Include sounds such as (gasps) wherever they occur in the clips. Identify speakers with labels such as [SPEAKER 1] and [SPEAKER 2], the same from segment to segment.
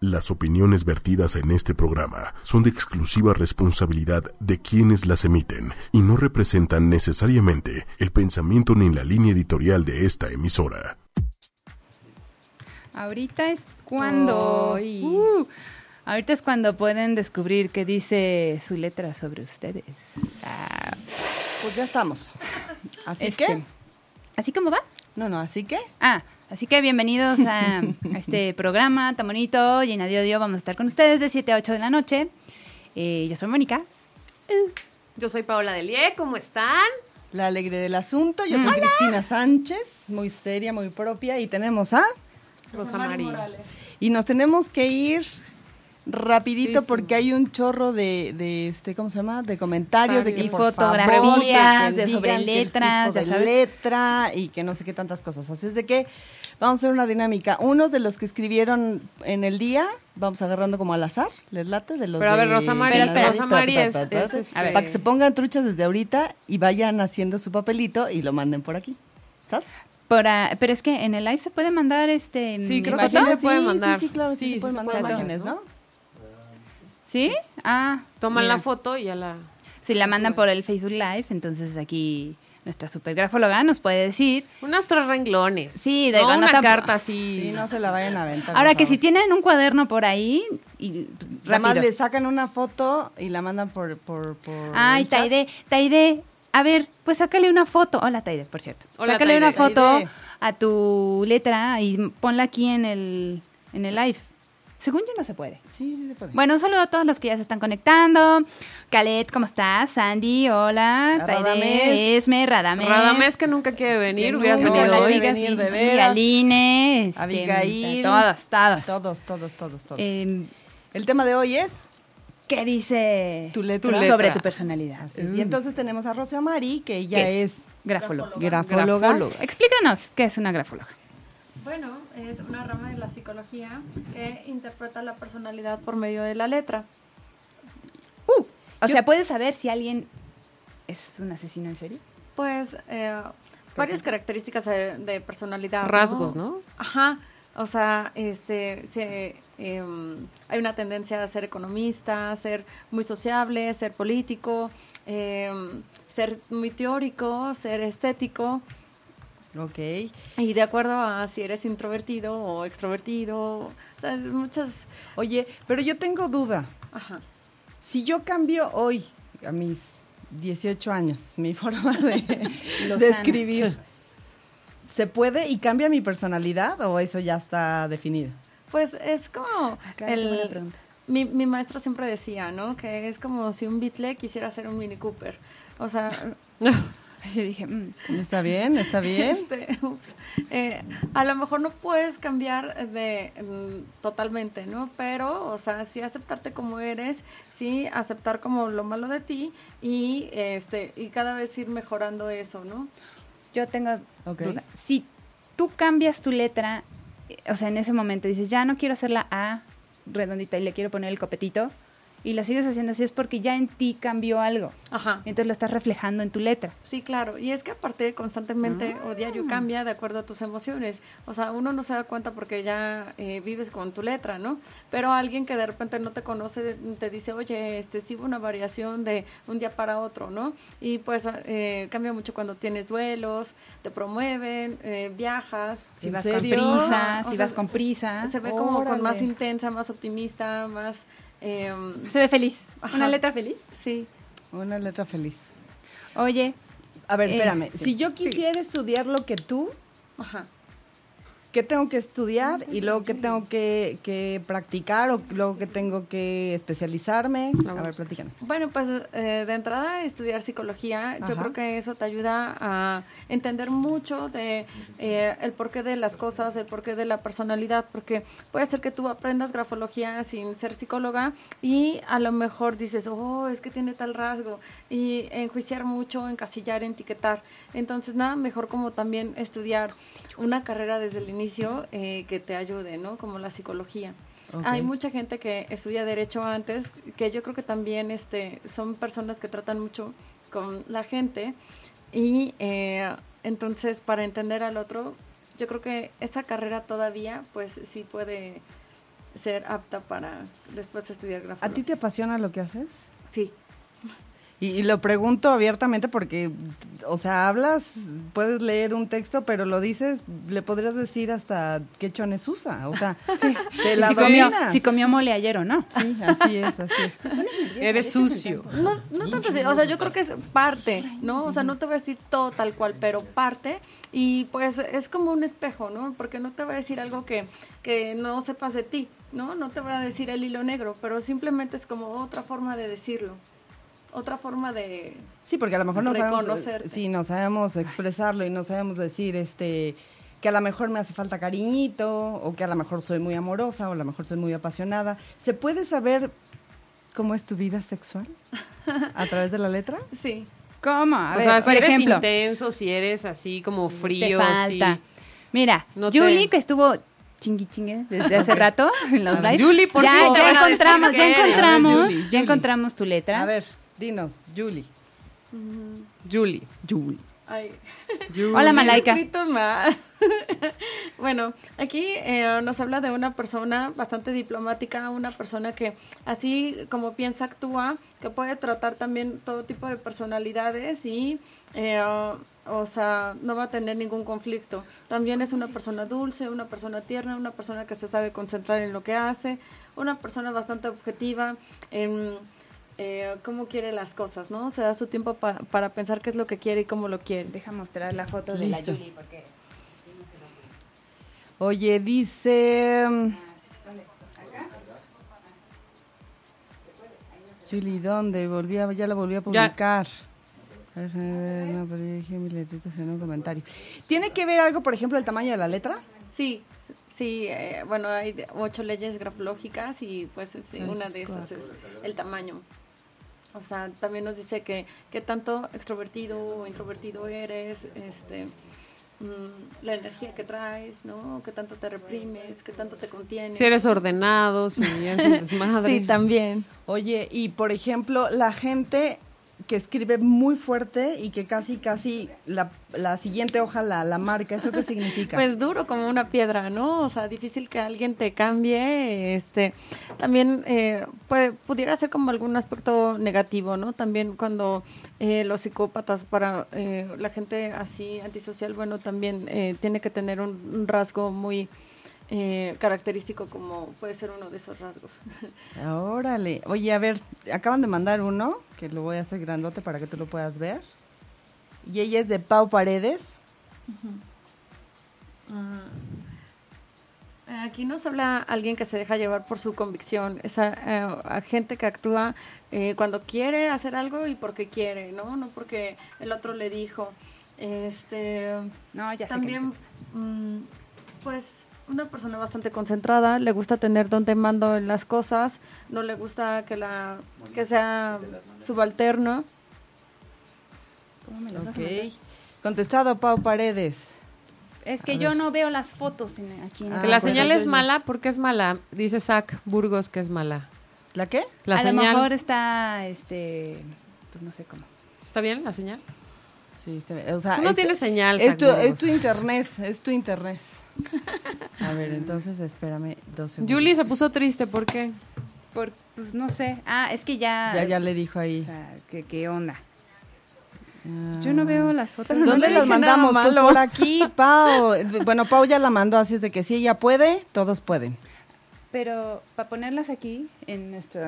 [SPEAKER 1] Las opiniones vertidas en este programa son de exclusiva responsabilidad de quienes las emiten y no representan necesariamente el pensamiento ni la línea editorial de esta emisora.
[SPEAKER 2] Ahorita es cuando.
[SPEAKER 3] Ay.
[SPEAKER 2] Uh, ahorita es cuando pueden descubrir qué dice su letra sobre ustedes. Ah,
[SPEAKER 3] Pues ya estamos. Así
[SPEAKER 2] este,
[SPEAKER 3] que.
[SPEAKER 2] ¿Así como va?
[SPEAKER 3] No, no, así que.
[SPEAKER 2] Ah, así que bienvenidos a,
[SPEAKER 4] (laughs)
[SPEAKER 2] a este programa tan bonito. Llena de odio, vamos a estar con ustedes de 7 a 8 de la noche. Eh, yo soy Mónica.
[SPEAKER 4] Yo soy Paola Delie, ¿cómo están?
[SPEAKER 3] La alegre del asunto. Yo soy Cristina Sánchez, muy seria, muy propia. Y tenemos a.
[SPEAKER 4] Rosa María.
[SPEAKER 3] Y nos tenemos que ir rapidito
[SPEAKER 4] Sí, sí.
[SPEAKER 3] porque hay un chorro de, de este, ¿cómo se llama? De comentarios, de que
[SPEAKER 2] Y
[SPEAKER 3] por favor,
[SPEAKER 2] fotografías,
[SPEAKER 3] que
[SPEAKER 2] de sobre
[SPEAKER 3] digan que el
[SPEAKER 2] letras,
[SPEAKER 3] tipo
[SPEAKER 2] ya
[SPEAKER 3] de
[SPEAKER 2] sabes.
[SPEAKER 3] letra y que no sé qué tantas cosas. Así es de que vamos a hacer una dinámica. Unos de los que escribieron en el día, vamos agarrando como al azar, les late de los
[SPEAKER 4] Pero a
[SPEAKER 3] de-
[SPEAKER 4] ver, Rosa Mari,
[SPEAKER 3] de la
[SPEAKER 2] espera,
[SPEAKER 3] lista,
[SPEAKER 4] Rosa Mari
[SPEAKER 3] ta,
[SPEAKER 4] es-
[SPEAKER 3] ta, ta,
[SPEAKER 4] es,
[SPEAKER 3] ta.
[SPEAKER 4] este-
[SPEAKER 3] A ver, Para que se pongan truchas desde ahorita y vayan haciendo su papelito y lo manden por aquí. ¿Sabes?
[SPEAKER 2] Para- pero es que en el live se puede mandar este.
[SPEAKER 4] Sí,
[SPEAKER 2] mm,
[SPEAKER 4] creo que
[SPEAKER 2] fotos.
[SPEAKER 4] sí se
[SPEAKER 3] Imágenes,
[SPEAKER 4] puede mandar.
[SPEAKER 3] Sí, sí, claro, sí,
[SPEAKER 4] Sí,
[SPEAKER 3] se
[SPEAKER 4] sí
[SPEAKER 3] pueden
[SPEAKER 4] se
[SPEAKER 3] mandar
[SPEAKER 2] puede
[SPEAKER 3] imágenes,
[SPEAKER 4] mandar.
[SPEAKER 3] ¿no?
[SPEAKER 2] ¿Sí? Ah.
[SPEAKER 4] Toman
[SPEAKER 2] mira.
[SPEAKER 4] la foto y ya la...
[SPEAKER 2] Si la mandan por el Facebook Live, entonces aquí nuestra supergrafóloga nos puede decir.
[SPEAKER 4] Unas tres renglones.
[SPEAKER 2] Sí, de
[SPEAKER 4] no
[SPEAKER 2] gana
[SPEAKER 4] una
[SPEAKER 2] tampoco.
[SPEAKER 4] carta así.
[SPEAKER 3] Sí, no se la vayan a aventar.
[SPEAKER 2] Ahora
[SPEAKER 3] por
[SPEAKER 2] que si
[SPEAKER 3] favor.
[SPEAKER 2] tienen un cuaderno por ahí, y
[SPEAKER 3] Nada más
[SPEAKER 2] rápido.
[SPEAKER 3] le sacan una foto y la mandan por. por, por
[SPEAKER 2] Ay,
[SPEAKER 3] el chat.
[SPEAKER 2] Taide, Taide, a ver, pues sácale una foto. Hola, Taide, por cierto.
[SPEAKER 4] Hola,
[SPEAKER 2] sácale
[SPEAKER 4] Taide.
[SPEAKER 2] una foto
[SPEAKER 3] Taide.
[SPEAKER 2] a tu letra y ponla aquí en el, en el live. Según yo no se puede.
[SPEAKER 3] Sí, sí se puede.
[SPEAKER 2] Bueno, un saludo a todos los que ya se están conectando. Calet, ¿cómo estás? Sandy, hola.
[SPEAKER 3] A
[SPEAKER 2] Taide,
[SPEAKER 3] Radamés.
[SPEAKER 2] Esme, Radamés.
[SPEAKER 4] Radamés que nunca quiere venir,
[SPEAKER 3] Que
[SPEAKER 4] hubieras
[SPEAKER 3] nunca
[SPEAKER 4] venido
[SPEAKER 3] la
[SPEAKER 4] hoy.
[SPEAKER 3] quiere
[SPEAKER 2] chicas,
[SPEAKER 3] venir,
[SPEAKER 2] sí,
[SPEAKER 3] de
[SPEAKER 2] sí, sí,
[SPEAKER 3] veras.
[SPEAKER 2] Aline, este,
[SPEAKER 3] Abigail.
[SPEAKER 2] todas, todas.
[SPEAKER 3] Todos, todos, todos, todos.
[SPEAKER 2] Eh,
[SPEAKER 3] el tema de hoy es.
[SPEAKER 2] ¿Qué dice
[SPEAKER 3] Tu letra. Tu
[SPEAKER 4] letra.
[SPEAKER 2] sobre tu personalidad?
[SPEAKER 3] así es, Y entonces tenemos a Rosa Mari, que ella
[SPEAKER 2] ¿Qué
[SPEAKER 3] Mm. es.
[SPEAKER 2] grafóloga.
[SPEAKER 3] grafóloga.
[SPEAKER 4] Grafóloga.
[SPEAKER 2] Explícanos qué es una grafóloga.
[SPEAKER 5] Bueno, es una rama de la psicología que interpreta la personalidad por medio de la letra.
[SPEAKER 2] Uh, o sea, ¿puedes saber si alguien es un asesino en serie?
[SPEAKER 5] Pues eh, varias características de, de personalidad. ¿no?
[SPEAKER 4] Rasgos, ¿no?
[SPEAKER 5] Ajá. O sea, este, se, em, hay una tendencia a ser economista, a ser muy sociable, ser político, em, ser muy teórico, ser estético.
[SPEAKER 3] Ok.
[SPEAKER 5] Y de acuerdo a si eres introvertido o extrovertido, o sea, muchas...
[SPEAKER 3] Oye, pero yo tengo duda.
[SPEAKER 5] Ajá.
[SPEAKER 3] Si yo cambio hoy, a mis 18 años, (laughs) mi forma de,
[SPEAKER 2] Lozana.
[SPEAKER 3] de escribir, ¿se puede y cambia mi personalidad o eso ya está definido?
[SPEAKER 5] Pues es como
[SPEAKER 2] claro, qué buena
[SPEAKER 5] el,
[SPEAKER 2] pregunta.
[SPEAKER 5] mi, mi maestro siempre decía, ¿no? Que es como si un Beatle quisiera hacer un Mini Cooper. O sea,
[SPEAKER 2] Yo dije, mm,
[SPEAKER 3] Está bien, está bien.
[SPEAKER 5] (laughs) este, ups, eh, a lo mejor no puedes cambiar de mm, totalmente, ¿no? Pero, o sea, sí aceptarte como eres, sí aceptar como lo malo de ti y este y cada vez ir mejorando eso, ¿no?
[SPEAKER 2] yo tengo
[SPEAKER 3] Ok.
[SPEAKER 2] duda. Si tú cambias tu letra, eh, o sea, en ese momento dices, ya no quiero hacer la A redondita y le quiero poner el copetito, y la sigues haciendo así, es porque ya en ti cambió algo.
[SPEAKER 5] Ajá.
[SPEAKER 2] Entonces lo estás reflejando en tu letra.
[SPEAKER 5] Sí, claro. Y es que aparte constantemente o diario cambia de acuerdo a tus emociones. O sea, uno no se da cuenta porque ya eh, vives con tu letra, ¿no? Pero alguien que de repente no te conoce te dice, oye, este sí hubo una variación de un día para otro, ¿no? Y pues eh, cambia mucho cuando tienes duelos, te promueven, eh, viajas.
[SPEAKER 2] Si
[SPEAKER 3] ¿En
[SPEAKER 2] vas
[SPEAKER 3] serio?
[SPEAKER 2] con prisa,
[SPEAKER 5] Ah, o
[SPEAKER 2] si
[SPEAKER 5] sea,
[SPEAKER 2] vas con prisa.
[SPEAKER 5] Se ve como con más
[SPEAKER 3] Órale.
[SPEAKER 5] intensa, más optimista, más... em,
[SPEAKER 2] Se ve feliz. Una
[SPEAKER 5] Ajá.
[SPEAKER 2] letra feliz.
[SPEAKER 5] sí.
[SPEAKER 3] (laughs) Una letra feliz.
[SPEAKER 2] Oye,
[SPEAKER 3] A ver,
[SPEAKER 2] Eh,
[SPEAKER 3] espérame.
[SPEAKER 2] sí.
[SPEAKER 3] Si yo quisiera estudiar lo que tú,
[SPEAKER 5] Ajá.
[SPEAKER 3] ¿qué tengo que estudiar y luego qué tengo que, que practicar o luego qué tengo que especializarme?
[SPEAKER 4] La
[SPEAKER 3] A ver,
[SPEAKER 4] busca.
[SPEAKER 3] platícanos.
[SPEAKER 5] Bueno, pues eh, de entrada estudiar psicología, yo
[SPEAKER 3] Ajá.
[SPEAKER 5] creo que eso te ayuda a entender mucho de eh, el porqué de las cosas, el porqué de la personalidad, porque puede ser que tú aprendas grafología sin ser psicóloga y a lo mejor dices, oh, es que tiene tal rasgo y enjuiciar mucho, encasillar, etiquetar. Entonces, nada, mejor como también estudiar una carrera desde el inicio eh, que te ayude, ¿no? Como la psicología.
[SPEAKER 3] Ok.
[SPEAKER 5] Hay mucha gente que estudia derecho antes, que yo creo que también este, son personas que tratan mucho con la gente y eh, entonces para entender al otro, yo creo que esa carrera todavía pues sí puede ser apta para después estudiar
[SPEAKER 3] ¿A ti
[SPEAKER 5] grafología.
[SPEAKER 3] te apasiona lo que haces?
[SPEAKER 5] Sí,
[SPEAKER 3] Y, y lo pregunto abiertamente porque, o sea, hablas, puedes leer un texto, pero lo dices, le podrías decir hasta qué chones usa.
[SPEAKER 2] (laughs)
[SPEAKER 3] O sea, te la
[SPEAKER 2] si, comió,
[SPEAKER 3] dominas.
[SPEAKER 2] si comió mole ayer o no.
[SPEAKER 3] Sí, así es, así
[SPEAKER 2] (laughs)
[SPEAKER 3] es.
[SPEAKER 6] Eres sucio.
[SPEAKER 5] No, no tanto así, o sea, yo creo que es parte, ¿no? O sea, no te voy a decir todo tal cual, pero parte. Y pues es como un espejo, ¿no? Porque no te voy a decir algo que, que no sepas de ti, ¿no? No te voy a decir el hilo negro, pero simplemente es como otra forma de decirlo. Otra forma de...
[SPEAKER 3] Sí, porque a lo mejor no sabemos,
[SPEAKER 5] Reconocerte.
[SPEAKER 3] sí, no sabemos expresarlo y no sabemos decir este que a lo mejor me hace falta cariñito o que a lo mejor soy muy amorosa o a lo mejor soy muy apasionada. ¿Se puede saber cómo es tu vida sexual a través de la letra?
[SPEAKER 5] Sí.
[SPEAKER 2] ¿Cómo? A
[SPEAKER 6] O
[SPEAKER 2] ver,
[SPEAKER 6] sea, si
[SPEAKER 2] por
[SPEAKER 6] eres
[SPEAKER 2] ejemplo,
[SPEAKER 6] intenso, si eres así como
[SPEAKER 2] te
[SPEAKER 6] frío, si-
[SPEAKER 2] falta. Mira,
[SPEAKER 6] No te-
[SPEAKER 2] Julie, que estuvo chingui chingue desde
[SPEAKER 6] (laughs)
[SPEAKER 2] hace rato en los
[SPEAKER 6] A ver,
[SPEAKER 2] lives.
[SPEAKER 6] Julie, por
[SPEAKER 2] ya,
[SPEAKER 6] favor,
[SPEAKER 2] ya
[SPEAKER 6] ahora decir
[SPEAKER 2] encontramos,
[SPEAKER 6] qué
[SPEAKER 2] ya
[SPEAKER 6] eres.
[SPEAKER 2] encontramos,
[SPEAKER 3] A ver, Julie,
[SPEAKER 2] ya
[SPEAKER 3] Julie.
[SPEAKER 2] encontramos tu letra.
[SPEAKER 3] A ver, dinos, Julie.
[SPEAKER 6] Julie. Julie.
[SPEAKER 5] Ay.
[SPEAKER 2] Hola,
[SPEAKER 5] Lo he
[SPEAKER 2] Malaika.
[SPEAKER 5] escrito mal. (laughs) bueno, aquí eh, nos habla de una persona bastante diplomática, una persona que así como piensa, actúa, que puede tratar también todo tipo de personalidades y, eh, o sea, no va a tener ningún conflicto. También es una persona dulce, una persona tierna, una persona que se sabe concentrar en lo que hace, una persona bastante objetiva. em, eh, cómo quiere las cosas, ¿no? Se da su tiempo pa- para pensar qué es lo que quiere y cómo lo quiere.
[SPEAKER 2] Deja mostrar la foto de la Julie porque
[SPEAKER 3] Oye, dice mm, Julie, ¿dónde? Volví a- ya la volví a publicar. Déjame ver, no, pero yo dije mis letritas en un comentario. ¿Tiene que ver algo, por ejemplo, el tamaño de la letra?
[SPEAKER 5] Sí, sí, eh, bueno, hay de- ocho leyes grafológicas y pues este, una de esas es el tamaño. O sea, también nos dice que qué tanto extrovertido o introvertido eres, este, mm, la energía que traes, ¿no? ¿Qué tanto te reprimes? ¿Qué tanto te contienes?
[SPEAKER 6] Si eres ordenado, si eres un desmadre.
[SPEAKER 5] Sí, también.
[SPEAKER 3] Oye, y por ejemplo, la gente que escribe muy fuerte y que casi, casi la, la siguiente hoja la, la marca, ¿eso qué significa?
[SPEAKER 5] Pues duro como una piedra, ¿no? O sea, difícil que alguien te cambie. Este, también eh, puede- pudiera ser como algún aspecto negativo, ¿no? También cuando eh, los psicópatas para eh, la gente así antisocial, bueno, también eh, tiene que tener un, un rasgo muy eh, característico como puede ser uno de esos rasgos.
[SPEAKER 3] Ah, Órale. Oye, a ver, acaban de mandar uno, que lo voy a hacer grandote para que tú lo puedas ver. Y ella es de Pau Paredes.
[SPEAKER 5] Eh, Aquí nos habla alguien que se deja llevar por su convicción, esa eh, a gente que actúa eh, cuando quiere hacer algo y porque quiere, ¿no? No porque el otro le dijo. Este,
[SPEAKER 2] No, ya sé
[SPEAKER 5] también, mm, pues, una persona bastante concentrada, le gusta tener donde mando en las cosas, no le gusta que la que sea subalterno.
[SPEAKER 2] ¿Cómo me lo vas a
[SPEAKER 3] Ok. Contestado Pau Paredes.
[SPEAKER 2] mandar? Es que yo no veo las fotos en- aquí. en
[SPEAKER 3] Ah,
[SPEAKER 2] esta
[SPEAKER 6] Que la
[SPEAKER 3] pues
[SPEAKER 2] cosa.
[SPEAKER 6] señal
[SPEAKER 3] yo
[SPEAKER 6] es
[SPEAKER 3] no.
[SPEAKER 6] mala, ¿por qué es mala? Dice Zach Burgos que es mala.
[SPEAKER 3] ¿La qué?
[SPEAKER 6] La
[SPEAKER 2] a
[SPEAKER 6] señal.
[SPEAKER 2] lo mejor está, este, pues no sé cómo.
[SPEAKER 6] ¿Está bien la señal?
[SPEAKER 3] Sí, está bien. O sea,
[SPEAKER 6] Tú no
[SPEAKER 3] es-
[SPEAKER 6] tienes señal,
[SPEAKER 3] Ah, Es
[SPEAKER 6] Zach
[SPEAKER 3] tu,
[SPEAKER 6] Burgos.
[SPEAKER 3] es tu internet, es
[SPEAKER 6] (laughs)
[SPEAKER 3] tu internet. A ver, entonces espérame dos segundos.
[SPEAKER 6] Julie se puso triste, ¿por qué?
[SPEAKER 2] Por, pues no sé. Ah, es que ya.
[SPEAKER 3] Ya, ya le dijo
[SPEAKER 2] o
[SPEAKER 3] ahí.
[SPEAKER 2] sea, ¿qué, qué onda?
[SPEAKER 3] Ah.
[SPEAKER 2] Yo no veo las fotos. No
[SPEAKER 3] ¿Dónde
[SPEAKER 2] le
[SPEAKER 3] las
[SPEAKER 2] dije nada
[SPEAKER 3] mandamos? Tú
[SPEAKER 2] malo.
[SPEAKER 3] por aquí, Pau. Bueno, Pau ya la mandó, así es de que si ella puede, todos pueden.
[SPEAKER 2] Pero para ponerlas aquí en nuestro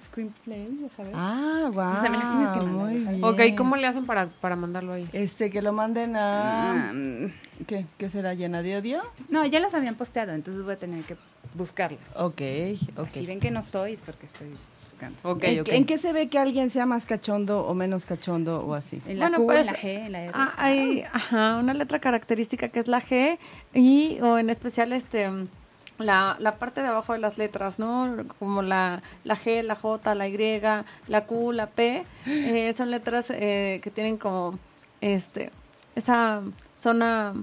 [SPEAKER 2] screenplay, ya sabes.
[SPEAKER 3] Ah, guau.
[SPEAKER 2] Entonces, me las tienes que mandar.
[SPEAKER 3] muy bien.
[SPEAKER 6] Ok, ¿cómo le hacen para, para mandarlo ahí?
[SPEAKER 3] Este, que lo manden a...
[SPEAKER 2] Mm,
[SPEAKER 3] ¿Qué? ¿Qué será? ¿Llena de odio?
[SPEAKER 2] no, ya las habían posteado, entonces voy a tener que buscarlas.
[SPEAKER 3] Ok,
[SPEAKER 2] O sea,
[SPEAKER 3] Oh, ok. Oh.
[SPEAKER 2] Si ven que no estoy, es porque estoy buscando.
[SPEAKER 6] Ok,
[SPEAKER 3] ¿En,
[SPEAKER 6] ok.
[SPEAKER 3] en qué se ve que alguien sea más cachondo o menos cachondo o así?
[SPEAKER 2] En la
[SPEAKER 5] Bueno,
[SPEAKER 2] Q, en
[SPEAKER 5] pues,
[SPEAKER 2] la G, en la R.
[SPEAKER 5] Ah, hay ajá, una letra característica que es la G y o en especial este mm, la, la parte de abajo de las letras, ¿no? Como la, la G, la J, la Y, la Q,
[SPEAKER 2] (gasps)
[SPEAKER 5] la P. eh, son letras eh, que tienen como este esa zona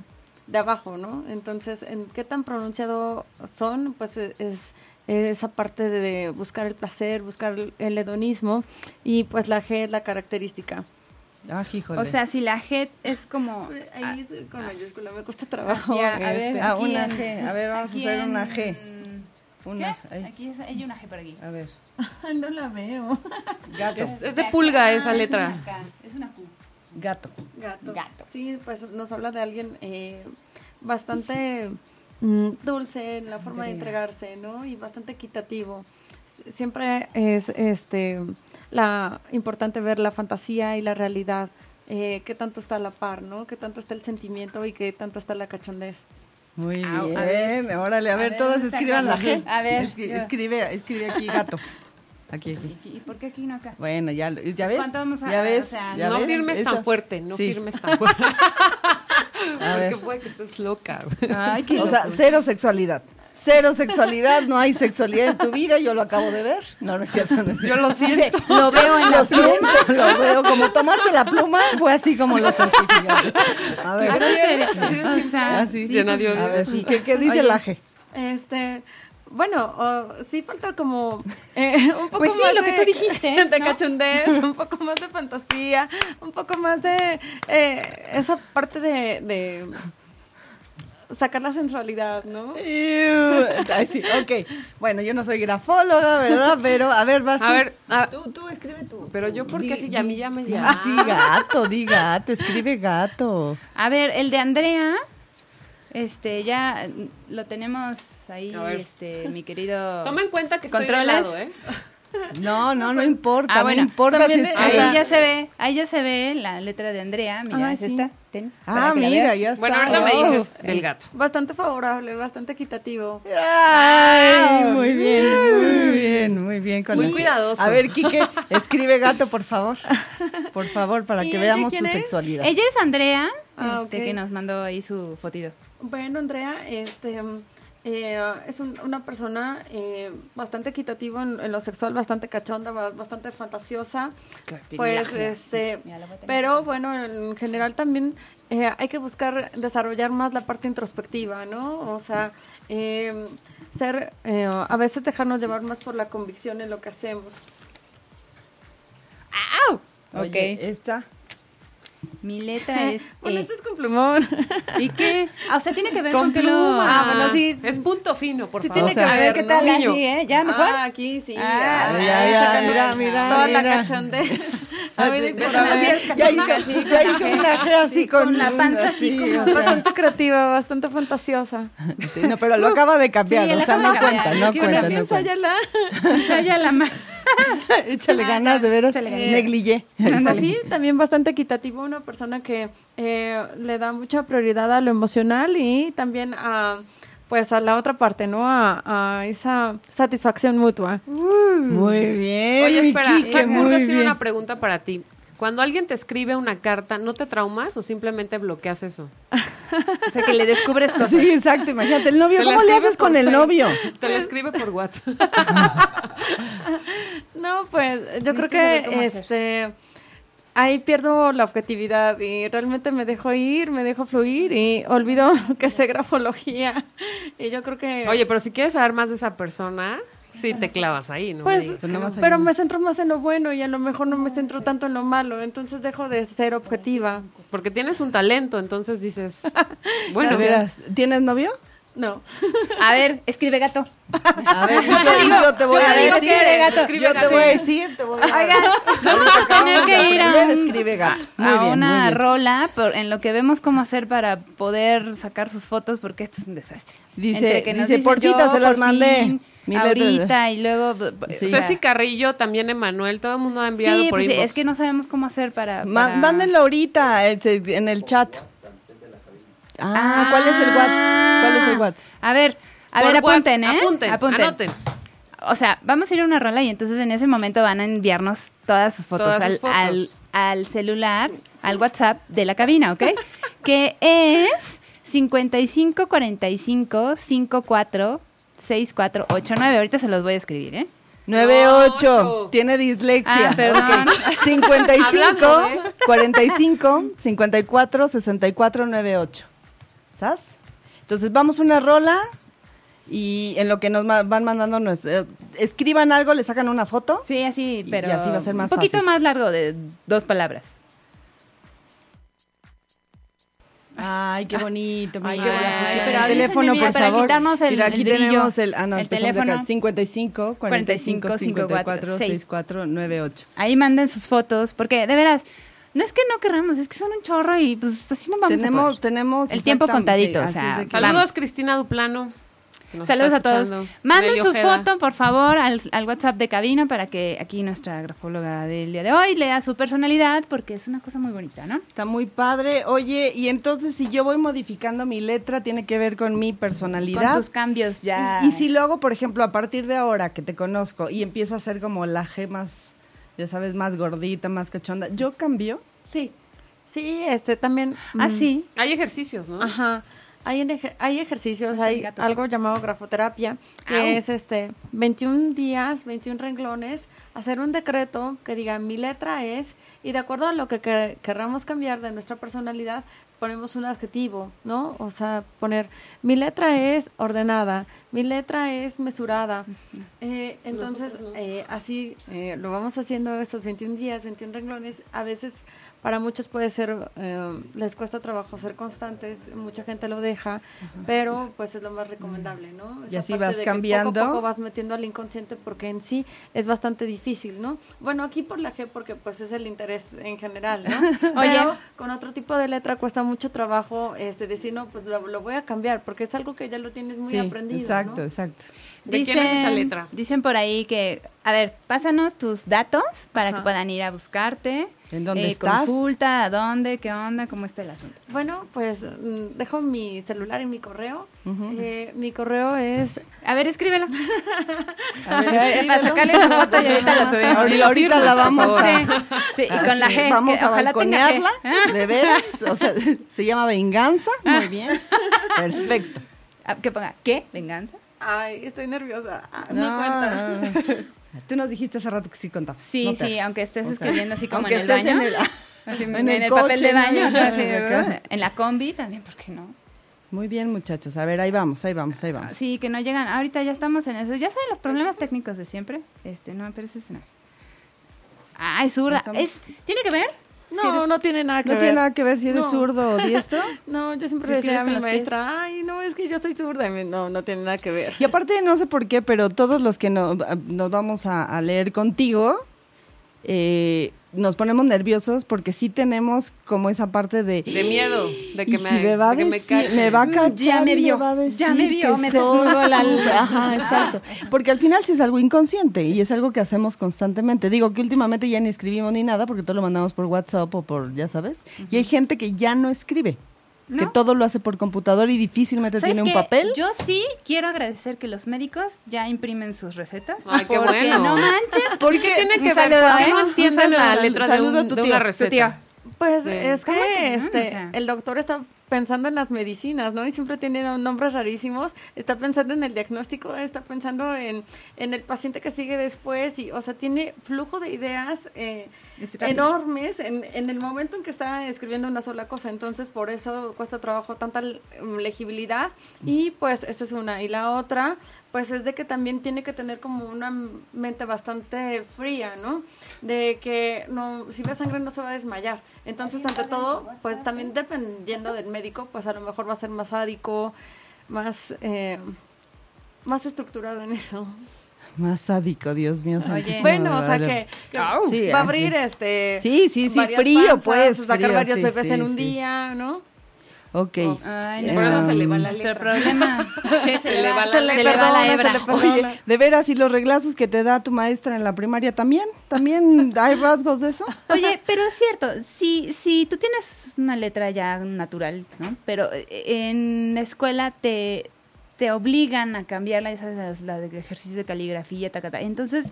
[SPEAKER 5] de abajo, ¿no? Entonces, ¿en qué tan pronunciado son? Pues e- es esa parte de buscar el placer, buscar el- el hedonismo y pues la G es la característica.
[SPEAKER 3] Ah, híjole.
[SPEAKER 2] o sea, si la G es como. ah,
[SPEAKER 5] Ahí es con mayúscula, me cuesta
[SPEAKER 2] (laughs)
[SPEAKER 5] trabajo.
[SPEAKER 2] hacia- ah, a ver,
[SPEAKER 5] este.
[SPEAKER 3] Ah,
[SPEAKER 2] aquí
[SPEAKER 3] una
[SPEAKER 2] en-
[SPEAKER 3] G. A ver, vamos a
[SPEAKER 2] aquí
[SPEAKER 3] hacer una
[SPEAKER 2] en-
[SPEAKER 3] G. Una. Ah,
[SPEAKER 2] ¿Qué?
[SPEAKER 3] ay,
[SPEAKER 2] Aquí es- hay una G por aquí.
[SPEAKER 3] a ver.
[SPEAKER 5] no la veo.
[SPEAKER 3] Gato.
[SPEAKER 6] Es- es de
[SPEAKER 2] acá, Ah,
[SPEAKER 6] pulga esa
[SPEAKER 2] es
[SPEAKER 6] letra.
[SPEAKER 2] una K, Es una Q.
[SPEAKER 3] Gato.
[SPEAKER 5] Gato.
[SPEAKER 2] Gato.
[SPEAKER 5] Sí, pues nos habla de alguien eh, bastante mm, dulce en la forma de entregarse, ¿no? Y bastante equitativo. Sie- Siempre es este la importante ver la fantasía y la realidad. Eh, qué tanto está a la par, ¿no? Qué tanto está el sentimiento y qué tanto está la cachondez.
[SPEAKER 3] Muy
[SPEAKER 2] Au,
[SPEAKER 3] bien.
[SPEAKER 2] a
[SPEAKER 3] Órale, a
[SPEAKER 2] A
[SPEAKER 3] ver,
[SPEAKER 2] ver,
[SPEAKER 3] todas
[SPEAKER 2] ¿dónde está
[SPEAKER 3] escriban la
[SPEAKER 2] gato?
[SPEAKER 3] G.
[SPEAKER 2] A ver,
[SPEAKER 3] Escri-
[SPEAKER 2] yo.
[SPEAKER 3] escribe, escribe aquí gato. Aquí, aquí.
[SPEAKER 2] ¿Y por qué aquí no acá?
[SPEAKER 3] Bueno, ya, lo- ya ves.
[SPEAKER 2] Pues ¿Cuánto vamos a-
[SPEAKER 3] ya
[SPEAKER 2] o
[SPEAKER 3] ves.
[SPEAKER 2] sea,
[SPEAKER 3] ¿Ya
[SPEAKER 6] no
[SPEAKER 3] ves?
[SPEAKER 6] firmes
[SPEAKER 3] Eso.
[SPEAKER 6] tan fuerte, no (laughs)
[SPEAKER 3] Sí.
[SPEAKER 6] firmes tan fuerte.
[SPEAKER 3] A ver.
[SPEAKER 6] Porque puede que estés loca.
[SPEAKER 2] Ay, qué
[SPEAKER 3] O sea,
[SPEAKER 2] locura.
[SPEAKER 3] cero sexualidad. Cero sexualidad, no hay sexualidad en tu vida, yo lo acabo de ver. No, no es cierto. No es
[SPEAKER 6] Yo
[SPEAKER 3] cierto.
[SPEAKER 6] lo
[SPEAKER 2] Dice,
[SPEAKER 6] siento.
[SPEAKER 2] lo veo en la
[SPEAKER 3] Lo siento, lo veo. Como tomaste la pluma, fue así como lo sentí. fíjate. A ver,
[SPEAKER 2] Así es,
[SPEAKER 6] así pues, es,
[SPEAKER 2] o sea,
[SPEAKER 3] así.
[SPEAKER 6] llena de odio.
[SPEAKER 3] a ver, ¿qué, qué dice
[SPEAKER 5] Oye.
[SPEAKER 3] la G?
[SPEAKER 5] Este, bueno, o- sí falta como eh, un poco
[SPEAKER 2] Pues sí,
[SPEAKER 5] más
[SPEAKER 2] lo
[SPEAKER 5] de,
[SPEAKER 2] que tú dijiste,
[SPEAKER 5] (laughs) de
[SPEAKER 2] ¿no?
[SPEAKER 5] cachondez, un poco más de fantasía, un poco más de eh, esa parte de, de sacar la sensualidad, ¿no?
[SPEAKER 3] Iu. Ay, sí, ok. Bueno, yo no soy grafóloga, ¿verdad? Pero, a ver, vas
[SPEAKER 6] A
[SPEAKER 3] tú.
[SPEAKER 6] ver, a-
[SPEAKER 3] Tú, tú, escribe tú.
[SPEAKER 6] Pero yo, ¿por qué
[SPEAKER 3] Di-
[SPEAKER 6] si ya
[SPEAKER 3] di-
[SPEAKER 6] me llaman
[SPEAKER 3] di-
[SPEAKER 6] ya?
[SPEAKER 3] Ah, Di gato, di gato, escribe gato.
[SPEAKER 2] A ver, el de Andrea, este, ya mm, lo tenemos ahí,
[SPEAKER 6] A ver.
[SPEAKER 2] este, mi querido.
[SPEAKER 6] toma en cuenta que estoy de
[SPEAKER 2] ¿Controles?
[SPEAKER 6] lado, ¿eh?
[SPEAKER 3] No, no, no importa.
[SPEAKER 2] Ah, bueno,
[SPEAKER 3] no importa si
[SPEAKER 5] también
[SPEAKER 3] escribe.
[SPEAKER 2] Ahí
[SPEAKER 5] Hola.
[SPEAKER 2] ya se ve, ahí ya se ve la letra de Andrea, mira,
[SPEAKER 5] Ah,
[SPEAKER 2] es
[SPEAKER 5] sí.
[SPEAKER 2] esta. ten,
[SPEAKER 3] Ah,
[SPEAKER 2] para que la
[SPEAKER 3] mira,
[SPEAKER 2] veas.
[SPEAKER 3] ya está.
[SPEAKER 6] Bueno, ahorita me
[SPEAKER 3] Oh.
[SPEAKER 6] dices del gato.
[SPEAKER 5] Bastante favorable, bastante equitativo.
[SPEAKER 3] Ay, muy bien, muy bien, muy bien. con
[SPEAKER 6] Muy
[SPEAKER 3] el-
[SPEAKER 6] cuidadoso.
[SPEAKER 3] A ver, Quique, escribe gato, por favor. Por favor, para
[SPEAKER 5] ¿Y
[SPEAKER 3] que
[SPEAKER 5] ella
[SPEAKER 3] veamos tu
[SPEAKER 5] quién es?
[SPEAKER 3] sexualidad.
[SPEAKER 2] Ella es Andrea,
[SPEAKER 5] Ah,
[SPEAKER 2] este,
[SPEAKER 5] ok.
[SPEAKER 2] que nos mandó ahí su fotido.
[SPEAKER 5] Bueno, Andrea, este mm, eh, es un- una persona eh, bastante equitativa en, en lo sexual, bastante cachonda, ba- bastante fantasiosa. Pues, este,
[SPEAKER 2] (laughs) Mira, la voy a tener.
[SPEAKER 5] pero bueno, en general también eh, hay que buscar desarrollar más la parte introspectiva, ¿no? O sea, eh, ser, eh, a veces dejarnos llevar más por la convicción en lo que hacemos.
[SPEAKER 2] Ok.
[SPEAKER 3] Oye, eh. esta.
[SPEAKER 2] Mi
[SPEAKER 5] (laughs)
[SPEAKER 2] letra es.
[SPEAKER 5] Eh, Bueno,
[SPEAKER 2] E.
[SPEAKER 5] esto es con plumón.
[SPEAKER 2] ¿Y qué? Ah, o sea, tiene que ver
[SPEAKER 6] Con
[SPEAKER 2] con, que lo.
[SPEAKER 6] pluma.
[SPEAKER 5] Ah, bueno, sí.
[SPEAKER 6] Es punto fino, por
[SPEAKER 5] Sí
[SPEAKER 6] favor.
[SPEAKER 5] tiene que
[SPEAKER 2] a ver,
[SPEAKER 5] ver,
[SPEAKER 2] ¿qué
[SPEAKER 5] ¿no?
[SPEAKER 2] tal?
[SPEAKER 6] Niño.
[SPEAKER 2] así, eh? (laughs) ¿Ya mejor?
[SPEAKER 5] Ah, aquí sí.
[SPEAKER 2] Ah,
[SPEAKER 5] ahí
[SPEAKER 2] ya,
[SPEAKER 5] está
[SPEAKER 2] ya,
[SPEAKER 5] sacando
[SPEAKER 2] mira,
[SPEAKER 3] mira,
[SPEAKER 5] toda la
[SPEAKER 2] (laughs)
[SPEAKER 3] mira.
[SPEAKER 5] cachondez. (laughs) A ver,
[SPEAKER 3] Ya
[SPEAKER 5] por
[SPEAKER 3] hizo-
[SPEAKER 5] haber.
[SPEAKER 3] ya hizo, ya hizo una G así con,
[SPEAKER 2] con la panza así
[SPEAKER 3] o
[SPEAKER 2] como-
[SPEAKER 3] sea,
[SPEAKER 5] Bastante creativa, bastante fantasiosa.
[SPEAKER 3] no, pero lo acaba de cambiar,
[SPEAKER 2] Sí,
[SPEAKER 3] o
[SPEAKER 2] lo
[SPEAKER 3] sea,
[SPEAKER 2] acaba
[SPEAKER 3] no
[SPEAKER 2] de
[SPEAKER 3] cuenta,
[SPEAKER 2] cambiar.
[SPEAKER 3] no
[SPEAKER 2] Yo
[SPEAKER 3] cuenta,
[SPEAKER 5] También
[SPEAKER 3] no cuenta.
[SPEAKER 5] sáyala.
[SPEAKER 2] (laughs) Ensaya la mano.
[SPEAKER 3] (laughs) Échale ganas, de veras,
[SPEAKER 5] ganas.
[SPEAKER 3] negligé.
[SPEAKER 5] Pues sí, también bastante equitativo, una persona que eh, le da mucha prioridad a lo emocional y también a pues a la otra parte, ¿no? A, a esa satisfacción mutua.
[SPEAKER 3] Muy bien,
[SPEAKER 6] Oye,
[SPEAKER 3] mi
[SPEAKER 6] espera,
[SPEAKER 3] Quique,
[SPEAKER 6] Isaac
[SPEAKER 3] muy
[SPEAKER 6] Burgos tiene
[SPEAKER 3] bien.
[SPEAKER 6] una pregunta para ti. Cuando alguien te escribe una carta, ¿no te traumas o simplemente bloqueas eso?
[SPEAKER 2] O sea, que le descubres cosas.
[SPEAKER 3] Sí, exacto, imagínate, el novio,
[SPEAKER 6] Te la
[SPEAKER 3] ¿cómo le
[SPEAKER 6] escribe
[SPEAKER 3] haces
[SPEAKER 6] por
[SPEAKER 3] con el
[SPEAKER 6] Facebook.
[SPEAKER 3] novio?
[SPEAKER 6] (laughs) Te lo escribe por WhatsApp.
[SPEAKER 5] No, pues yo creo
[SPEAKER 2] Necesito saber cómo
[SPEAKER 5] que
[SPEAKER 2] hacer.
[SPEAKER 5] este ahí pierdo la objetividad y realmente me dejo ir, me dejo fluir y olvido (laughs) que sé grafología. (laughs) Y yo creo que
[SPEAKER 6] Oye, pero si quieres saber más de esa persona, sí te clavas ahí, ¿no? me
[SPEAKER 5] Pues,
[SPEAKER 6] digas.
[SPEAKER 3] Pues nada más hay
[SPEAKER 5] pero
[SPEAKER 3] uno.
[SPEAKER 5] me centro más en lo bueno y a lo mejor no me
[SPEAKER 2] Ah,
[SPEAKER 5] centro tanto en lo malo, entonces dejo de ser objetiva.
[SPEAKER 6] Porque tienes un talento, entonces dices, bueno,
[SPEAKER 3] De veras, ¿tienes novio?
[SPEAKER 5] No.
[SPEAKER 2] A ver, escribe gato.
[SPEAKER 3] A ver, yo te digo, te voy
[SPEAKER 6] yo
[SPEAKER 3] a
[SPEAKER 6] te digo
[SPEAKER 3] decir.
[SPEAKER 6] que eres, escribe
[SPEAKER 3] Yo te
[SPEAKER 6] gato.
[SPEAKER 3] voy a decir, te voy a
[SPEAKER 2] Oigan, vamos a tener que ir a,
[SPEAKER 3] Aprender,
[SPEAKER 2] un-
[SPEAKER 3] escribe gato. Muy
[SPEAKER 2] a
[SPEAKER 3] bien,
[SPEAKER 2] una
[SPEAKER 3] muy bien.
[SPEAKER 2] rola por- en lo que vemos cómo hacer para poder sacar sus fotos porque esto es un desastre.
[SPEAKER 3] Dice-
[SPEAKER 2] Entre que nos
[SPEAKER 3] dice, "Porfita,
[SPEAKER 2] yo,
[SPEAKER 3] se las
[SPEAKER 2] por
[SPEAKER 3] mandé".
[SPEAKER 2] fin,
[SPEAKER 3] Mi letra de-
[SPEAKER 2] ahorita y luego... b- b-
[SPEAKER 3] Sí.
[SPEAKER 2] o sea,
[SPEAKER 6] Ceci Carrillo, también Emanuel, todo el mundo ha enviado
[SPEAKER 2] sí,
[SPEAKER 6] por
[SPEAKER 2] pues,
[SPEAKER 6] inbox.
[SPEAKER 2] es que no sabemos cómo hacer para...
[SPEAKER 3] Ma-
[SPEAKER 2] para-
[SPEAKER 3] Mándenlo ahorita este, en el chat. Ah, ¿cuál es el WhatsApp? ¿Cuál es el WhatsApp?
[SPEAKER 2] Ah, A ver, a
[SPEAKER 6] Por
[SPEAKER 2] ver,
[SPEAKER 6] WhatsApp,
[SPEAKER 2] apunten, ¿eh?
[SPEAKER 6] Apunten, anoten.
[SPEAKER 2] O sea, vamos a ir a una rola y entonces en ese momento van a enviarnos todas sus fotos,
[SPEAKER 6] Todas
[SPEAKER 2] al,
[SPEAKER 6] sus fotos.
[SPEAKER 2] Al, al celular, al WhatsApp de la cabina, (laughs) ¿ok? que es 5545 54 6489. Ahorita se los voy a escribir, ¿eh?
[SPEAKER 3] 98.
[SPEAKER 6] Ocho.
[SPEAKER 3] Tiene dislexia.
[SPEAKER 2] Ah, perdón.
[SPEAKER 3] Ok. 55
[SPEAKER 6] Hablando,
[SPEAKER 3] 45 54 64 98. ¿Sabes? Entonces vamos una rola y en lo que nos ma- van mandando nos- eh, escriban algo, le sacan una foto.
[SPEAKER 2] Sí, así,
[SPEAKER 3] Y
[SPEAKER 2] pero
[SPEAKER 3] así va a ser más
[SPEAKER 2] un poquito
[SPEAKER 3] fácil.
[SPEAKER 2] más largo de dos palabras.
[SPEAKER 3] Ah, Ay, qué bonito.
[SPEAKER 5] Ay,
[SPEAKER 3] mira.
[SPEAKER 5] qué bueno.
[SPEAKER 3] Ay,
[SPEAKER 5] Ay,
[SPEAKER 3] el
[SPEAKER 5] pero avísenme,
[SPEAKER 3] teléfono,
[SPEAKER 2] mira,
[SPEAKER 3] por
[SPEAKER 2] para
[SPEAKER 3] favor.
[SPEAKER 2] quitarnos el-
[SPEAKER 3] Mira, aquí
[SPEAKER 2] el brillo.
[SPEAKER 3] tenemos el, ah, no,
[SPEAKER 2] El
[SPEAKER 3] empezamos de
[SPEAKER 2] teléfono.
[SPEAKER 3] acá, 55 45 54 64 98.
[SPEAKER 2] Ahí manden sus fotos, porque de veras, no es que no querramos, es que son un chorro y pues así no vamos a
[SPEAKER 3] Tenemos,
[SPEAKER 2] poder.
[SPEAKER 3] tenemos
[SPEAKER 2] El tiempo
[SPEAKER 3] exactamente,
[SPEAKER 2] contadito, o
[SPEAKER 3] así
[SPEAKER 2] sea,
[SPEAKER 3] es de que-
[SPEAKER 2] Vamos.
[SPEAKER 6] Saludos, Cristina Duplano. que nos
[SPEAKER 2] Saludos
[SPEAKER 6] está
[SPEAKER 2] a todos.
[SPEAKER 6] escuchando.
[SPEAKER 2] Manden
[SPEAKER 6] Nelly
[SPEAKER 2] su
[SPEAKER 6] Ojeda.
[SPEAKER 2] foto, por favor, al, al WhatsApp de cabina para que aquí nuestra grafóloga del día de hoy lea su personalidad, porque es una cosa muy bonita, ¿no?
[SPEAKER 3] Está muy padre. Oye, y entonces si yo voy modificando mi letra, tiene que ver con mi
[SPEAKER 2] Con
[SPEAKER 3] personalidad.
[SPEAKER 2] tus cambios ya.
[SPEAKER 3] Y, y si lo hago, por ejemplo, a partir de ahora que te conozco y empiezo a ser como la G más, ya sabes, más gordita, más cachonda, ¿yo cambio?
[SPEAKER 5] Sí, sí, este también.
[SPEAKER 2] Ah,
[SPEAKER 5] mm,
[SPEAKER 2] sí.
[SPEAKER 6] Hay ejercicios, ¿no?
[SPEAKER 5] Ajá. Hay, en ejer- hay ejercicios,
[SPEAKER 2] Está el
[SPEAKER 5] hay
[SPEAKER 2] gato.
[SPEAKER 5] algo llamado grafoterapia, que
[SPEAKER 2] Au.
[SPEAKER 5] es este 21 días, 21 renglones, hacer un decreto que diga mi letra es, y de acuerdo a lo que quer- querramos cambiar de nuestra personalidad, ponemos un adjetivo, ¿no? O sea, poner mi letra es ordenada, mi letra es mesurada. Eh, entonces, eh, así eh, lo vamos haciendo estos 21 días, 21 renglones, a veces para muchos puede ser, eh, les cuesta trabajo ser constantes, mucha gente lo deja, pero pues es lo más recomendable, ¿no?
[SPEAKER 3] Y así
[SPEAKER 5] parte
[SPEAKER 3] vas
[SPEAKER 5] de que Poco
[SPEAKER 3] cambiando.
[SPEAKER 5] a poco vas metiendo al inconsciente porque en sí es bastante difícil, ¿no? Bueno, aquí por la G porque pues es el interés en general,
[SPEAKER 3] (laughs)
[SPEAKER 5] ¿no?
[SPEAKER 2] Oye.
[SPEAKER 5] Pero con otro tipo de letra cuesta mucho trabajo este, decir, no, pues lo, lo voy a cambiar porque es algo que ya lo tienes muy
[SPEAKER 3] Sí,
[SPEAKER 5] aprendido,
[SPEAKER 3] Exacto,
[SPEAKER 5] ¿no?
[SPEAKER 3] exacto.
[SPEAKER 6] ¿De quién es esa letra?
[SPEAKER 2] Dicen por ahí que, a ver, pásanos tus datos para que
[SPEAKER 5] Ajá.
[SPEAKER 2] puedan ir a buscarte. eh,
[SPEAKER 3] ¿En dónde estás?
[SPEAKER 2] Consulta, a dónde, qué onda, cómo está el asunto.
[SPEAKER 5] Bueno, pues mm, dejo mi celular y mi correo. Eh, mi correo es
[SPEAKER 2] A ver, escríbelo.
[SPEAKER 3] A ver,
[SPEAKER 2] (laughs) para
[SPEAKER 3] escríbelo.
[SPEAKER 2] sacarle una foto y ahorita
[SPEAKER 6] (laughs)
[SPEAKER 3] (laughs)
[SPEAKER 2] lo subimos.
[SPEAKER 3] Ahorita, ahorita la vamos a...
[SPEAKER 2] Sí, sí, y
[SPEAKER 3] Así
[SPEAKER 2] con la
[SPEAKER 3] es,
[SPEAKER 2] G.
[SPEAKER 3] Ah, Vamos
[SPEAKER 2] que
[SPEAKER 3] a
[SPEAKER 2] ojalá tenga G.
[SPEAKER 3] balconearla,
[SPEAKER 2] Ah,
[SPEAKER 3] de veras. O sea, (laughs) se llama venganza.
[SPEAKER 2] (laughs)
[SPEAKER 3] Muy bien. Perfecto.
[SPEAKER 2] ah, que ponga, ¿qué? ¿Venganza?
[SPEAKER 5] Ay, estoy nerviosa. Ah,
[SPEAKER 3] No,
[SPEAKER 5] No, cuenta. (laughs)
[SPEAKER 3] no, no. Tú nos dijiste hace rato que sí contaba.
[SPEAKER 2] Sí,
[SPEAKER 3] No te
[SPEAKER 2] sí,
[SPEAKER 3] hagas.
[SPEAKER 2] aunque estés
[SPEAKER 3] O sea,
[SPEAKER 2] escribiendo así como
[SPEAKER 3] aunque
[SPEAKER 2] en el
[SPEAKER 3] estés
[SPEAKER 2] baño.
[SPEAKER 3] el- (laughs)
[SPEAKER 2] así
[SPEAKER 3] en
[SPEAKER 2] en,
[SPEAKER 3] el
[SPEAKER 2] el, papel
[SPEAKER 3] coche,
[SPEAKER 2] de baño.
[SPEAKER 3] ¿no?
[SPEAKER 2] o sea, así,
[SPEAKER 3] Acá.
[SPEAKER 2] en la combi también, ¿por qué no?
[SPEAKER 3] Muy bien, muchachos. A ver, ahí vamos, ahí vamos, ahí vamos.
[SPEAKER 2] Sí, que no llegan. Ahorita ya estamos en eso. Ya saben los problemas técnicos de siempre. Este, no me parece cenar. Ay, zurda.
[SPEAKER 3] Estamos-
[SPEAKER 2] ¿Es, ¿Tiene que ver?
[SPEAKER 5] No,
[SPEAKER 2] Si eres-
[SPEAKER 5] no tiene nada que
[SPEAKER 3] No
[SPEAKER 5] ver.
[SPEAKER 3] tiene nada que ver si eres
[SPEAKER 5] No.
[SPEAKER 3] zurdo o diestro.
[SPEAKER 5] No, yo siempre
[SPEAKER 2] Si
[SPEAKER 5] le
[SPEAKER 2] escribes
[SPEAKER 5] decía a
[SPEAKER 2] con
[SPEAKER 5] mi
[SPEAKER 2] los pies.
[SPEAKER 5] maestra, ay, no, es que yo soy zurda. Y me- No, no tiene nada que ver.
[SPEAKER 3] Y aparte, no sé por qué, pero todos los que no- nos vamos a, a leer contigo, eh, nos ponemos nerviosos porque sí tenemos como esa parte de...
[SPEAKER 6] De miedo, de
[SPEAKER 3] "Y
[SPEAKER 6] que
[SPEAKER 3] si
[SPEAKER 6] me,
[SPEAKER 3] me va a
[SPEAKER 6] de que me
[SPEAKER 3] decir-
[SPEAKER 6] cachen".
[SPEAKER 3] me va a cachar
[SPEAKER 2] Ya me
[SPEAKER 3] y
[SPEAKER 2] vio,
[SPEAKER 3] va a decir
[SPEAKER 2] ya me vio,
[SPEAKER 3] que
[SPEAKER 2] me
[SPEAKER 3] soy
[SPEAKER 2] desnudó la
[SPEAKER 3] zurda".
[SPEAKER 2] luna.
[SPEAKER 3] Ajá, exacto. Porque al final sí es algo inconsciente y es algo que hacemos constantemente. Digo que últimamente ya ni escribimos ni nada porque todo lo mandamos por WhatsApp o por, ya sabes. Y hay gente que ya no escribe, que
[SPEAKER 2] ¿No?
[SPEAKER 3] todo lo hace por computador y difícilmente
[SPEAKER 2] ¿Sabes
[SPEAKER 3] tiene un
[SPEAKER 2] qué?
[SPEAKER 3] papel.
[SPEAKER 2] Yo sí quiero agradecer que los médicos ya imprimen sus recetas.
[SPEAKER 6] Ay, qué
[SPEAKER 2] porque
[SPEAKER 6] bueno.
[SPEAKER 2] no manches.
[SPEAKER 6] ¿Por qué tiene que ver? ¿Por qué no entiendes
[SPEAKER 3] saludo,
[SPEAKER 6] la
[SPEAKER 3] saludo,
[SPEAKER 6] letra de,
[SPEAKER 3] saludo a
[SPEAKER 6] un-
[SPEAKER 3] tu
[SPEAKER 6] de
[SPEAKER 3] tío,
[SPEAKER 6] una
[SPEAKER 3] tu tía.
[SPEAKER 6] receta?
[SPEAKER 5] Pues
[SPEAKER 6] Sí.
[SPEAKER 5] es
[SPEAKER 2] Está muy
[SPEAKER 5] que
[SPEAKER 2] cañón,
[SPEAKER 5] este,
[SPEAKER 2] Ah, o sea.
[SPEAKER 5] el doctor está pensando en las medicinas, ¿no? Y siempre tiene nombres rarísimos. Está pensando en el diagnóstico, está pensando en, en el paciente que sigue después. Y, o sea, tiene flujo de ideas eh,
[SPEAKER 2] Es rápido.
[SPEAKER 5] enormes en, en el momento en que está escribiendo una sola cosa. Entonces, por eso cuesta trabajo tanta l- mm, legibilidad. Y pues, esa es una. Y la otra, pues es de que también tiene que tener como una m- mente bastante fría, ¿no? De que no, si ve sangre no se va a desmayar. Entonces, ante todo, pues también dependiendo del médico, pues a lo mejor va a ser más sádico, más, eh, más estructurado en eso.
[SPEAKER 3] Más sádico, Dios mío. santísimo,
[SPEAKER 5] Bueno, o sea
[SPEAKER 3] madre.
[SPEAKER 5] que, que
[SPEAKER 6] Au.
[SPEAKER 3] Sí,
[SPEAKER 5] va a
[SPEAKER 3] así.
[SPEAKER 5] abrir este.
[SPEAKER 3] Sí, sí, sí,
[SPEAKER 5] varias
[SPEAKER 3] frío, pues,
[SPEAKER 5] sacar
[SPEAKER 3] frío,
[SPEAKER 5] varios
[SPEAKER 3] sí,
[SPEAKER 5] bebés
[SPEAKER 3] sí,
[SPEAKER 5] en un
[SPEAKER 3] sí.
[SPEAKER 5] día, ¿no?
[SPEAKER 3] Ok.
[SPEAKER 2] Ay,
[SPEAKER 3] Eh,
[SPEAKER 6] Por eso se le va la
[SPEAKER 2] nuestro
[SPEAKER 6] letra.
[SPEAKER 2] problema. Sí, se, le va la,
[SPEAKER 5] se le
[SPEAKER 2] se le va la
[SPEAKER 5] perdona,
[SPEAKER 2] hebra.
[SPEAKER 5] se le
[SPEAKER 3] Oye,
[SPEAKER 5] perdona.
[SPEAKER 3] de veras, ¿y los reglazos que te da tu maestra en la primaria también? ¿También hay rasgos de eso?
[SPEAKER 2] Oye, pero es cierto, si, si tú tienes una letra ya natural, ¿no? Pero eh, en la escuela te, te obligan a cambiarla, ya sabes, las- la de ejercicio de caligrafía, ta, ta, ta. Entonces,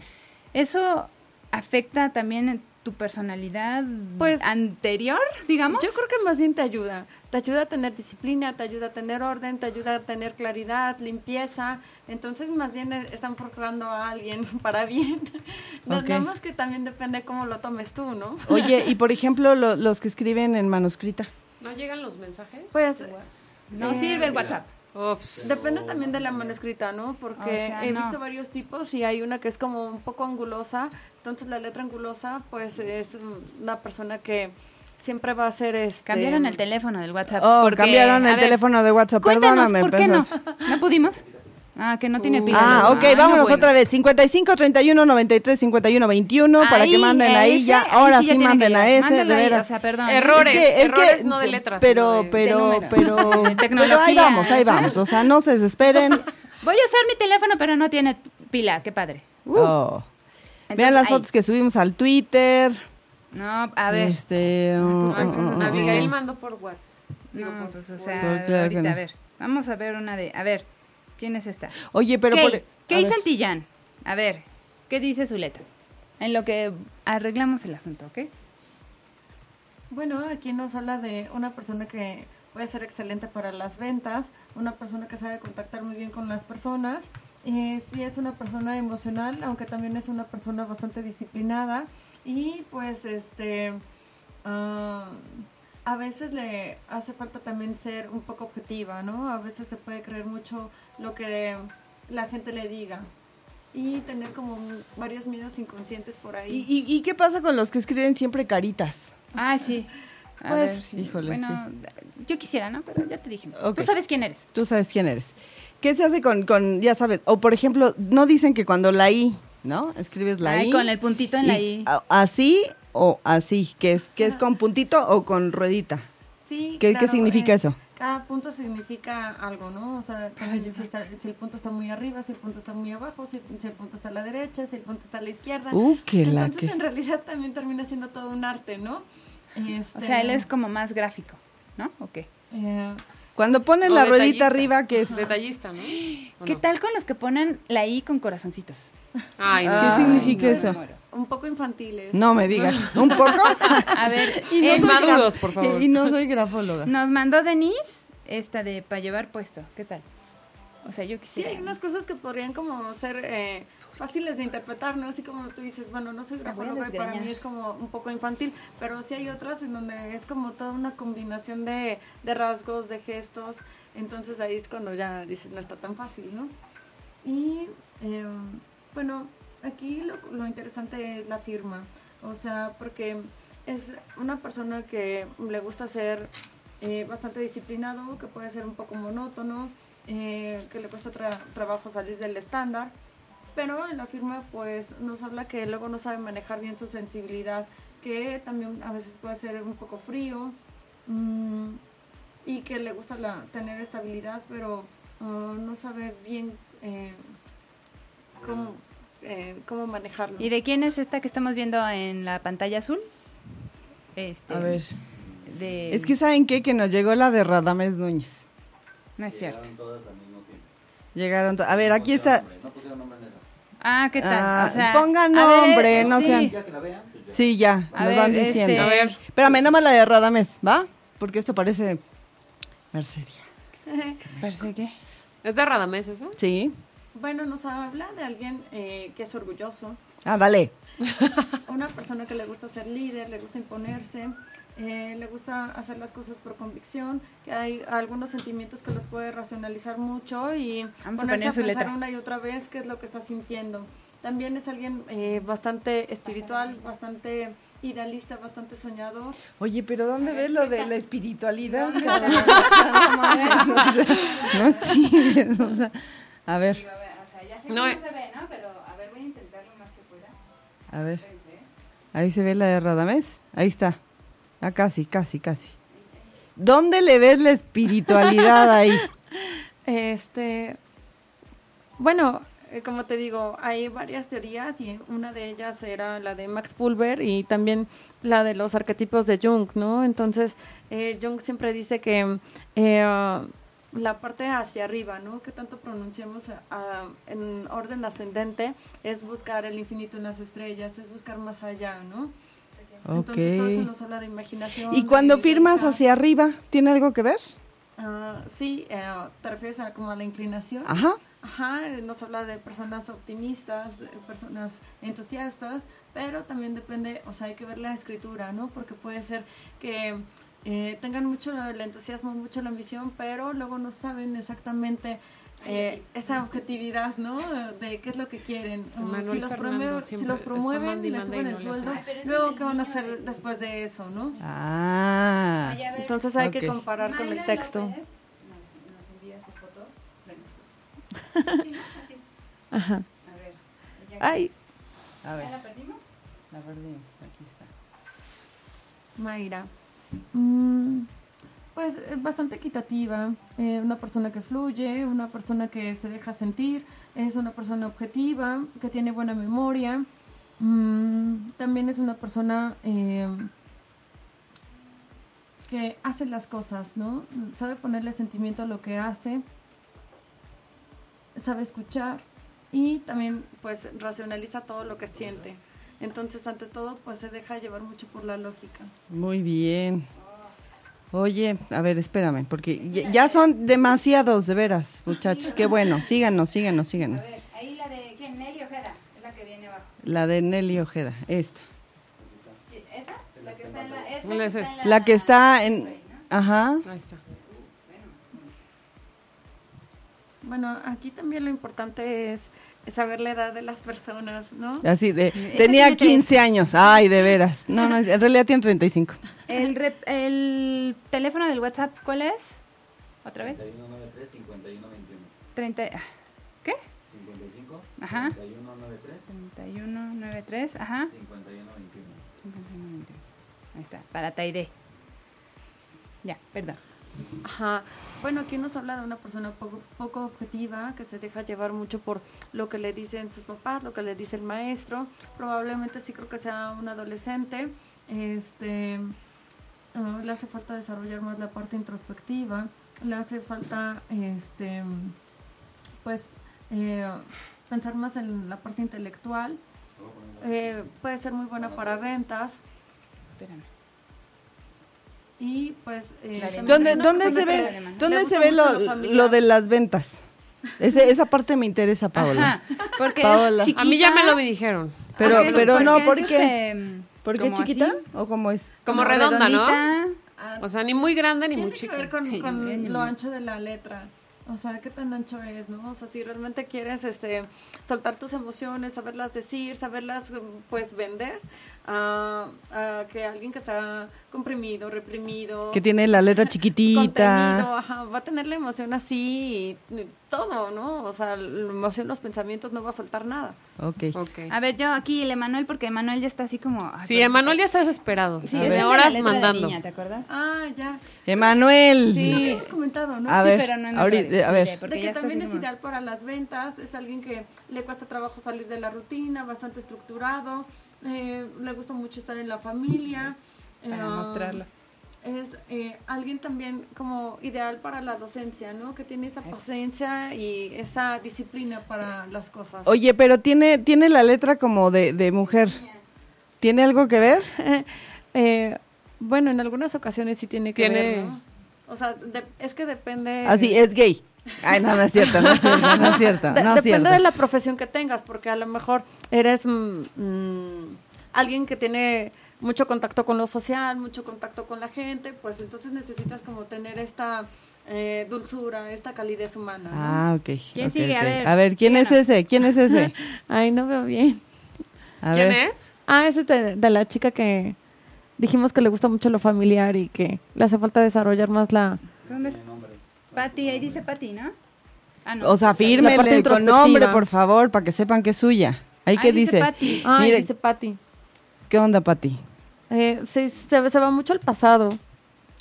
[SPEAKER 2] eso afecta también en tu personalidad
[SPEAKER 5] Pues,
[SPEAKER 2] anterior, digamos.
[SPEAKER 5] Yo creo que más bien te ayuda. Te ayuda a tener disciplina, te ayuda a tener orden, te ayuda a tener claridad, limpieza. Entonces, más bien eh, están forjando a alguien (laughs) para bien. No-
[SPEAKER 3] Ok.
[SPEAKER 5] Nada más que también depende cómo lo tomes tú, ¿no?
[SPEAKER 3] Oye, y por ejemplo, lo- los que escriben en manuscrita.
[SPEAKER 6] ¿No llegan los mensajes?
[SPEAKER 5] Pues,
[SPEAKER 6] de WhatsApp?
[SPEAKER 2] no sirve el WhatsApp.
[SPEAKER 6] Ups.
[SPEAKER 5] Depende también de la manuscrita, ¿no? Porque
[SPEAKER 2] O sea,
[SPEAKER 5] he
[SPEAKER 2] no.
[SPEAKER 5] visto varios tipos y hay una que es como un poco angulosa. Entonces la letra angulosa, pues es mm, una persona que siempre va a ser este...
[SPEAKER 2] Cambiaron el teléfono del WhatsApp.
[SPEAKER 3] Oh,
[SPEAKER 2] porque-
[SPEAKER 3] cambiaron
[SPEAKER 2] a
[SPEAKER 3] el
[SPEAKER 2] ver,
[SPEAKER 3] teléfono de WhatsApp.
[SPEAKER 2] Cuéntanos,
[SPEAKER 3] Perdóname.
[SPEAKER 2] ¿por qué no?
[SPEAKER 3] pensé-
[SPEAKER 2] ¿No pudimos? Ah, que no tiene
[SPEAKER 6] Uh.
[SPEAKER 2] pila.
[SPEAKER 3] Ah,
[SPEAKER 2] Ay,
[SPEAKER 3] ok,
[SPEAKER 2] no,
[SPEAKER 3] vámonos
[SPEAKER 2] bueno.
[SPEAKER 3] otra vez. 55 31 93 51 21 para que
[SPEAKER 2] Ahí,
[SPEAKER 3] manden ahí
[SPEAKER 2] ese,
[SPEAKER 3] ya. Ahora sí,
[SPEAKER 2] ya tiene que
[SPEAKER 3] manden a
[SPEAKER 2] llegar.
[SPEAKER 3] ese, de
[SPEAKER 2] Mándalo ahí,
[SPEAKER 3] veras.
[SPEAKER 2] O sea, perdón.
[SPEAKER 6] Errores.
[SPEAKER 3] Es que- es que-
[SPEAKER 6] errores no de letras.
[SPEAKER 3] Pero,
[SPEAKER 6] sino de-
[SPEAKER 3] pero,
[SPEAKER 2] número.
[SPEAKER 3] pero,
[SPEAKER 2] (laughs) De
[SPEAKER 3] pero ahí
[SPEAKER 2] tecnología,
[SPEAKER 3] vamos, ahí
[SPEAKER 2] ¿sabes?
[SPEAKER 3] vamos. O sea, no se desesperen.
[SPEAKER 2] Voy a usar mi teléfono, pero no tiene pila. Qué padre. (laughs) Uh.
[SPEAKER 3] Oh. Vean
[SPEAKER 2] Entonces,
[SPEAKER 3] las
[SPEAKER 2] ahí.
[SPEAKER 3] fotos que subimos al Twitter.
[SPEAKER 2] No, a ver.
[SPEAKER 3] Este, oh,
[SPEAKER 6] Ah,
[SPEAKER 3] oh, oh, oh.
[SPEAKER 6] Abigail mandó por WhatsApp. Digo,
[SPEAKER 2] No,
[SPEAKER 6] por-
[SPEAKER 2] pues, o
[SPEAKER 6] por-
[SPEAKER 2] sea,
[SPEAKER 3] Por- claro que
[SPEAKER 2] ahorita,
[SPEAKER 3] no.
[SPEAKER 2] a ver. Vamos a ver una de. A ver, ¿quién es esta?
[SPEAKER 3] Oye, pero
[SPEAKER 2] Kay,
[SPEAKER 3] por-
[SPEAKER 2] Kay
[SPEAKER 3] a ver.
[SPEAKER 2] Santillán. A ver, ¿qué dice su letra? En lo que arreglamos el asunto, ¿ok?
[SPEAKER 5] Bueno, aquí nos habla de una persona que puede ser excelente para las ventas, una persona que sabe contactar muy bien con las personas, eh, sí es una persona emocional, aunque también es una persona bastante disciplinada y pues este ah, a veces le hace falta también ser un poco objetiva, ¿no? A veces se puede creer mucho lo que la gente le diga y tener como varios miedos inconscientes por ahí.
[SPEAKER 3] ¿Y, y, y qué pasa con los que escriben siempre caritas?
[SPEAKER 2] Ah, sí. A
[SPEAKER 5] Pues,
[SPEAKER 2] ver, sí.
[SPEAKER 3] híjole,
[SPEAKER 2] Bueno, yo quisiera, ¿no? Pero ya te dije.
[SPEAKER 3] Ok.
[SPEAKER 2] Tú sabes quién eres.
[SPEAKER 3] Tú sabes quién eres. ¿Qué se hace con, con, ya sabes, o por ejemplo, no dicen que cuando la I, ¿no? Escribes la
[SPEAKER 2] Ay,
[SPEAKER 3] I.
[SPEAKER 2] con el puntito en la
[SPEAKER 3] y-
[SPEAKER 2] I.
[SPEAKER 3] a- así o así, que es, que es con puntito o con ruedita.
[SPEAKER 5] Sí,
[SPEAKER 3] ¿Qué- qué
[SPEAKER 5] claro, eh,
[SPEAKER 3] significa eso?
[SPEAKER 5] Cada punto significa algo, ¿no? O sea, también si, está- si el punto está muy arriba, si el punto está muy abajo, si, si el punto está a la derecha, si el punto está a la izquierda.
[SPEAKER 3] Uh, que la
[SPEAKER 5] Entonces,
[SPEAKER 3] que-
[SPEAKER 5] en realidad también termina siendo todo un arte, ¿no? Este,
[SPEAKER 2] O sea, él es como más gráfico, ¿no? ¿O qué?
[SPEAKER 5] eh,
[SPEAKER 3] Cuando pones
[SPEAKER 6] o
[SPEAKER 3] la ruedita
[SPEAKER 6] detallista.
[SPEAKER 3] arriba, que es...
[SPEAKER 6] Detallista, ¿no? ¿O
[SPEAKER 2] ¿Qué
[SPEAKER 6] no?
[SPEAKER 2] tal con los que ponen la I con corazoncitos?
[SPEAKER 6] Ay, no.
[SPEAKER 3] ¿Qué
[SPEAKER 2] Ay,
[SPEAKER 3] significa
[SPEAKER 2] no, me
[SPEAKER 3] eso?
[SPEAKER 2] muero.
[SPEAKER 5] un poco infantiles.
[SPEAKER 3] No me digas. ¿Un poco?
[SPEAKER 2] A ver,
[SPEAKER 3] Y
[SPEAKER 2] él
[SPEAKER 3] soy
[SPEAKER 6] Inmaduros,
[SPEAKER 3] graf-
[SPEAKER 6] por favor.
[SPEAKER 3] Y no soy grafóloga.
[SPEAKER 2] nos mandó Denise esta de para llevar puesto. ¿Qué tal? O sea, yo
[SPEAKER 5] Sí,
[SPEAKER 2] quisiera.
[SPEAKER 5] hay unas cosas que podrían como ser eh, fáciles de interpretar, ¿no? Así como tú dices, bueno, no soy
[SPEAKER 2] La voy a
[SPEAKER 5] grafóloga y para
[SPEAKER 2] desgreñar.
[SPEAKER 5] mí es como un poco infantil, pero sí hay otras en donde es como toda una combinación de, de rasgos, de gestos, entonces ahí es cuando ya dices, no está tan fácil, ¿no? Y eh, bueno, aquí lo, lo interesante es la firma, o sea, porque es una persona que le gusta ser eh, bastante disciplinado, que puede ser un poco monótono, eh, que le cuesta tra- trabajo salir del estándar, pero en la firma pues nos habla que luego no sabe manejar bien su sensibilidad, que también a veces puede ser un poco frío mm, y que le gusta la, tener estabilidad, pero ah, no sabe bien eh, cómo, eh, cómo manejarlo.
[SPEAKER 2] ¿Y de quién es esta que estamos viendo en la pantalla azul? Este,
[SPEAKER 3] A ver.
[SPEAKER 2] De...
[SPEAKER 3] Es que ¿saben qué? Que nos llegó la de Radames Núñez.
[SPEAKER 2] No es cierto.
[SPEAKER 3] Llegaron... to- A ver, aquí está...
[SPEAKER 2] Ah, ¿qué tal?
[SPEAKER 3] Ah,
[SPEAKER 2] o sea,
[SPEAKER 3] pongan
[SPEAKER 2] a ver,
[SPEAKER 3] nombre,
[SPEAKER 2] eh,
[SPEAKER 3] no
[SPEAKER 2] sí.
[SPEAKER 3] sean- Sí, ya,
[SPEAKER 2] A
[SPEAKER 3] nos
[SPEAKER 2] ver,
[SPEAKER 3] van diciendo.
[SPEAKER 2] este-
[SPEAKER 6] A ver.
[SPEAKER 3] Espérame, nada más la de Radames, ¿va? Porque esto parece Mercedia.
[SPEAKER 2] Parece que...
[SPEAKER 6] ¿Es de Radamés eso?
[SPEAKER 3] Sí.
[SPEAKER 5] Bueno, nos habla de alguien eh, que es orgulloso,
[SPEAKER 3] Ah, dale.
[SPEAKER 5] una persona que le gusta ser líder, le gusta imponerse, eh, le gusta hacer las cosas por convicción, que hay algunos sentimientos que los puede racionalizar mucho y
[SPEAKER 2] Vamos a
[SPEAKER 5] ponerse
[SPEAKER 2] poner
[SPEAKER 5] a,
[SPEAKER 2] su
[SPEAKER 5] pensar
[SPEAKER 2] letra.
[SPEAKER 5] una y otra vez qué es lo que está sintiendo. También es alguien eh, bastante espiritual, bastante idealista, bastante soñador.
[SPEAKER 3] Oye, pero ¿dónde ves lo de la espiritualidad?
[SPEAKER 2] ¿Dónde
[SPEAKER 3] cabrón? (laughs) No mames,
[SPEAKER 2] (laughs)
[SPEAKER 3] o sea, no chingues, o sea. A ver,
[SPEAKER 2] a ver, o sea, ya sé
[SPEAKER 6] No, eh.
[SPEAKER 2] se ve, ¿no? Pero, a ver, voy a intentar lo más que pueda.
[SPEAKER 3] a ver. Ahí se ve la de Radames. Ahí está. Ah, casi, casi, casi. ¿Dónde le ves la espiritualidad ahí?
[SPEAKER 5] Este, bueno, eh, como te digo, hay varias teorías y una de ellas era la de Max Pulver y también la de los arquetipos de Jung, ¿no? Entonces, eh, Jung siempre dice que eh, la parte hacia arriba, ¿no? Que tanto pronunciamos a- a- en orden ascendente es buscar el infinito en las estrellas, es buscar más allá, ¿no? Entonces, todo eso
[SPEAKER 3] Ok.
[SPEAKER 5] nos habla de imaginación.
[SPEAKER 3] Y
[SPEAKER 5] de
[SPEAKER 3] cuando firmas
[SPEAKER 5] idealizar.
[SPEAKER 3] hacia arriba, ¿tiene algo que ver?
[SPEAKER 5] Ah, sí, eh, te refieres a como a la inclinación.
[SPEAKER 3] Ajá.
[SPEAKER 5] Ajá, eh, nos habla de personas optimistas, eh, personas entusiastas, pero también depende, o sea, hay que ver la escritura, ¿no? Porque puede ser que eh, tengan mucho el entusiasmo, mucho la ambición, pero luego no saben exactamente eh, esa objetividad, ¿no? De qué es lo que quieren. Um,
[SPEAKER 6] Manuel
[SPEAKER 5] si, los
[SPEAKER 6] Fernando
[SPEAKER 5] promue- si
[SPEAKER 6] siempre
[SPEAKER 5] los
[SPEAKER 6] está
[SPEAKER 5] promueven,
[SPEAKER 6] mande y
[SPEAKER 5] les
[SPEAKER 6] mande y
[SPEAKER 5] suben
[SPEAKER 6] no
[SPEAKER 5] el
[SPEAKER 6] les
[SPEAKER 5] sueldo,
[SPEAKER 6] hacen. Ay,
[SPEAKER 7] pero ese es
[SPEAKER 5] luego
[SPEAKER 7] el
[SPEAKER 5] qué van a
[SPEAKER 7] niño
[SPEAKER 5] hacer
[SPEAKER 7] del-
[SPEAKER 5] después de eso, ¿no?
[SPEAKER 3] Ah.
[SPEAKER 7] Ay, a ver,
[SPEAKER 5] Entonces hay que
[SPEAKER 3] Ok.
[SPEAKER 5] comparar con el
[SPEAKER 7] Mayra
[SPEAKER 5] texto.
[SPEAKER 7] López nos- nos envía su foto. Bueno, sí, así.
[SPEAKER 5] Ajá. Ah.
[SPEAKER 7] A ver, ya-
[SPEAKER 5] Ay,
[SPEAKER 3] A ver,
[SPEAKER 7] ¿ya la perdimos?
[SPEAKER 3] la perdimos. Aquí está.
[SPEAKER 5] Mayra. Mm, pues eh, bastante equitativa, eh, una persona que fluye, una persona que se deja sentir, es una persona objetiva, que tiene buena memoria, mm, también es una persona eh, que hace las cosas, ¿no? Sabe ponerle sentimiento a lo que hace, sabe escuchar y también pues racionaliza todo lo que siente. Entonces, ante todo, pues se deja llevar mucho por la lógica.
[SPEAKER 3] Muy bien. Oye, a ver, espérame, porque ya, ya son demasiados, de veras, muchachos. Qué bueno. Síganos, síganos,
[SPEAKER 7] A
[SPEAKER 3] síganos.
[SPEAKER 7] ver, ahí la de quién, Nelly Ojeda, es la que viene abajo.
[SPEAKER 3] La de Nelly Ojeda, esta.
[SPEAKER 7] Sí, esa, la que está en la. Esa
[SPEAKER 6] ¿Cuál
[SPEAKER 7] que
[SPEAKER 6] es
[SPEAKER 7] está
[SPEAKER 6] esa?
[SPEAKER 7] en
[SPEAKER 3] La
[SPEAKER 7] (laughs)
[SPEAKER 3] que está en... Ajá.
[SPEAKER 6] Ahí está.
[SPEAKER 5] Bueno, aquí también lo importante es saber la edad de las personas, ¿no?
[SPEAKER 3] Así de... Tenía
[SPEAKER 2] tiene tres.
[SPEAKER 3] 15 años. Ay, de veras. No, no, en realidad tiene 35.
[SPEAKER 2] El, rep- el teléfono del WhatsApp, ¿cuál es? ¿Otra vez?
[SPEAKER 8] 3193 5121.
[SPEAKER 2] 30, ah, ¿Qué?
[SPEAKER 8] 55
[SPEAKER 2] Ajá.
[SPEAKER 8] 3193
[SPEAKER 2] 3193, ajá.
[SPEAKER 8] 5121.
[SPEAKER 2] Ahí está, para Taide. Ya, perdón.
[SPEAKER 5] Ajá. Bueno, aquí nos habla de una persona poco, poco objetiva, que se deja llevar mucho por lo que le dicen sus papás, lo que le dice el maestro. Probablemente sí creo que sea un adolescente. Este, ah, le hace falta desarrollar más la parte introspectiva. Le hace falta, este, pues, eh, pensar más en la parte intelectual. Eh, puede ser muy buena para ventas.
[SPEAKER 2] Espérame.
[SPEAKER 5] Y pues...
[SPEAKER 2] Dale.
[SPEAKER 5] eh, también
[SPEAKER 3] ¿Dónde,
[SPEAKER 5] hay una
[SPEAKER 3] dónde se
[SPEAKER 5] persona que
[SPEAKER 3] ve,
[SPEAKER 5] le- le
[SPEAKER 3] dónde
[SPEAKER 5] gusta
[SPEAKER 3] se ve
[SPEAKER 5] mucho
[SPEAKER 3] lo,
[SPEAKER 5] la familia.
[SPEAKER 3] lo de las ventas? Ese- esa parte me interesa, Paola.
[SPEAKER 2] Ajá, porque es
[SPEAKER 3] Paola.
[SPEAKER 2] chiquita.
[SPEAKER 6] A mí ya me lo dijeron.
[SPEAKER 3] Pero,
[SPEAKER 2] porque es-
[SPEAKER 3] pero no,
[SPEAKER 2] porque
[SPEAKER 3] ¿por
[SPEAKER 2] es,
[SPEAKER 3] qué?
[SPEAKER 2] este,
[SPEAKER 3] ¿Por qué
[SPEAKER 2] como
[SPEAKER 3] chiquita?
[SPEAKER 2] así,
[SPEAKER 3] ¿O cómo es?
[SPEAKER 6] Como, redonda,
[SPEAKER 2] redondita.
[SPEAKER 5] Ah,
[SPEAKER 6] ¿no? O sea, ni muy grande ni
[SPEAKER 5] tiene
[SPEAKER 6] muy
[SPEAKER 5] que
[SPEAKER 6] chica.
[SPEAKER 5] ver con, con
[SPEAKER 2] Ay,
[SPEAKER 5] lo
[SPEAKER 2] ay,
[SPEAKER 5] ancho de la letra. O sea, qué tan ancho es, ¿no? O sea, si realmente quieres este, soltar tus emociones, saberlas decir, saberlas, mm, pues, vender, a, a que alguien que está comprimido, reprimido,
[SPEAKER 3] Que tiene la letra
[SPEAKER 5] contenido,
[SPEAKER 3] chiquitita.
[SPEAKER 5] ajá, va a tener la emoción así y mm, todo, ¿no? O sea, la emoción, los pensamientos, no va a soltar nada.
[SPEAKER 3] Ok.
[SPEAKER 6] Ok.
[SPEAKER 2] A ver, yo aquí el Emanuel, porque Emanuel ya está así como. ay,
[SPEAKER 6] Sí,
[SPEAKER 2] pero-
[SPEAKER 6] Emanuel ya está desesperado.
[SPEAKER 2] pues, Sí,
[SPEAKER 6] Desde
[SPEAKER 2] es la
[SPEAKER 6] horas
[SPEAKER 2] letra de
[SPEAKER 6] mandando.
[SPEAKER 2] niña, ¿Te acuerdas?
[SPEAKER 5] Ah, ya.
[SPEAKER 3] Emanuel.
[SPEAKER 5] Sí. Hemos comentado, ¿no?
[SPEAKER 3] A
[SPEAKER 2] Sí,
[SPEAKER 3] ver,
[SPEAKER 2] pero no en
[SPEAKER 3] ahorita-
[SPEAKER 2] redes,
[SPEAKER 3] a ver.
[SPEAKER 2] sí, porque
[SPEAKER 5] de
[SPEAKER 2] ya
[SPEAKER 5] que
[SPEAKER 2] está
[SPEAKER 5] también
[SPEAKER 2] así
[SPEAKER 5] es
[SPEAKER 2] como-
[SPEAKER 5] ideal para las ventas, es alguien que le cuesta trabajo salir de la rutina, bastante estructurado, eh, le gusta mucho estar en la familia.
[SPEAKER 2] Para
[SPEAKER 5] eh,
[SPEAKER 2] mostrarlo.
[SPEAKER 5] Es eh, alguien también como ideal para la docencia, ¿no? Que tiene esa paciencia y esa disciplina para las cosas.
[SPEAKER 3] Oye, pero tiene, tiene la letra como de, de mujer. ¿Tiene algo que ver?
[SPEAKER 5] (laughs) Eh, bueno, en algunas ocasiones sí tiene que
[SPEAKER 6] Tiene-
[SPEAKER 5] ver, ¿no? O sea, de- es que depende...
[SPEAKER 3] Así, Ah, es gay. Ay, no, no es cierto, no es cierto, no es cierto.
[SPEAKER 5] De-
[SPEAKER 3] no es
[SPEAKER 5] depende
[SPEAKER 3] cierto.
[SPEAKER 5] de la profesión que tengas, porque a lo mejor eres mm, mm, alguien que tiene mucho contacto con lo social, mucho contacto con la gente, pues entonces necesitas como tener esta eh, dulzura, esta calidez humana. ¿no?
[SPEAKER 3] Ah, ok.
[SPEAKER 2] ¿Quién
[SPEAKER 3] ok,
[SPEAKER 2] sigue? A
[SPEAKER 3] ok.
[SPEAKER 2] ver,
[SPEAKER 3] A ver, ¿quién es
[SPEAKER 2] díganos.
[SPEAKER 3] ese? ¿Quién es ese?
[SPEAKER 5] Ay, no veo bien.
[SPEAKER 3] A
[SPEAKER 6] ¿Quién
[SPEAKER 3] ver.
[SPEAKER 6] es?
[SPEAKER 5] Ah, ese de, de la chica que dijimos que le gusta mucho lo familiar y que le hace falta desarrollar más la...
[SPEAKER 2] ¿Dónde está? Pati, ahí dice Pati, ¿no? Ah, no.
[SPEAKER 3] O sea,
[SPEAKER 5] La parte
[SPEAKER 3] fírmele con
[SPEAKER 5] introspectiva.
[SPEAKER 3] nombre, por favor, para que sepan que es suya. Ahí
[SPEAKER 2] Ahí
[SPEAKER 3] que
[SPEAKER 2] dice
[SPEAKER 3] dice,
[SPEAKER 2] Pati.
[SPEAKER 5] Ay,
[SPEAKER 3] Mire-
[SPEAKER 5] dice Pati.
[SPEAKER 3] ¿qué onda, Pati?
[SPEAKER 5] Eh, sí, se, se va mucho al pasado.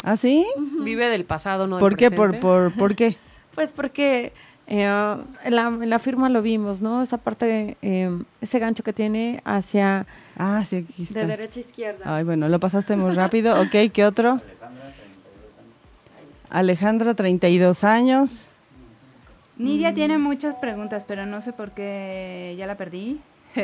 [SPEAKER 3] ¿Ah, sí?
[SPEAKER 6] Vive del pasado, no del
[SPEAKER 3] ¿Por qué? ¿Por,
[SPEAKER 6] presente.
[SPEAKER 3] por, ¿Por qué?
[SPEAKER 5] Pues porque eh, ah, en, la, en la firma lo vimos, ¿no? Esa parte, eh, ese gancho que tiene hacia... Ah,
[SPEAKER 3] Ah, sí, aquí está.
[SPEAKER 5] derecha a izquierda.
[SPEAKER 3] Ay, bueno, lo pasaste muy rápido. Ok, ¿qué otro? Alejandra, 32 años. Mm.
[SPEAKER 2] Nidia tiene muchas preguntas, pero no sé por qué ya la perdí. (laughs)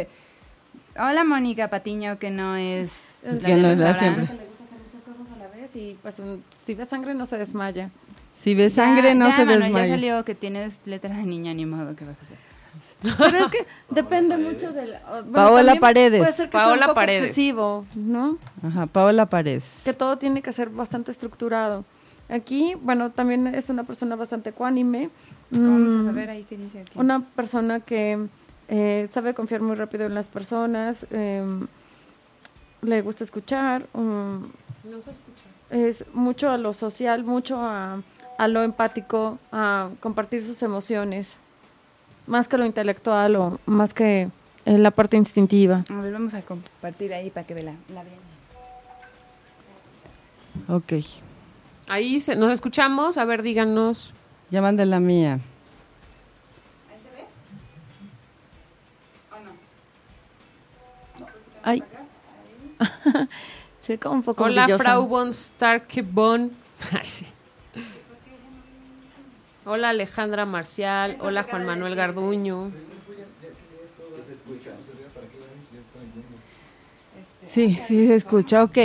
[SPEAKER 2] Hola, Mónica Patiño, que no es.
[SPEAKER 5] Es
[SPEAKER 2] la
[SPEAKER 3] que
[SPEAKER 2] del
[SPEAKER 3] no es la
[SPEAKER 2] restaurante.
[SPEAKER 3] siempre.
[SPEAKER 5] le gusta hacer muchas cosas a la vez y pues un- si ve sangre no se desmaya.
[SPEAKER 3] Si ve sangre,
[SPEAKER 2] Ya-
[SPEAKER 3] no
[SPEAKER 2] ya,
[SPEAKER 3] se
[SPEAKER 2] Manuel,
[SPEAKER 3] desmaya.
[SPEAKER 2] Ya salió que tienes letra de niña, ni modo, ¿qué vas a hacer?
[SPEAKER 5] Pero es que depende mucho del... o- bueno,
[SPEAKER 3] Paola
[SPEAKER 5] también
[SPEAKER 3] Paredes.
[SPEAKER 5] Puede ser que sea
[SPEAKER 6] Paola
[SPEAKER 5] un poco
[SPEAKER 6] Paredes.
[SPEAKER 5] obsesivo, ¿no?
[SPEAKER 3] Ajá, Paola Paredes.
[SPEAKER 5] que todo tiene que ser bastante estructurado. Aquí, bueno, también es una persona bastante ecuánime,
[SPEAKER 7] Vamos a
[SPEAKER 5] Mm,
[SPEAKER 7] saber ahí qué dice aquí.
[SPEAKER 5] Una persona que eh, sabe confiar muy rápido en las personas, eh, le gusta escuchar, um,
[SPEAKER 6] No se escucha.
[SPEAKER 5] es mucho a lo social, mucho a, a lo empático, a compartir sus emociones, más que lo intelectual o más que eh, la parte instintiva.
[SPEAKER 2] A ver, vamos a compartir ahí para que vea la, la vean.
[SPEAKER 3] Ok.
[SPEAKER 6] Ahí se- nos escuchamos. A ver, díganos.
[SPEAKER 3] Ya mandé la mía.
[SPEAKER 5] Ay. Sí, como un poco
[SPEAKER 6] Hola,
[SPEAKER 5] brillosa.
[SPEAKER 6] Frau von Starkebon. (laughs) Ay, sí. Hola, Alejandra Marcial. Hola, Juan Manuel Garduño.
[SPEAKER 3] Sí, sí se escucha, ok.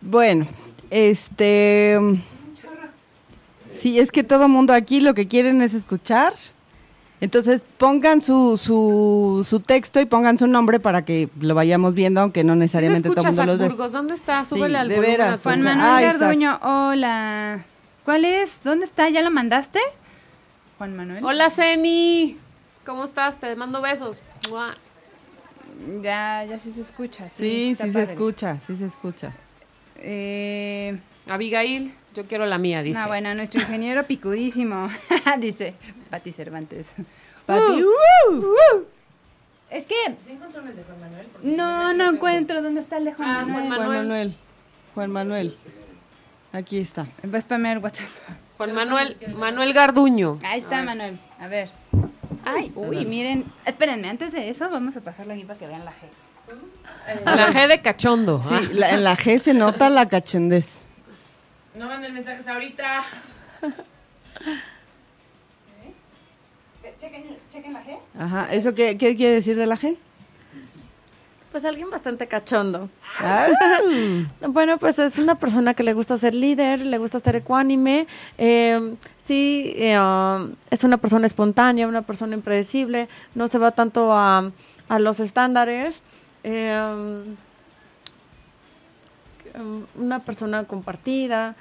[SPEAKER 3] Bueno, este... mm, Sí, es que todo mundo aquí lo que quieren es escuchar. Entonces pongan su, su, su texto y pongan su nombre para que lo vayamos viendo, aunque no
[SPEAKER 6] ¿Sí se
[SPEAKER 3] necesariamente todo el
[SPEAKER 6] escucha,
[SPEAKER 3] mundo lo ve.
[SPEAKER 6] Burgos? ¿Dónde está? Súbele al
[SPEAKER 3] de
[SPEAKER 6] volumen a
[SPEAKER 3] veras,
[SPEAKER 6] tu-
[SPEAKER 2] Juan
[SPEAKER 3] O sea,
[SPEAKER 2] Manuel
[SPEAKER 3] ah, exacto.
[SPEAKER 2] Garduño, hola. ¿Cuál es? ¿Dónde está? ¿Ya lo mandaste? Juan
[SPEAKER 3] ah, ¿eh?
[SPEAKER 2] Manuel.
[SPEAKER 6] Hola, Ceni. ¿Cómo estás? Te mando besos. Mua.
[SPEAKER 2] Ya, ya sí se escucha.
[SPEAKER 3] Sí,
[SPEAKER 2] Mm, está
[SPEAKER 3] sí se
[SPEAKER 2] padre. Uh,
[SPEAKER 3] escucha, sí se escucha.
[SPEAKER 2] Eh,
[SPEAKER 6] Abigail, yo quiero la mía, dice.
[SPEAKER 2] no, Ah, bueno, nuestro ingeniero picudísimo, (laughs) dice Pati Cervantes.
[SPEAKER 3] (laughs) Pati,
[SPEAKER 2] Uh, uh. Es que
[SPEAKER 7] ¿Sí encontró el de Juan Manuel? Porque si
[SPEAKER 2] no, no encuentro dónde está el de Juan
[SPEAKER 6] Ah,
[SPEAKER 2] Manuel.
[SPEAKER 6] Juan Manuel.
[SPEAKER 3] Juan Manuel, Juan Manuel. Aquí está.
[SPEAKER 2] Vas a spamear WhatsApp.
[SPEAKER 6] Juan Manuel, Manuel Garduño.
[SPEAKER 2] Ahí está, Manuel. A ver. Ay, uy, miren. Espérenme, antes de eso vamos a pasarlo aquí para que vean la G.
[SPEAKER 6] La G de cachondo. ¿ah?
[SPEAKER 3] Sí, la- en la G se nota la cachondez.
[SPEAKER 7] No manden mensajes
[SPEAKER 3] (laughs)
[SPEAKER 7] ahorita.
[SPEAKER 2] ¿Eh? Chequen, la G.
[SPEAKER 3] Ajá, ¿eso qué, qué quiere decir de la G?
[SPEAKER 5] Pues alguien bastante cachondo.
[SPEAKER 3] Ah,
[SPEAKER 5] Bueno, pues es una persona que le gusta ser líder, le gusta ser ecuánime. eh, sí, eh, um, es una persona espontánea, una persona impredecible, no se va tanto a, a los estándares. eh, um, una persona compartida,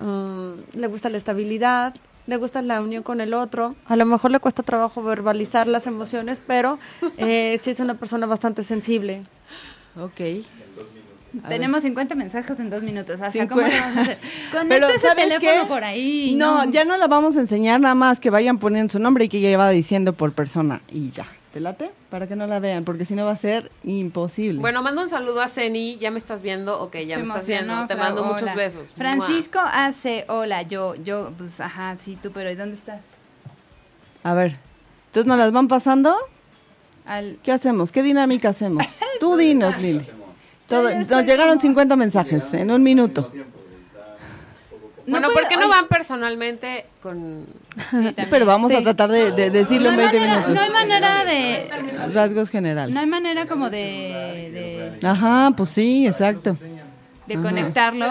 [SPEAKER 5] um, le gusta la estabilidad, le gusta la unión con el otro. A lo mejor le cuesta trabajo verbalizar las emociones, pero eh, sí es una persona bastante sensible.
[SPEAKER 3] ok. A ver.
[SPEAKER 2] Tenemos 50 mensajes en dos minutos. O sea,
[SPEAKER 3] Cincu-
[SPEAKER 2] ¿cómo lo vamos a (laughs)
[SPEAKER 3] (laughs)
[SPEAKER 2] hacer?
[SPEAKER 3] Pero,
[SPEAKER 2] Conecta ese
[SPEAKER 3] ¿sabes
[SPEAKER 2] teléfono
[SPEAKER 3] qué?
[SPEAKER 2] por ahí.
[SPEAKER 3] No, ya no la vamos a enseñar nada más que vayan poniendo su nombre y que ella va diciendo por persona y ya. ¿Te late? Para que no la vean, porque si no va a ser imposible.
[SPEAKER 6] Bueno, mando un saludo a Ceni. Ya me estás viendo. Ok, ya
[SPEAKER 2] Se
[SPEAKER 6] me estás
[SPEAKER 2] emocionó,
[SPEAKER 6] viendo. Te
[SPEAKER 2] Fra-
[SPEAKER 6] mando muchos
[SPEAKER 2] hola.
[SPEAKER 6] besos. Mua.
[SPEAKER 2] Francisco hace, hola, yo, yo, pues, ajá, sí, tú, pero ¿y dónde estás?
[SPEAKER 3] a ver. Entonces nos las van pasando.
[SPEAKER 2] Al,
[SPEAKER 3] ¿Qué hacemos? ¿Qué dinámica hacemos?
[SPEAKER 2] (laughs)
[SPEAKER 3] Tú dinos, Lili. Todo-
[SPEAKER 2] Ya, ya
[SPEAKER 3] nos
[SPEAKER 2] estoy
[SPEAKER 3] llegaron
[SPEAKER 2] como-
[SPEAKER 3] 50 mensajes en un minuto.
[SPEAKER 6] Bueno,
[SPEAKER 2] No
[SPEAKER 6] ¿por qué
[SPEAKER 2] puedo-
[SPEAKER 6] no van personalmente con
[SPEAKER 3] Pero vamos a
[SPEAKER 5] Sí.
[SPEAKER 3] tratar de, de
[SPEAKER 2] no
[SPEAKER 3] decirlo
[SPEAKER 2] hay
[SPEAKER 3] en 20
[SPEAKER 2] manera,
[SPEAKER 3] minutos.
[SPEAKER 2] no hay manera de,
[SPEAKER 3] Rasgos generales.
[SPEAKER 2] no hay manera como de,
[SPEAKER 3] Ajá, pues sí, exacto.
[SPEAKER 2] de, de conectarlo.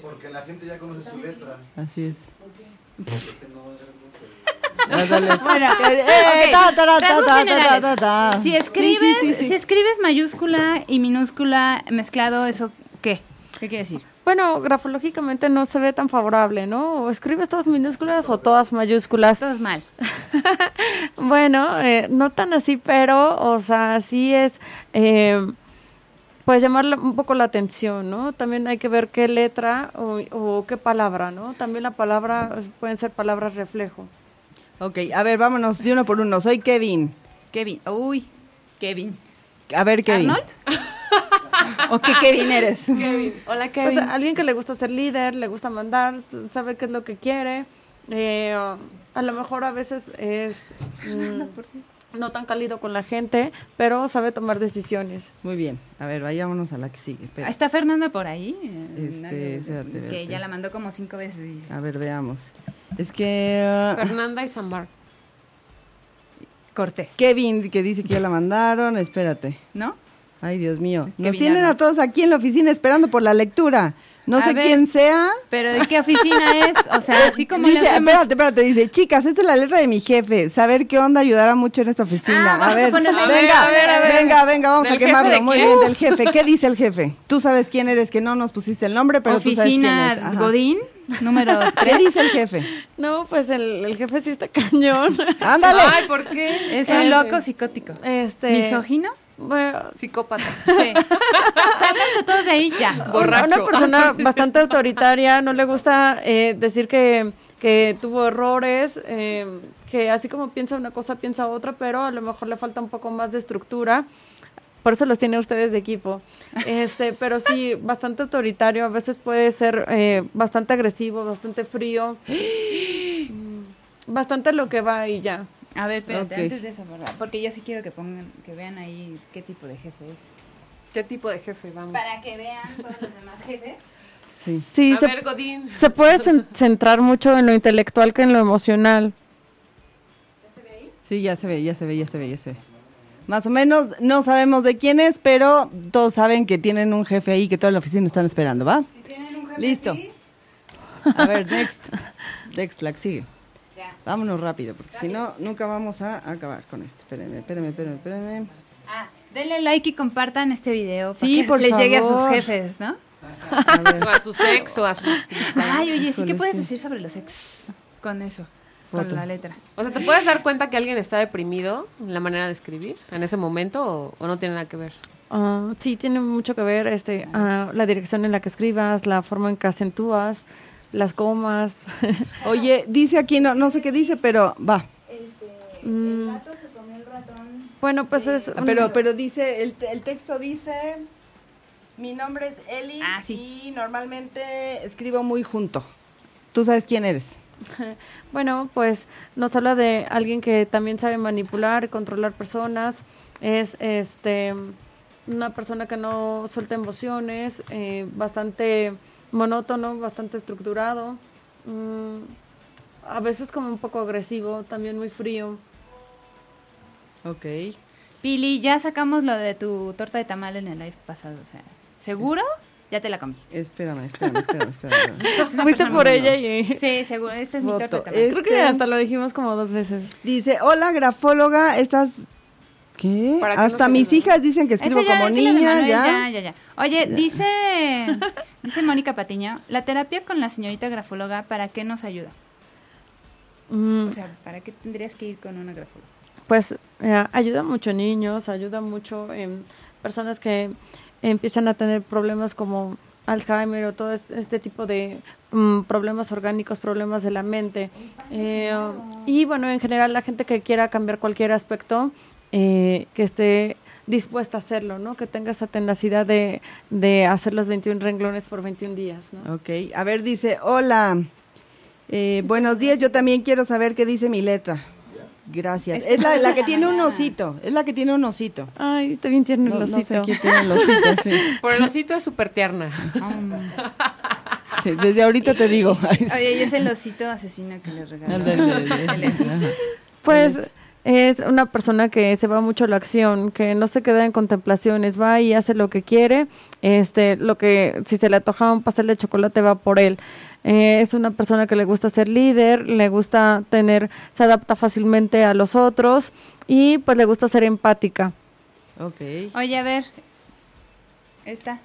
[SPEAKER 8] Porque la gente ya conoce su letra.
[SPEAKER 3] Así es.
[SPEAKER 2] (laughs) Bueno,
[SPEAKER 3] Eh,
[SPEAKER 2] ok,
[SPEAKER 3] ta, ta, ta,
[SPEAKER 2] rasgos
[SPEAKER 3] ta, ta,
[SPEAKER 2] generales.
[SPEAKER 3] ta, ta, ta.
[SPEAKER 2] Si escribes,
[SPEAKER 3] Sí, sí, sí, sí.
[SPEAKER 2] si escribes mayúscula y minúscula mezclado, eso, ¿qué? ¿Qué quiere decir?
[SPEAKER 5] Bueno, grafológicamente no se ve tan favorable, ¿no? O escribes todas minúsculas o todas mayúsculas. (laughs)
[SPEAKER 2] Todo es mal.
[SPEAKER 5] Bueno, eh, no tan así, pero, o sea, sí es, eh, pues llamar la- un poco la atención, ¿no? También hay que ver qué letra o, o qué palabra, ¿no? También la palabra, eh, pueden ser palabras reflejo.
[SPEAKER 3] Ok, a ver, vámonos de uno por uno. Soy Kevin.
[SPEAKER 2] Kevin, uy, Kevin.
[SPEAKER 3] A ver, Kevin.
[SPEAKER 2] ¿Arnold? ¿O qué Kevin eres?
[SPEAKER 6] Hola,
[SPEAKER 5] O sea, alguien que le gusta ser líder, le gusta mandar, s- sabe qué es lo que quiere. eh, a lo mejor a veces es mm, no tan cálido con la gente, pero sabe tomar decisiones.
[SPEAKER 3] Muy bien. A ver, vayámonos a la que sigue. Espera.
[SPEAKER 2] ¿Está Fernanda por ahí? Eh,
[SPEAKER 3] Este,
[SPEAKER 2] nadie-
[SPEAKER 3] espérate,
[SPEAKER 2] es que
[SPEAKER 3] espérate. Ah.
[SPEAKER 2] ya la mandó como cinco veces. y-
[SPEAKER 3] A ver, veamos. Es que. ah,
[SPEAKER 6] Fernanda y Samar.
[SPEAKER 2] Cortés,
[SPEAKER 3] ah, Kevin, que dice que ya la mandaron. Espérate.
[SPEAKER 2] ¿no?
[SPEAKER 3] Ay, Dios mío.
[SPEAKER 2] Es que
[SPEAKER 3] Nos tienen
[SPEAKER 2] villano.
[SPEAKER 3] a todos aquí en la oficina esperando por la lectura. No
[SPEAKER 2] A
[SPEAKER 3] sé
[SPEAKER 2] ver,
[SPEAKER 3] quién sea.
[SPEAKER 2] Pero ¿de qué oficina es? O
[SPEAKER 3] (laughs)
[SPEAKER 2] sea, así como
[SPEAKER 3] dice,
[SPEAKER 2] le hacemos...
[SPEAKER 3] espérate, espérate, dice, chicas, esta es la letra de mi jefe. Saber qué onda ayudará mucho en esta oficina.
[SPEAKER 2] Ah, vamos a
[SPEAKER 3] ver,
[SPEAKER 2] ponerle-
[SPEAKER 3] venga,
[SPEAKER 2] a ver, a ver.
[SPEAKER 3] venga, venga, vamos a
[SPEAKER 6] ¿Del jefe
[SPEAKER 3] quemarlo.
[SPEAKER 6] de
[SPEAKER 3] Muy
[SPEAKER 6] qué?
[SPEAKER 3] bien, del jefe. ¿Qué dice el jefe? Tú sabes quién eres, que no nos pusiste el nombre, pero tú sabes quién
[SPEAKER 2] oficina
[SPEAKER 3] es. Ajá.
[SPEAKER 2] Godín, número
[SPEAKER 3] (laughs) ¿Qué dice el jefe?
[SPEAKER 5] No, pues el, el jefe sí está (laughs) cañón.
[SPEAKER 3] Ándale.
[SPEAKER 6] Ay, ¿por qué? Este,
[SPEAKER 2] Es un
[SPEAKER 5] Ese.
[SPEAKER 2] loco psicótico.
[SPEAKER 5] Este,
[SPEAKER 2] ¿Misógino?
[SPEAKER 5] bueno,
[SPEAKER 6] Psicópata.
[SPEAKER 3] (laughs)
[SPEAKER 2] Sí. Sálganse todos de ahí ya.
[SPEAKER 6] Borracho. (laughs)
[SPEAKER 5] Una persona bastante autoritaria, no le gusta eh, decir que, que tuvo errores, eh, que así como piensa una cosa, piensa otra, pero a lo mejor le falta un poco más de estructura. Por eso los tiene ustedes de equipo.
[SPEAKER 6] (laughs)
[SPEAKER 5] Este, pero sí, bastante autoritario, a veces puede ser eh, bastante agresivo, bastante
[SPEAKER 6] (gasps)
[SPEAKER 5] frío. Mm, Bastante lo que va y ya.
[SPEAKER 2] A ver, espérate,
[SPEAKER 3] Ok.
[SPEAKER 2] antes de eso, ¿verdad? Porque yo sí quiero que pongan, que vean ahí qué tipo de jefe es. Pues
[SPEAKER 6] ¿Qué tipo de jefe vamos?
[SPEAKER 2] Para que vean todos los demás jefes.
[SPEAKER 3] Sí.
[SPEAKER 5] Sí,
[SPEAKER 6] a
[SPEAKER 5] se,
[SPEAKER 6] ver, Godín.
[SPEAKER 5] se puede cen- centrar mucho en lo intelectual que en lo emocional.
[SPEAKER 3] Sí, ya se ve, ya se ve, ya se ve, ya se ve. Más o menos, no sabemos de quién es, pero todos saben que tienen un jefe ahí que toda la oficina están esperando, ¿va?
[SPEAKER 2] Si tienen un jefe
[SPEAKER 3] Listo.
[SPEAKER 2] así,
[SPEAKER 3] A ver, next. Next, la que sigue. Vámonos rápido, porque si no, nunca vamos a acabar con esto. Espérenme, espérenme, espérenme, espérenme.
[SPEAKER 2] (laughs) ah, denle like y compartan este video para
[SPEAKER 3] Sí,
[SPEAKER 2] que
[SPEAKER 3] por
[SPEAKER 2] les llegue a sus
[SPEAKER 3] favor.
[SPEAKER 2] jefes, ¿no?
[SPEAKER 3] A ver,
[SPEAKER 6] O a su sexo, a sus...
[SPEAKER 2] Ay, oye, sí,
[SPEAKER 3] Híjole,
[SPEAKER 2] ¿qué puedes
[SPEAKER 3] sí.
[SPEAKER 2] decir sobre los ex con eso? Con
[SPEAKER 3] Foto.
[SPEAKER 2] la letra.
[SPEAKER 6] O sea, ¿te puedes dar cuenta que alguien está deprimido en la manera de escribir en ese momento o, o no tiene nada que ver?
[SPEAKER 5] Ah, sí, tiene mucho que ver este, ah, la dirección en la que escribas, la forma en que acentúas, las comas. (laughs)
[SPEAKER 3] Oye, dice aquí, no, no sé qué dice, pero va.
[SPEAKER 5] Mm,
[SPEAKER 7] se comió el ratón.
[SPEAKER 5] bueno, pues es... un-
[SPEAKER 3] Ah, Pero, pero dice, el, te- el texto dice, mi nombre es Eli
[SPEAKER 2] Ah, sí.
[SPEAKER 3] y normalmente escribo muy junto. Tú sabes quién eres.
[SPEAKER 5] Bueno, pues nos habla de alguien que también sabe manipular, controlar personas, es este una persona que no suelta emociones, eh, bastante monótono, bastante estructurado, mm, a veces como un poco agresivo, también muy frío.
[SPEAKER 3] (laughs) Ok.
[SPEAKER 2] Pili, ya sacamos lo de tu torta de tamal en el live pasado, o sea, ¿seguro? Ya te la comiste.
[SPEAKER 3] Espérame, espérame, espérame, espérame.
[SPEAKER 5] (laughs) Fuiste por ella y...
[SPEAKER 2] Sí, seguro, esta es mi
[SPEAKER 3] Foto.
[SPEAKER 2] torta de tamal.
[SPEAKER 3] Es-
[SPEAKER 5] Creo
[SPEAKER 3] Este-
[SPEAKER 5] que hasta lo dijimos como dos veces.
[SPEAKER 3] (laughs) Dice, hola grafóloga, estás... ¿Qué?
[SPEAKER 6] Para que
[SPEAKER 3] Hasta
[SPEAKER 6] no se
[SPEAKER 3] mis
[SPEAKER 6] vea.
[SPEAKER 3] hijas dicen que escribo
[SPEAKER 2] Esa ya,
[SPEAKER 3] como
[SPEAKER 2] esa ya la de
[SPEAKER 3] niña,
[SPEAKER 2] Manuel,
[SPEAKER 3] ya.
[SPEAKER 2] ya, ya, ya. Oye, dice dice Mónica Patiño, la terapia con la señorita grafóloga, ¿para qué nos ayuda?
[SPEAKER 5] Mm,
[SPEAKER 2] O sea, ¿para qué tendrías que ir con una grafóloga?
[SPEAKER 5] pues eh, ayuda mucho niños, ayuda mucho en personas que empiezan a tener problemas como Alzheimer o todo este, este tipo de mm, problemas orgánicos, problemas de la mente. Eh, y bueno, en general la gente que quiera cambiar cualquier aspecto, eh, que esté dispuesta a hacerlo, ¿no? Que tenga esa tenacidad de, de hacer los 21 renglones por 21 días, ¿no?
[SPEAKER 3] Ok, a ver, dice, hola, eh, buenos días, yo también quiero saber qué dice mi letra. Gracias.
[SPEAKER 2] Es
[SPEAKER 3] Es la, la
[SPEAKER 2] de
[SPEAKER 3] que
[SPEAKER 2] la
[SPEAKER 3] tiene un
[SPEAKER 2] mañana.
[SPEAKER 3] osito, es la que tiene un osito.
[SPEAKER 5] Ay, está bien tierno el
[SPEAKER 3] No, no sé
[SPEAKER 5] osito.
[SPEAKER 3] quién tiene el osito, sí.
[SPEAKER 6] Por el osito es súper tierna.
[SPEAKER 3] Sí, Desde ahorita
[SPEAKER 2] (laughs)
[SPEAKER 3] te digo.
[SPEAKER 2] Oye, y es el osito asesino que le regaló.
[SPEAKER 3] Ándale.
[SPEAKER 5] Pues es una persona que se va mucho a la acción, que no se queda en contemplaciones, va y hace lo que quiere, este, lo que si se le antoja un pastel de chocolate va por él. Eh, es una persona que le gusta ser líder, le gusta tener, se adapta fácilmente a los otros y pues le gusta ser empática.
[SPEAKER 3] Ok.
[SPEAKER 2] Oye, a ver. Esta.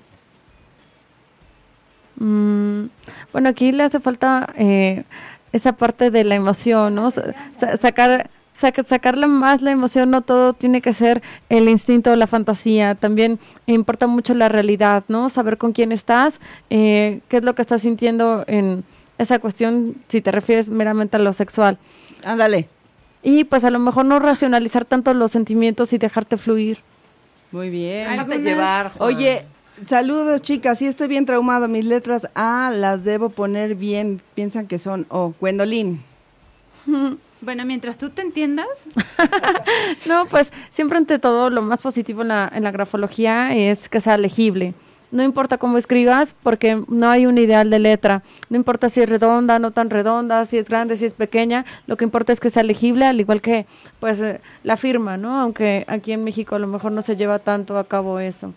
[SPEAKER 5] Mm, bueno, aquí le hace falta eh, esa parte de la emoción, ¿no? Sa- sa- sacar, saca- sacarle más la emoción, no todo tiene que ser el instinto o la fantasía, también importa mucho la realidad, ¿no? Saber con quién estás, eh, qué es lo que estás sintiendo en esa cuestión, si te refieres meramente a lo sexual.
[SPEAKER 3] Ándale.
[SPEAKER 5] Y pues a lo mejor no racionalizar tanto los sentimientos y dejarte fluir.
[SPEAKER 3] Muy bien.
[SPEAKER 6] Déjate llevar. Juan.
[SPEAKER 3] Oye, saludos chicas, sí estoy bien traumado, mis letras A las debo poner bien, piensan que son O. Gwendolyn.
[SPEAKER 2] Bueno, mientras tú te entiendas,
[SPEAKER 5] (laughs) No, pues siempre ante todo lo más positivo en la, en la grafología es que sea legible. No importa cómo escribas, porque no hay un ideal de letra. No importa si es redonda, no tan redonda, si es grande, si es pequeña. Lo que importa es que sea legible, al igual que pues eh, la firma, ¿no? Aunque aquí en México a lo mejor no se lleva tanto a cabo eso.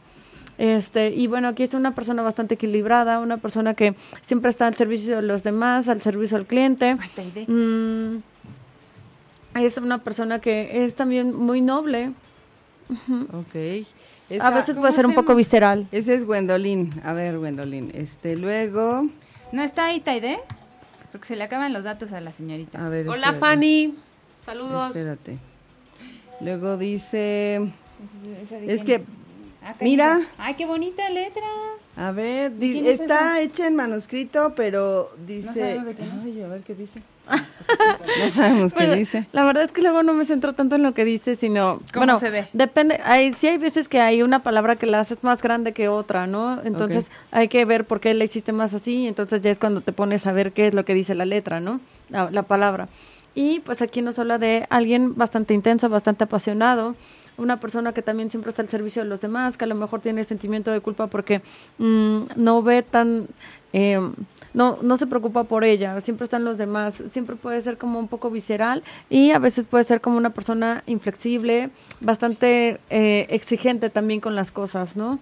[SPEAKER 5] Este, y bueno, aquí es una persona bastante equilibrada, una persona que siempre está al servicio de los demás, al servicio al cliente.
[SPEAKER 2] Marta Aide.
[SPEAKER 5] Mm, es una persona que es también muy noble.
[SPEAKER 3] Ok. Esa-
[SPEAKER 5] A veces
[SPEAKER 3] ah, ¿cómo
[SPEAKER 5] puede ser un
[SPEAKER 3] se
[SPEAKER 5] poco
[SPEAKER 3] llama?
[SPEAKER 5] visceral.
[SPEAKER 3] Ese es Gwendolyn. A ver, Gwendolyn. Este, luego.
[SPEAKER 2] ¿No está ahí Taide? Porque se le acaban los datos a la señorita.
[SPEAKER 3] A ver.
[SPEAKER 4] Hola,
[SPEAKER 3] espérate,
[SPEAKER 4] Fanny. Saludos.
[SPEAKER 3] Espérate. Luego dice.
[SPEAKER 2] ¿Esa de
[SPEAKER 3] Es
[SPEAKER 2] quién?
[SPEAKER 3] que.
[SPEAKER 2] Ah, canijo.
[SPEAKER 3] mira.
[SPEAKER 2] Ay, qué bonita letra.
[SPEAKER 3] A ver, di-
[SPEAKER 2] quién es
[SPEAKER 3] está hecha en manuscrito, pero dice.
[SPEAKER 2] sabemos de quién es.
[SPEAKER 3] Ay, a ver qué dice. (laughs) no sabemos qué
[SPEAKER 5] Bueno,
[SPEAKER 3] dice.
[SPEAKER 5] Pues, La verdad es que luego no me centro tanto en lo que dice, sino
[SPEAKER 2] ¿Cómo
[SPEAKER 5] bueno,
[SPEAKER 2] se ve?
[SPEAKER 5] depende, hay sí hay veces que hay una palabra que la haces más grande que otra, ¿no? Entonces,
[SPEAKER 3] Ok.
[SPEAKER 5] hay que ver por qué la hiciste más así, entonces ya es cuando te pones a ver qué es lo que dice la letra, ¿no? La, la palabra. Y pues aquí nos habla de alguien bastante intenso, bastante apasionado, una persona que también siempre está al servicio de los demás, que a lo mejor tiene sentimiento de culpa porque mm, no ve tan... eh, no, no se preocupa por ella, siempre están los demás, siempre puede ser como un poco visceral y a veces puede ser como una persona inflexible, bastante eh, exigente también con las cosas, ¿no?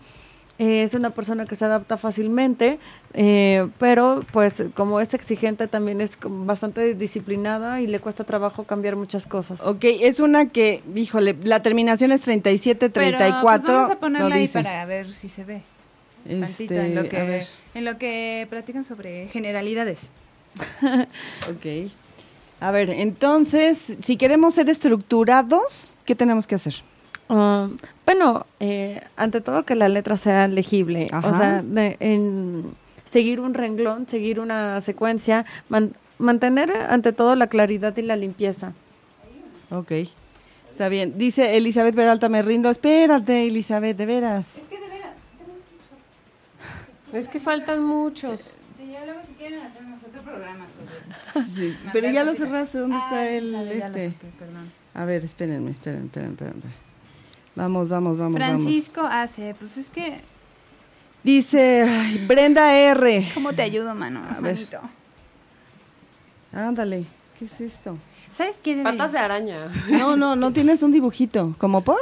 [SPEAKER 5] Eh, es una persona que se adapta fácilmente, eh, pero pues como es exigente también es como bastante disciplinada y le cuesta trabajo cambiar muchas cosas.
[SPEAKER 3] Ok, es una que, híjole, la terminación es 37,
[SPEAKER 2] Pero,
[SPEAKER 3] 34.
[SPEAKER 2] pues, vamos a ponerla
[SPEAKER 3] no
[SPEAKER 2] ahí
[SPEAKER 3] dice.
[SPEAKER 2] para ver si se ve. Tantito
[SPEAKER 3] Este,
[SPEAKER 2] en
[SPEAKER 3] a
[SPEAKER 2] lo que
[SPEAKER 3] ver,
[SPEAKER 2] en lo que platican sobre generalidades.
[SPEAKER 3] ok. A ver, entonces, si queremos ser estructurados, ¿qué tenemos que hacer?
[SPEAKER 5] Ah, bueno, eh, ante todo que la letra sea legible,
[SPEAKER 3] Ajá.
[SPEAKER 5] o sea, de- en seguir un renglón, seguir una secuencia, man- mantener eh, ante todo la claridad y la limpieza.
[SPEAKER 3] Ok. Está bien. Dice Elizabeth Peralta, me rindo. Espérate, Elizabeth, de veras.
[SPEAKER 6] Es que faltan muchos.
[SPEAKER 2] Sí, ya luego si quieren hacemos otro programa Ah,
[SPEAKER 3] Sí, pero ya lo cerraste. ¿Dónde está el este? A ver, espérenme, espérenme, espérenme, espérenme. Vamos, vamos, vamos,
[SPEAKER 2] Francisco hace, pues es que
[SPEAKER 3] vamos. Dice ay, Brenda R.
[SPEAKER 2] ¿cómo te ayudo, mano?
[SPEAKER 3] A ver.
[SPEAKER 2] Manito.
[SPEAKER 3] Ándale, ¿qué es esto?
[SPEAKER 2] ¿Sabes qué? Debe-
[SPEAKER 6] Patas de araña.
[SPEAKER 3] No, no, no tienes un dibujito. ¿Cómo por?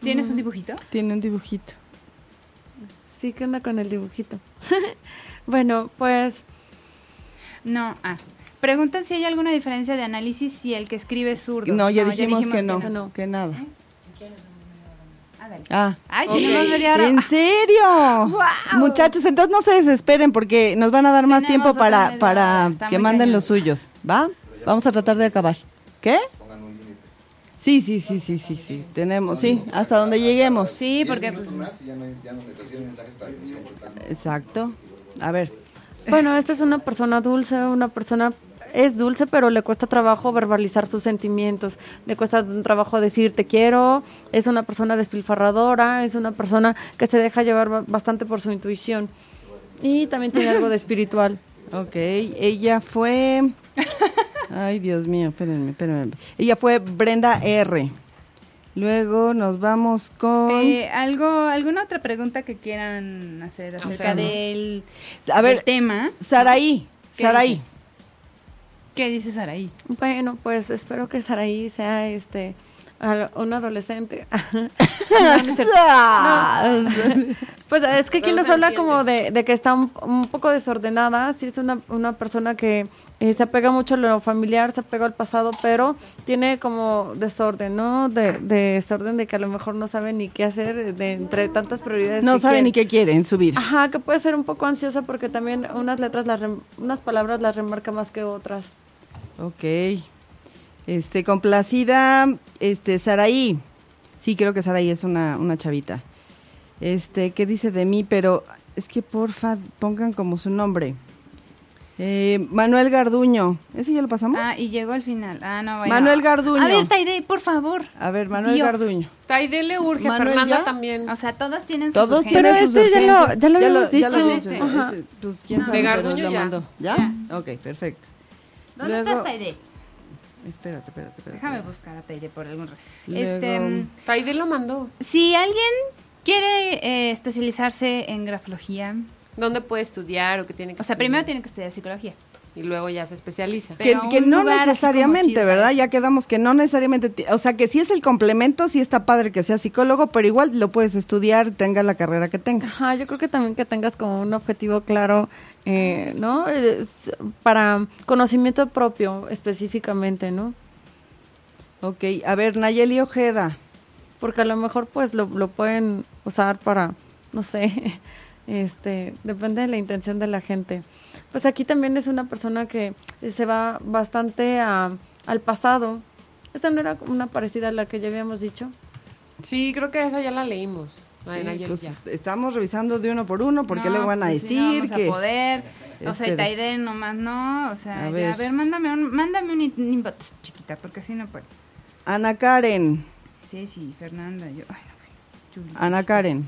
[SPEAKER 2] ¿Tienes
[SPEAKER 3] Mm.
[SPEAKER 2] un dibujito?
[SPEAKER 3] Tiene un dibujito.
[SPEAKER 5] Sí, ¿qué onda con el dibujito? (laughs) bueno, pues
[SPEAKER 2] No, ah. Preguntan si hay alguna diferencia de análisis si el que escribe es zurdo.
[SPEAKER 3] No, ya, dijimos, que, no,
[SPEAKER 5] que no.
[SPEAKER 3] que nada.
[SPEAKER 2] Ah, dale.
[SPEAKER 3] Ah.
[SPEAKER 2] Ay, tenemos media hora. Ah,
[SPEAKER 3] ¿En serio? Muchachos, entonces no se desesperen porque nos van a dar más
[SPEAKER 2] Tenemos
[SPEAKER 3] tiempo
[SPEAKER 2] otra media hora,
[SPEAKER 3] para, para
[SPEAKER 2] está
[SPEAKER 3] que
[SPEAKER 2] muy
[SPEAKER 3] manden
[SPEAKER 2] cañón.
[SPEAKER 3] los suyos, ¿va? Vamos a tratar de acabar. ¿Qué? Sí, sí, sí, sí, sí, sí. Tenemos, sí, hasta donde lleguemos.
[SPEAKER 2] Sí, porque pues,
[SPEAKER 3] Exacto. A ver.
[SPEAKER 5] Bueno, esta es una persona dulce, una persona es dulce, pero le cuesta trabajo verbalizar sus sentimientos, le cuesta trabajo decir te quiero, es una persona despilfarradora, es una persona que se deja llevar ba- bastante por su intuición y también tiene algo de espiritual.
[SPEAKER 3] Ok,
[SPEAKER 2] (laughs)
[SPEAKER 3] ella fue. Ay, Dios mío, espérenme, espérenme. Ella fue Brenda R. Luego nos vamos con.
[SPEAKER 2] eh, algo, alguna otra pregunta que quieran hacer acerca
[SPEAKER 6] sea, ¿no?
[SPEAKER 2] del,
[SPEAKER 3] A
[SPEAKER 2] del
[SPEAKER 3] ver,
[SPEAKER 2] tema.
[SPEAKER 3] Saraí.
[SPEAKER 2] ¿Qué
[SPEAKER 3] Saraí.
[SPEAKER 2] dice? ¿Qué dices Araí?
[SPEAKER 5] Bueno, pues espero que Saraí sea este al- un adolescente. (laughs)
[SPEAKER 3] (laughs)
[SPEAKER 5] Pues es que aquí
[SPEAKER 6] No
[SPEAKER 5] nos
[SPEAKER 6] se
[SPEAKER 5] habla
[SPEAKER 6] entiende.
[SPEAKER 5] como de, de que está un, un poco desordenada, sí es una, una persona que eh, se apega mucho a lo familiar, se apega al pasado, pero tiene como desorden, ¿no? De, de desorden de que a lo mejor no sabe ni qué hacer de entre tantas prioridades.
[SPEAKER 3] No
[SPEAKER 5] que
[SPEAKER 3] sabe
[SPEAKER 5] quiere.
[SPEAKER 3] ni qué quiere en su vida.
[SPEAKER 5] Ajá, que puede ser un poco ansiosa porque también unas letras, las rem- unas palabras las remarca más que otras.
[SPEAKER 3] Ok. Este, complacida, este, Saraí. Sí, creo que Saraí es una, una chavita. Este, ¿qué dice de mí? Pero es que porfa, pongan como su nombre. Eh, Manuel Garduño. ¿Ese ya lo pasamos?
[SPEAKER 2] Ah, y llegó al final. Ah, no, bueno.
[SPEAKER 3] Manuel Garduño.
[SPEAKER 2] A ver, Taide, por favor.
[SPEAKER 3] A ver, Manuel
[SPEAKER 2] Dios.
[SPEAKER 3] Garduño.
[SPEAKER 6] Taide le urge,
[SPEAKER 3] Manuel,
[SPEAKER 6] Fernanda
[SPEAKER 3] ¿ya?
[SPEAKER 6] también.
[SPEAKER 2] O sea, todas tienen
[SPEAKER 3] Todos
[SPEAKER 2] sus
[SPEAKER 5] tienen
[SPEAKER 2] urgencias.
[SPEAKER 3] tienen
[SPEAKER 5] Pero
[SPEAKER 3] sus
[SPEAKER 5] ese ya lo-
[SPEAKER 3] urgencias.
[SPEAKER 5] ya lo habíamos
[SPEAKER 3] ya lo
[SPEAKER 5] dicho.
[SPEAKER 3] habíamos
[SPEAKER 5] Ajá.
[SPEAKER 3] dicho. Ese, pues quién
[SPEAKER 6] No.
[SPEAKER 3] sabe,
[SPEAKER 6] De
[SPEAKER 3] pero
[SPEAKER 6] Garduño
[SPEAKER 3] lo
[SPEAKER 6] ya.
[SPEAKER 3] mandó. ¿Ya? Ok, perfecto.
[SPEAKER 2] ¿Dónde
[SPEAKER 3] Luego-
[SPEAKER 2] estás, Taide?
[SPEAKER 3] Espérate, espérate, espérate.
[SPEAKER 2] Déjame buscar a Taide por algún ra-
[SPEAKER 3] Luego-
[SPEAKER 2] Este, mm,
[SPEAKER 6] Taide lo mandó.
[SPEAKER 2] si alguien quiere eh, especializarse en grafología,
[SPEAKER 6] ¿Dónde puede estudiar o qué tiene que
[SPEAKER 2] o sea,
[SPEAKER 6] estudiar?
[SPEAKER 2] primero tiene que estudiar psicología.
[SPEAKER 6] y luego ya se especializa.
[SPEAKER 3] Que,
[SPEAKER 2] Pero
[SPEAKER 3] que
[SPEAKER 2] un
[SPEAKER 3] no
[SPEAKER 2] lugar así como
[SPEAKER 3] necesariamente,
[SPEAKER 2] chido,
[SPEAKER 3] ¿verdad?
[SPEAKER 2] ¿eh?
[SPEAKER 3] Ya quedamos que no necesariamente, ti- o sea, que si es el complemento, sí está padre que sea psicólogo, pero igual lo puedes estudiar, tenga la carrera que tengas.
[SPEAKER 5] Ajá, yo creo que también que tengas como un objetivo claro, eh, ¿no? Es para conocimiento propio específicamente, ¿no?
[SPEAKER 3] Ok, a ver, Nayeli Ojeda.
[SPEAKER 5] Porque a lo mejor pues lo, lo pueden usar para, no sé, (laughs) este, depende de la intención de la gente. Pues aquí también es una persona que se va bastante a- al pasado. Esta no era una parecida a la que ya habíamos dicho.
[SPEAKER 6] Sí, creo que esa ya la leímos. La de Nayeli,
[SPEAKER 3] Pues,
[SPEAKER 6] ya.
[SPEAKER 3] estamos revisando de uno por uno porque
[SPEAKER 2] No,
[SPEAKER 3] luego van a
[SPEAKER 2] pues, sí,
[SPEAKER 3] decir
[SPEAKER 2] no vamos
[SPEAKER 3] que...
[SPEAKER 2] a poder. O sea,
[SPEAKER 3] Este-
[SPEAKER 2] y Taide nomás no, o sea,
[SPEAKER 3] A
[SPEAKER 2] ya, a
[SPEAKER 3] ver.
[SPEAKER 2] ver, mándame un mándame un in- inbox chiquita, porque así no puedo.
[SPEAKER 3] Ana Karen,
[SPEAKER 2] Sí, sí, Fernanda, yo. Ay, no, bueno, Yuli,
[SPEAKER 3] Ana
[SPEAKER 2] está-
[SPEAKER 3] Karen.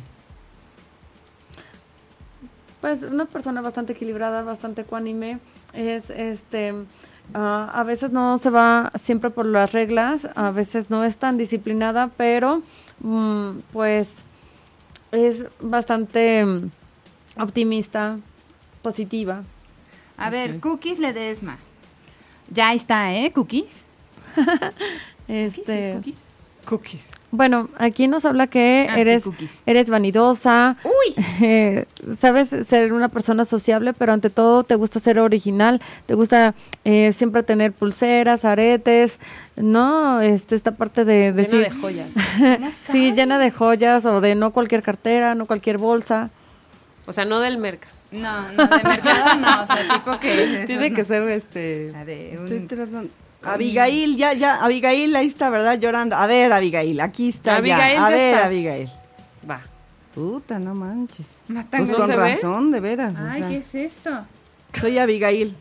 [SPEAKER 5] Pues una persona bastante equilibrada, bastante ecuánime, es este ah, a veces no se va siempre por las reglas, a veces no es tan disciplinada, pero mm, pues es bastante mm, optimista, positiva.
[SPEAKER 2] A ver, Cookies Ledesma. Ya está, ¿eh? Cookies. ¿Cookies?
[SPEAKER 5] Este,
[SPEAKER 2] ¿Es cookies? Cookies.
[SPEAKER 5] bueno, aquí nos habla que
[SPEAKER 2] Ah, sí,
[SPEAKER 5] eres
[SPEAKER 2] cookies.
[SPEAKER 5] eres vanidosa,
[SPEAKER 2] (laughs) Uy,
[SPEAKER 5] eh, sabes ser una persona sociable, pero ante todo te gusta ser original, te gusta eh, siempre tener pulseras, aretes, ¿no? Este, esta parte de
[SPEAKER 6] Llena
[SPEAKER 5] decir...
[SPEAKER 6] de joyas.
[SPEAKER 5] (laughs) sí, llena de joyas o de no cualquier cartera, no cualquier bolsa.
[SPEAKER 6] O sea, no del
[SPEAKER 2] (laughs)
[SPEAKER 6] merca.
[SPEAKER 2] no, no de mercado no, o sea, tipo que eso,
[SPEAKER 6] Tiene
[SPEAKER 2] no.
[SPEAKER 6] que ser
[SPEAKER 2] o
[SPEAKER 6] este.
[SPEAKER 2] sea, de un-
[SPEAKER 3] Estoy tratando- Abigail, ya, ya, Abigail, ahí está, ¿verdad? Llorando. A ver, Abigail, aquí está
[SPEAKER 6] Abigail,
[SPEAKER 3] ya. A
[SPEAKER 6] ya
[SPEAKER 3] ver,
[SPEAKER 6] estás.
[SPEAKER 3] Abigail.
[SPEAKER 6] Va.
[SPEAKER 3] Puta, no manches.
[SPEAKER 2] Matan
[SPEAKER 3] Pues
[SPEAKER 6] ¿no
[SPEAKER 3] con
[SPEAKER 6] se ve?
[SPEAKER 3] razón, de veras. o
[SPEAKER 2] Ay,
[SPEAKER 3] sea.
[SPEAKER 2] ¿qué es esto?
[SPEAKER 3] Soy Abigail.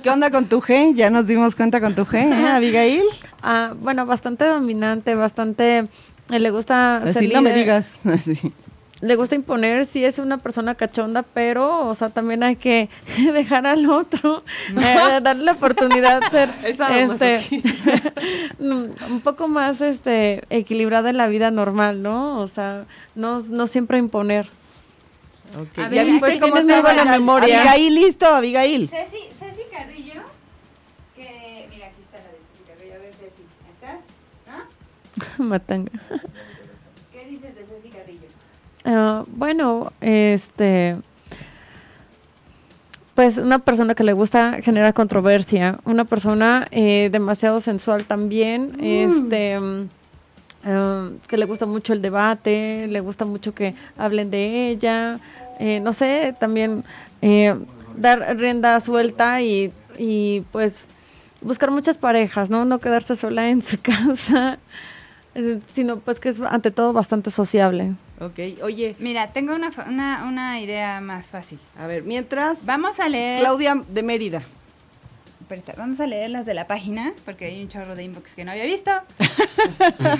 [SPEAKER 3] ¿Qué onda con tu G? Ya nos dimos cuenta con tu G, ¿eh, Abigail?
[SPEAKER 5] Ah, bueno, bastante dominante, bastante... eh, le gusta ser
[SPEAKER 3] Así no me
[SPEAKER 5] líder,
[SPEAKER 3] digas. (laughs) Así.
[SPEAKER 5] Le gusta imponer, sí es una persona cachonda, pero, o sea, también hay que (laughs) dejar al otro, eh, (laughs) darle la oportunidad
[SPEAKER 6] (laughs)
[SPEAKER 5] de ser
[SPEAKER 2] Este
[SPEAKER 5] este,
[SPEAKER 6] Es
[SPEAKER 2] (laughs)
[SPEAKER 6] sadomasoquista.
[SPEAKER 5] mm, un poco más este equilibrada en la vida normal, ¿no? O sea, no, no siempre imponer. (laughs)
[SPEAKER 3] Ok.
[SPEAKER 2] A
[SPEAKER 3] ya
[SPEAKER 2] ver,
[SPEAKER 3] viste
[SPEAKER 2] Abigail,
[SPEAKER 3] cómo
[SPEAKER 2] tienes
[SPEAKER 3] está
[SPEAKER 2] muy buena
[SPEAKER 3] Abigail?
[SPEAKER 2] memoria.
[SPEAKER 3] Abigail, listo, Abigail.
[SPEAKER 7] Ceci, Ceci Carrillo, que mira, aquí está la de Ceci Carrillo, a ver Ceci, ¿ahí ¿estás? ¿No?
[SPEAKER 5] Matanga.
[SPEAKER 7] ¿Qué dices de Ceci Carrillo?
[SPEAKER 5] Ah, bueno, este. Pues una persona que le gusta generar controversia, una persona eh, demasiado sensual también, este. mm, ah, que le gusta mucho el debate, le gusta mucho que hablen de ella, eh, no sé, también eh, dar rienda suelta y, y pues buscar muchas parejas, ¿no? No quedarse sola en su (laughs) casa, eh, sino pues que es ante todo bastante sociable.
[SPEAKER 3] Ok, oye,
[SPEAKER 2] Mira, tengo una, fa- una, una idea más fácil.
[SPEAKER 3] a ver, mientras,
[SPEAKER 2] Vamos a leer.
[SPEAKER 3] Claudia de Mérida.
[SPEAKER 2] Pero está- Vamos a leer las de la página, porque hay un chorro de inbox que no había (laughs) visto.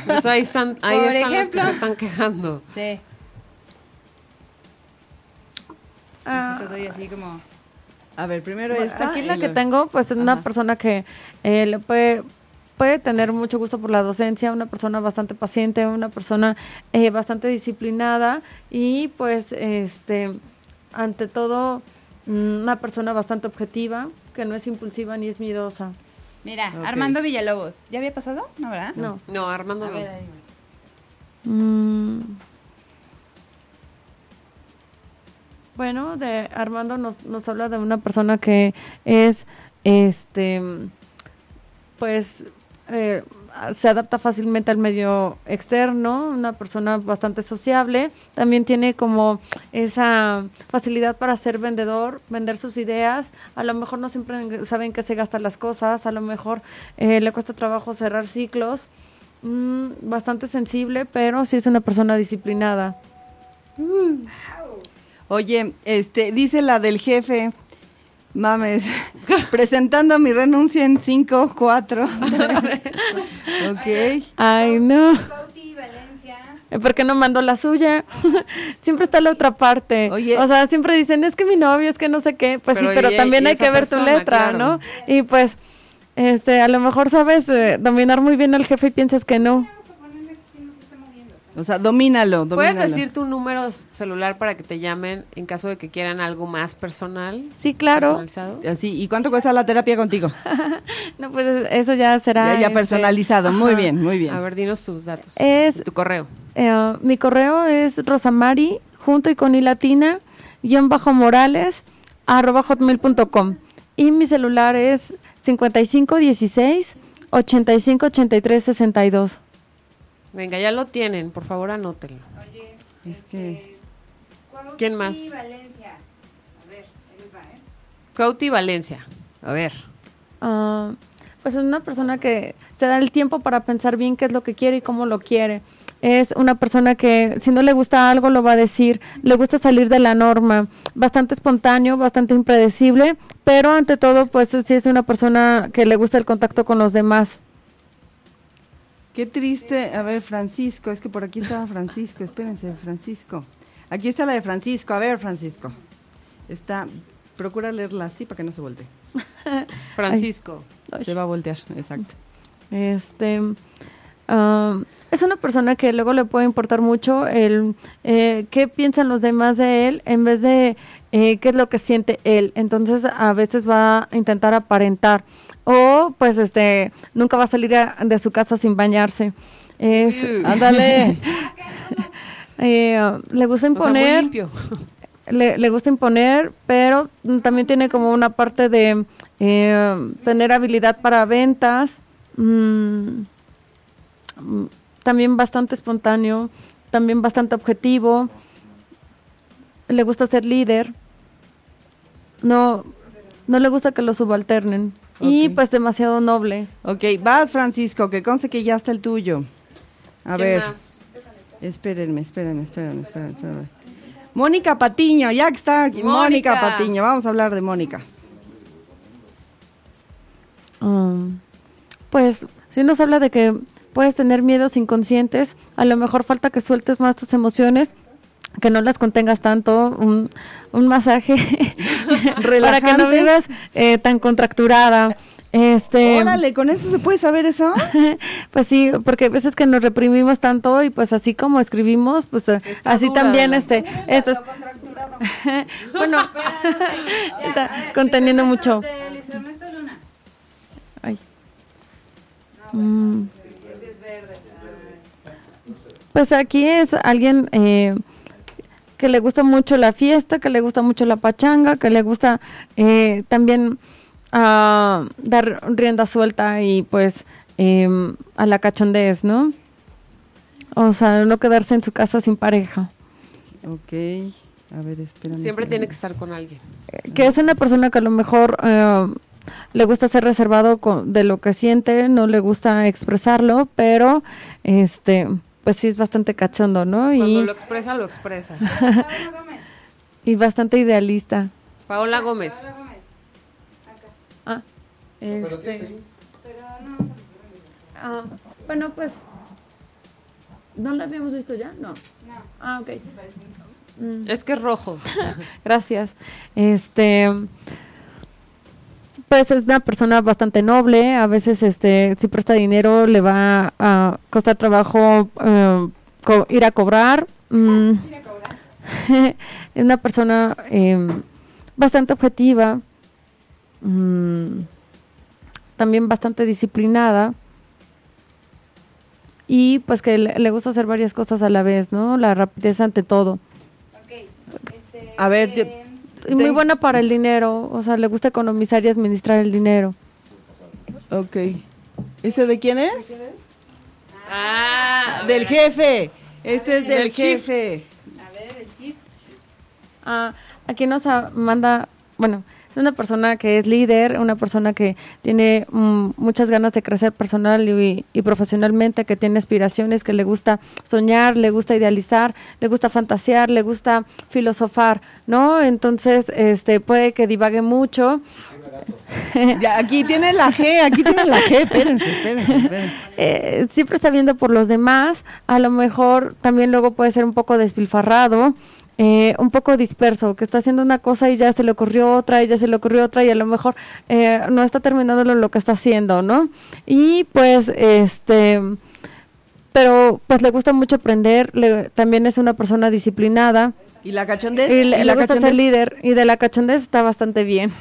[SPEAKER 6] Pues ahí están, ahí
[SPEAKER 2] Por
[SPEAKER 6] están los que
[SPEAKER 2] ejemplo.
[SPEAKER 6] se están quejando.
[SPEAKER 2] Sí.
[SPEAKER 5] Ah,
[SPEAKER 2] Te doy así como.
[SPEAKER 3] A ver, primero
[SPEAKER 5] Bueno,
[SPEAKER 3] esta.
[SPEAKER 5] Aquí
[SPEAKER 3] y
[SPEAKER 5] la que
[SPEAKER 3] luego-
[SPEAKER 5] tengo, pues es
[SPEAKER 3] Ajá.
[SPEAKER 5] una persona que eh, le puede, puede tener mucho gusto por la docencia, una persona bastante paciente, una persona eh, bastante disciplinada y pues este ante todo mm, una persona bastante objetiva, que no es impulsiva ni es miedosa.
[SPEAKER 2] Mira,
[SPEAKER 3] Ok.
[SPEAKER 2] Armando Villalobos. ¿Ya había pasado? No, ¿verdad?
[SPEAKER 5] No.
[SPEAKER 6] No, Armando
[SPEAKER 2] A
[SPEAKER 6] no.
[SPEAKER 2] ver, ahí va.
[SPEAKER 5] Mm. Bueno, de Armando nos, nos habla de una persona que es, este, pues, eh, a- se adapta fácilmente al medio externo, una persona bastante sociable, también tiene como esa facilidad para ser vendedor, vender sus ideas, a lo mejor no siempre en- saben que se gastan las cosas, a lo mejor eh, le cuesta trabajo cerrar ciclos, Mm, bastante sensible, pero sí es una persona disciplinada.
[SPEAKER 3] Oye, este, dice la del jefe, mames, (laughs) presentando mi renuncia en 5, 4. ok.
[SPEAKER 5] Ay, no.
[SPEAKER 7] Cauti Valencia,
[SPEAKER 5] ¿Por qué no mandó la suya? (laughs) siempre está la otra parte.
[SPEAKER 3] Oye.
[SPEAKER 5] O sea, siempre dicen, es que mi novio, es que no sé qué. Pues
[SPEAKER 6] Pero
[SPEAKER 5] sí, pero
[SPEAKER 6] y- e-,
[SPEAKER 5] también
[SPEAKER 6] y
[SPEAKER 5] hay
[SPEAKER 6] esa
[SPEAKER 5] que ver tu
[SPEAKER 6] persona,
[SPEAKER 5] letra,
[SPEAKER 6] claro.
[SPEAKER 5] ¿no? Y pues, este, a lo mejor sabes eh, dominar muy bien al jefe y piensas que no.
[SPEAKER 7] tengo que ponerme aquí, no se está moviendo.
[SPEAKER 3] O sea, domínalo, domínalo.
[SPEAKER 6] ¿Puedes decir tu número celular para que te llamen en caso de que quieran algo más personal?
[SPEAKER 5] Sí, claro.
[SPEAKER 6] personalizado?
[SPEAKER 3] Así, ¿y cuánto cuesta la terapia
[SPEAKER 6] (laughs)
[SPEAKER 3] contigo?
[SPEAKER 5] No, pues eso ya será.
[SPEAKER 3] ya, ya
[SPEAKER 5] este,
[SPEAKER 3] personalizado, muy
[SPEAKER 5] ajá.
[SPEAKER 3] bien, muy bien.
[SPEAKER 6] A ver, dinos tus datos.
[SPEAKER 5] Es-
[SPEAKER 6] tu correo.
[SPEAKER 5] Eh, mi correo es rosamari, junto y con i latina, guión bajo morales, arroba hotmail.com. Y mi celular es 5516 8583 62.
[SPEAKER 6] Venga, ya lo tienen, por favor anótenlo.
[SPEAKER 7] Oye,
[SPEAKER 3] Es que-
[SPEAKER 7] Cuautla
[SPEAKER 6] ¿Quién más?
[SPEAKER 7] y Valencia. A ver, ahí les va, ¿eh?
[SPEAKER 6] Cuauti Valencia. A ver.
[SPEAKER 5] Ah, pues es una persona que se da el tiempo para pensar bien qué es lo que quiere y cómo lo quiere. Es una persona que si no le gusta algo lo va a decir, le gusta salir de la norma, bastante espontáneo, bastante impredecible, pero ante todo pues sí es una persona que le gusta el contacto con los demás.
[SPEAKER 3] Qué triste. A ver, Francisco, es que por aquí estaba Francisco. Espérense, Francisco. Aquí está la de Francisco. A ver, Francisco. Está. Procura leerla así para que no se voltee.
[SPEAKER 6] Francisco.
[SPEAKER 3] Se va a voltear, exacto.
[SPEAKER 5] Este am, es una persona que luego le puede importar mucho el eh, qué piensan los demás de él en vez de eh, qué es lo que siente él. Entonces a veces va a intentar aparentar o pues este nunca va a salir a- de su casa sin bañarse. Es,
[SPEAKER 6] Mm. (laughs)
[SPEAKER 3] Ándale.
[SPEAKER 5] (laughs) eh, le gusta
[SPEAKER 6] O sea, muy
[SPEAKER 5] imponer (laughs)
[SPEAKER 6] limpio.
[SPEAKER 5] le, le gusta imponer, pero mm, también tiene como una parte de eh, tener habilidad para ventas, mm, mm, también bastante espontáneo, también bastante objetivo, le gusta ser líder, no, no le gusta que lo subalternen y
[SPEAKER 3] Ok.
[SPEAKER 5] pues demasiado noble.
[SPEAKER 3] ok, vas, Francisco, que conste que ya está el tuyo. A
[SPEAKER 6] ¿Quién
[SPEAKER 3] ver,
[SPEAKER 6] más?
[SPEAKER 3] espérenme, espérenme, espérenme, espérenme, espérenme. Mónica Patiño, ya que está aquí. Mónica.
[SPEAKER 6] Mónica.
[SPEAKER 3] Patiño, vamos a hablar de Mónica.
[SPEAKER 5] Um, pues si nos habla de que puedes tener miedos inconscientes, a lo mejor falta que sueltes más tus emociones, que no las contengas tanto, un, un masaje (laughs) para que no
[SPEAKER 3] Relajante.
[SPEAKER 5] vivas eh, tan contracturada.
[SPEAKER 6] Em.
[SPEAKER 5] Este,
[SPEAKER 3] Órale, ¿con eso se puede saber eso?
[SPEAKER 5] (laughs) pues sí, porque a veces que nos reprimimos tanto y pues así como escribimos, pues eh,
[SPEAKER 6] Está
[SPEAKER 5] así
[SPEAKER 6] dura,
[SPEAKER 5] también
[SPEAKER 6] ¿no?
[SPEAKER 5] este, esto es- (laughs) bueno, está conteniendo mucho.
[SPEAKER 7] De Luis Ernesto Luna.
[SPEAKER 5] Ay. Mm. Pues aquí es alguien eh, que le gusta mucho la fiesta, que le gusta mucho la pachanga, que le gusta eh, también ah, dar rienda suelta y pues em, a la cachondez, ¿no? O sea, no quedarse en su casa sin pareja.
[SPEAKER 3] Ok, a ver,
[SPEAKER 6] Siempre
[SPEAKER 3] espérame. espérame.
[SPEAKER 6] tiene que estar con alguien.
[SPEAKER 5] que es una persona que a lo mejor eh, le gusta ser reservado con- de lo que siente, no le gusta expresarlo, pero este, pues sí es bastante cachondo, ¿no?
[SPEAKER 6] Cuando
[SPEAKER 5] Y,
[SPEAKER 6] lo expresa, lo expresa.
[SPEAKER 7] Paola Gómez.
[SPEAKER 5] y bastante idealista.
[SPEAKER 6] Paola Gómez.
[SPEAKER 7] Paola Gómez. Acá.
[SPEAKER 5] Este,
[SPEAKER 7] Pero no, o sea,
[SPEAKER 5] ah, bueno, pues no lo habíamos visto ya, no.
[SPEAKER 7] no.
[SPEAKER 5] Ah, ok. Mm.
[SPEAKER 6] Es que es
[SPEAKER 5] (laughs)
[SPEAKER 6] rojo.
[SPEAKER 5] Gracias. Este pues es una persona bastante noble, a veces este si presta dinero le va a costar trabajo eh, co- ir a cobrar. mm. (laughs) es una persona em, bastante objetiva, mm, también bastante disciplinada y pues que le, le gusta hacer varias cosas a la vez, ¿no? La rapidez ante todo.
[SPEAKER 7] Ok. Este,
[SPEAKER 3] A ver, te-
[SPEAKER 7] eh,
[SPEAKER 5] Y muy
[SPEAKER 3] Ten-
[SPEAKER 5] buena para el dinero, o sea, le gusta economizar y administrar el dinero.
[SPEAKER 3] Ok. ¿Ese de quién es?
[SPEAKER 6] Ah, a ver.
[SPEAKER 3] Del jefe. Este es del
[SPEAKER 6] Del chief.
[SPEAKER 3] jefe.
[SPEAKER 7] a ver, el chip.
[SPEAKER 5] Ah, aquí nos ah, manda, bueno, es una persona que es líder, una persona que tiene mm, muchas ganas de crecer personal y, y profesionalmente, que tiene aspiraciones, que le gusta soñar, le gusta idealizar, le gusta fantasear, le gusta filosofar, ¿no? Entonces, este, puede que divague mucho.
[SPEAKER 3] Ya, aquí tiene la G, aquí tiene (laughs) la G. Espérense, espérense, espérense.
[SPEAKER 5] (laughs) eh, siempre está viendo por los demás, a lo mejor también luego puede ser un poco despilfarrado, eh, un poco disperso, que está haciendo una cosa y ya se le ocurrió otra, y ya se le ocurrió otra, y a lo mejor eh, no está terminando lo, lo que está haciendo, ¿no? Y pues, este, pero pues le gusta mucho aprender, le- también es una persona disciplinada
[SPEAKER 3] ¿Y la cachondez?
[SPEAKER 5] y le, le gusta ser
[SPEAKER 3] cachondez?
[SPEAKER 5] líder y de la cachondez está bastante bien.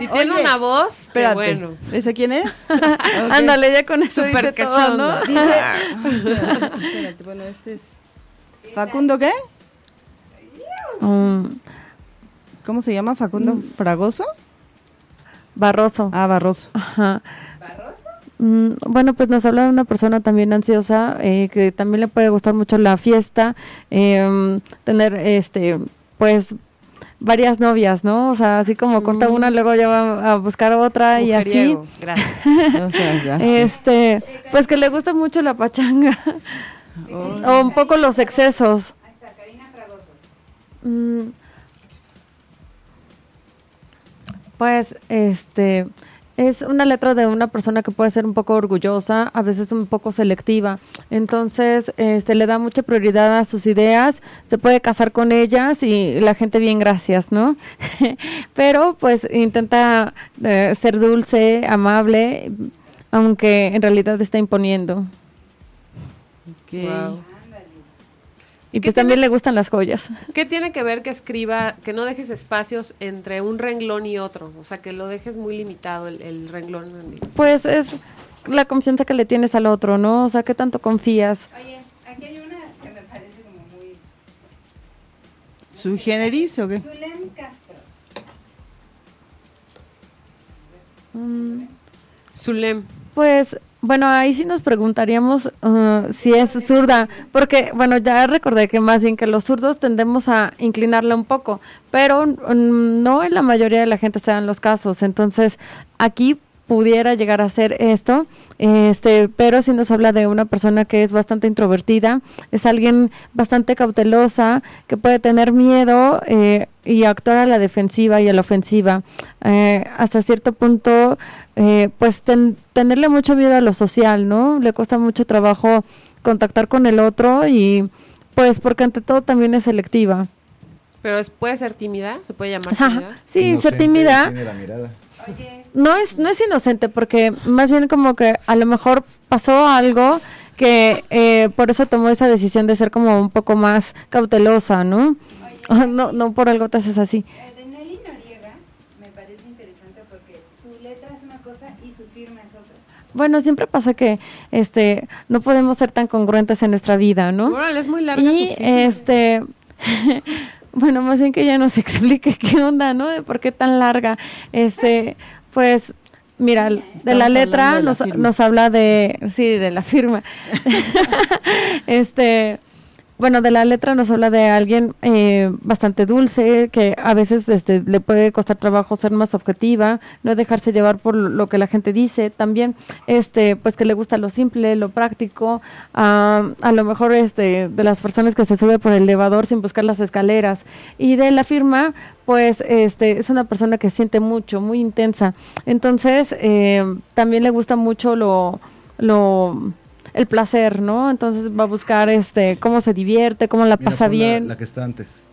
[SPEAKER 6] Y tiene
[SPEAKER 3] Oye,
[SPEAKER 6] una voz,
[SPEAKER 3] Espérate.
[SPEAKER 6] espérate. bueno.
[SPEAKER 3] ¿Ese
[SPEAKER 6] (laughs)
[SPEAKER 3] quién es?
[SPEAKER 5] (laughs) Ándale, ya con eso
[SPEAKER 6] Súper
[SPEAKER 5] dice todo, ¿no?
[SPEAKER 6] cachonda.
[SPEAKER 3] Dice. Espérate, bueno, este es. ¿Facundo qué?
[SPEAKER 5] Mm,
[SPEAKER 3] ¿Cómo se llama? ¿Facundo Fragoso?
[SPEAKER 5] Barroso.
[SPEAKER 3] Ah, Barroso.
[SPEAKER 5] Ajá. Mm, Bueno, pues nos habla de una persona también ansiosa, eh, que también le puede gustar mucho la fiesta, em, tener, este, pues, varias novias, ¿no? O sea, así como corta una, luego ya va a buscar otra y así.
[SPEAKER 6] Mujeriego, Gracias.
[SPEAKER 3] O sea,
[SPEAKER 5] (laughs)
[SPEAKER 3] ya.
[SPEAKER 5] Este, pues que le gusta mucho la pachanga o un poco los excesos. Mm. Pues, este, es una letra de una persona que puede ser un poco orgullosa, a veces un poco selectiva. Entonces, este, le da mucha prioridad a sus ideas, se puede casar con ellas y la gente bien gracias, ¿no? (laughs) Pero, pues, intenta eh, ser dulce, amable, aunque en realidad está imponiendo.
[SPEAKER 3] Ok.
[SPEAKER 6] Wow.
[SPEAKER 5] Y
[SPEAKER 6] ¿Qué
[SPEAKER 5] pues también le gustan las joyas.
[SPEAKER 6] ¿Qué tiene que ver que escriba, que no dejes espacios entre un renglón y otro? O sea, que lo dejes muy limitado el, el renglón.
[SPEAKER 5] Pues es la confianza que le tienes al otro, ¿no? O sea, ¿qué tanto confías?
[SPEAKER 7] Oye, aquí hay una que me parece como muy...
[SPEAKER 3] ¿Su generis o qué?
[SPEAKER 7] Zulem Castro.
[SPEAKER 5] Mm,
[SPEAKER 6] Zulem.
[SPEAKER 5] Pues, bueno, ahí sí nos preguntaríamos uh, si es zurda, porque, bueno, ya recordé que más bien que los zurdos tendemos a inclinarla un poco, pero mm, no en la mayoría de la gente se dan los casos. Entonces, aquí pudiera llegar a ser esto, este, pero si nos habla de una persona que es bastante introvertida, es alguien bastante cautelosa, que puede tener miedo eh, y actuar a la defensiva y a la ofensiva. Eh, hasta cierto punto, eh, pues ten- tenerle mucho miedo a lo social, ¿no? Le cuesta mucho trabajo contactar con el otro y pues porque ante todo también es selectiva.
[SPEAKER 6] Pero es, puede ser tímida, se puede llamar
[SPEAKER 5] Ajá,
[SPEAKER 6] tímida.
[SPEAKER 5] Sí,
[SPEAKER 9] Inocente,
[SPEAKER 5] ser tímida.
[SPEAKER 9] Tiene la mirada.
[SPEAKER 5] No es, no es inocente, porque más bien como que a lo mejor pasó algo que eh, por eso tomó esa decisión de ser como un poco más cautelosa, ¿no? (laughs) No, no por algo te haces así.
[SPEAKER 7] Eh, de Nelly Noriega me parece interesante porque su letra es una cosa y su firma es otra.
[SPEAKER 5] Bueno, siempre pasa que este no podemos ser tan congruentes en nuestra vida, ¿no?
[SPEAKER 6] Órale, es muy larga su
[SPEAKER 5] Y
[SPEAKER 6] firma.
[SPEAKER 5] este, (laughs) bueno, más bien que ella nos (laughs) explique qué onda, ¿no? De por qué tan larga. Este, pues, mira, de la
[SPEAKER 3] hablando
[SPEAKER 5] letra
[SPEAKER 3] de la
[SPEAKER 5] nos,
[SPEAKER 3] firma.
[SPEAKER 5] nos habla de, sí, de la firma. (laughs) este, bueno, de la letra nos habla de alguien eh, bastante dulce, que a veces este, le puede costar trabajo ser más objetiva, no dejarse llevar por lo que la gente dice, también, este, pues que le gusta lo simple, lo práctico, ah, a lo mejor este, de las personas que se sube por el elevador sin buscar las escaleras. Y de la firma, pues este, es una persona que siente mucho, muy intensa. Entonces, eh, también le gusta mucho lo... lo el placer, ¿no? Entonces va a buscar este cómo se divierte, cómo la
[SPEAKER 9] Mira,
[SPEAKER 5] pasa
[SPEAKER 9] pon la-
[SPEAKER 5] bien.
[SPEAKER 9] La, que está antes.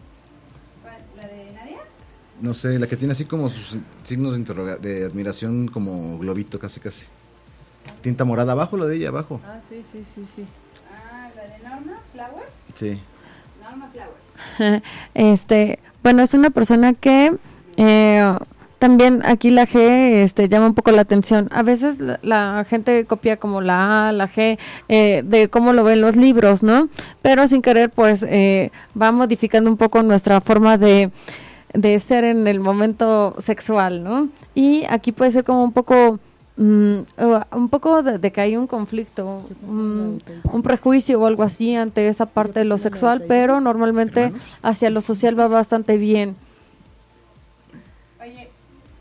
[SPEAKER 7] ¿Cuál? ¿La de Nadia?
[SPEAKER 9] No sé, la que tiene así como sus signos de, interroga- de admiración como globito casi casi. Tinta morada abajo, la de ella abajo.
[SPEAKER 3] Ah, sí, sí, sí, sí.
[SPEAKER 7] Ah, la de Norma Flowers.
[SPEAKER 9] Sí.
[SPEAKER 7] Norma Flowers.
[SPEAKER 5] (laughs) Este, bueno, es una persona que eh, también aquí la G este, llama un poco la atención. A veces la, la gente copia como la A, la G, eh, de cómo lo ven los libros, ¿no? Pero sin querer, pues eh, va modificando un poco nuestra forma de, de ser en el momento sexual, ¿no? Y aquí puede ser como un poco... mm, o- un poco de, de que hay un conflicto, mm, un prejuicio o algo así ante esa parte de lo sexual, pero normalmente hacia lo social va bastante bien.
[SPEAKER 7] Oye,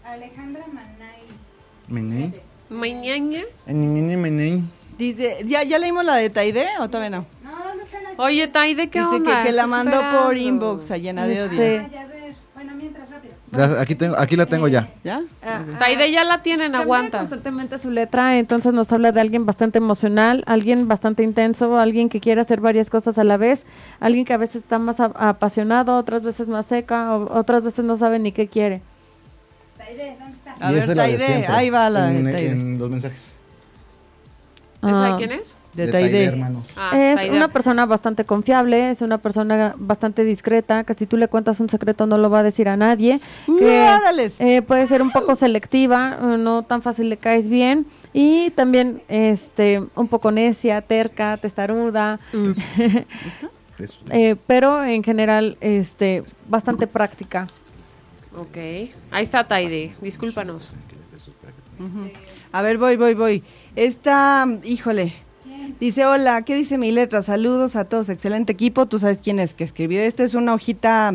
[SPEAKER 7] Alejandra Manay.
[SPEAKER 9] Meney.
[SPEAKER 6] Mañaña.
[SPEAKER 9] Meney, meney.
[SPEAKER 3] Dice, ¿ya, ya leímos la de Taide o todavía no?
[SPEAKER 7] No, ¿dónde está la
[SPEAKER 6] Oye, Taide, ¿qué
[SPEAKER 3] Dice
[SPEAKER 6] onda?
[SPEAKER 3] que, que la
[SPEAKER 6] Estoy
[SPEAKER 3] mandó por
[SPEAKER 6] esperando.
[SPEAKER 3] inbox a llena de odio.
[SPEAKER 5] Este,
[SPEAKER 7] Ah, ya, a ver. Bueno, mientras, rápido.
[SPEAKER 9] Ya, aquí, tengo, aquí la tengo ya.
[SPEAKER 3] ¿Ya?
[SPEAKER 6] Ah. Taide ya la tienen,
[SPEAKER 5] Cambia
[SPEAKER 6] aguanta.
[SPEAKER 5] constantemente su letra, entonces nos habla de alguien bastante emocional, alguien bastante intenso, alguien que quiere hacer varias cosas a la vez, alguien que a veces está más a- apasionado, otras veces más seca, o- otras veces no sabe ni qué quiere.
[SPEAKER 7] Taide, ¿dónde está?
[SPEAKER 3] A ver, Taide, ahí va la de
[SPEAKER 9] en,
[SPEAKER 3] Taide.
[SPEAKER 9] en los mensajes.
[SPEAKER 6] ¿Esa de
[SPEAKER 5] Ah.
[SPEAKER 6] quién es?
[SPEAKER 3] De
[SPEAKER 9] Taide,
[SPEAKER 3] Taide.
[SPEAKER 9] hermanos.
[SPEAKER 6] Ah,
[SPEAKER 5] es
[SPEAKER 6] Taider.
[SPEAKER 5] una persona bastante confiable, es una persona bastante discreta, que si tú le cuentas un secreto no lo va a decir a nadie. que,
[SPEAKER 3] ¡Órales!
[SPEAKER 5] eh, puede ser un poco selectiva, eh, no tan fácil le caes bien. Y también este un poco necia, terca, testaruda,
[SPEAKER 9] Eso.
[SPEAKER 5] eh, pero en general este bastante práctica.
[SPEAKER 6] Ok. Ahí está Taide. Discúlpanos.
[SPEAKER 3] A ver, voy, voy, voy. Esta, híjole. Dice, hola, ¿qué dice mi letra? Saludos a todos, excelente equipo. Tú sabes quién es que escribió esto. Es una hojita,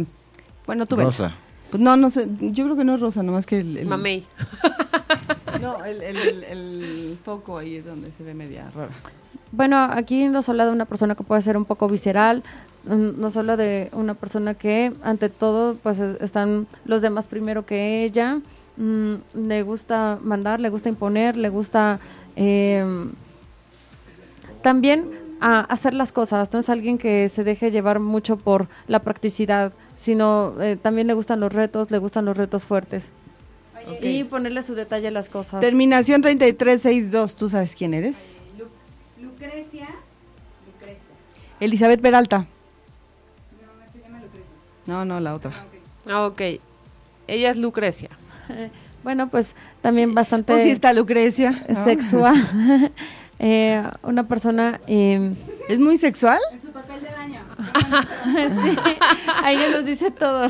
[SPEAKER 3] bueno, tú ves.
[SPEAKER 9] Rosa.
[SPEAKER 3] Pues no, no sé, yo creo que no es rosa, nomás que el... el-
[SPEAKER 6] Mamey.
[SPEAKER 3] No, el, el- el- el foco ahí es donde se ve media rara.
[SPEAKER 5] Bueno, aquí nos habla de una persona que puede ser un poco visceral, mm, nos habla de una persona que ante todo pues es- están los demás primero que ella, mm, le gusta mandar, le gusta imponer, le gusta eh, también a- hacer las cosas, no es alguien que se deje llevar mucho por la practicidad, sino eh, también le gustan los retos, le gustan los retos fuertes y ponerle su detalle a las cosas.
[SPEAKER 3] Terminación 3362, ¿tú sabes quién eres?
[SPEAKER 7] Lu- Lucrecia. Lucrecia.
[SPEAKER 3] Elizabeth Peralta.
[SPEAKER 7] No, se llama Lucrecia.
[SPEAKER 3] No, no, la otra.
[SPEAKER 6] Ah, ok. Ella es Lucrecia.
[SPEAKER 5] Bueno, pues también bastante...
[SPEAKER 3] Pues sí está Lucrecia. Ah. ¿no?
[SPEAKER 5] sexual. (laughs) Eh, una persona. eh,
[SPEAKER 3] ¿Es muy sexual?
[SPEAKER 7] En su papel del año.
[SPEAKER 5] (laughs) sí, ahí ya nos dice todo.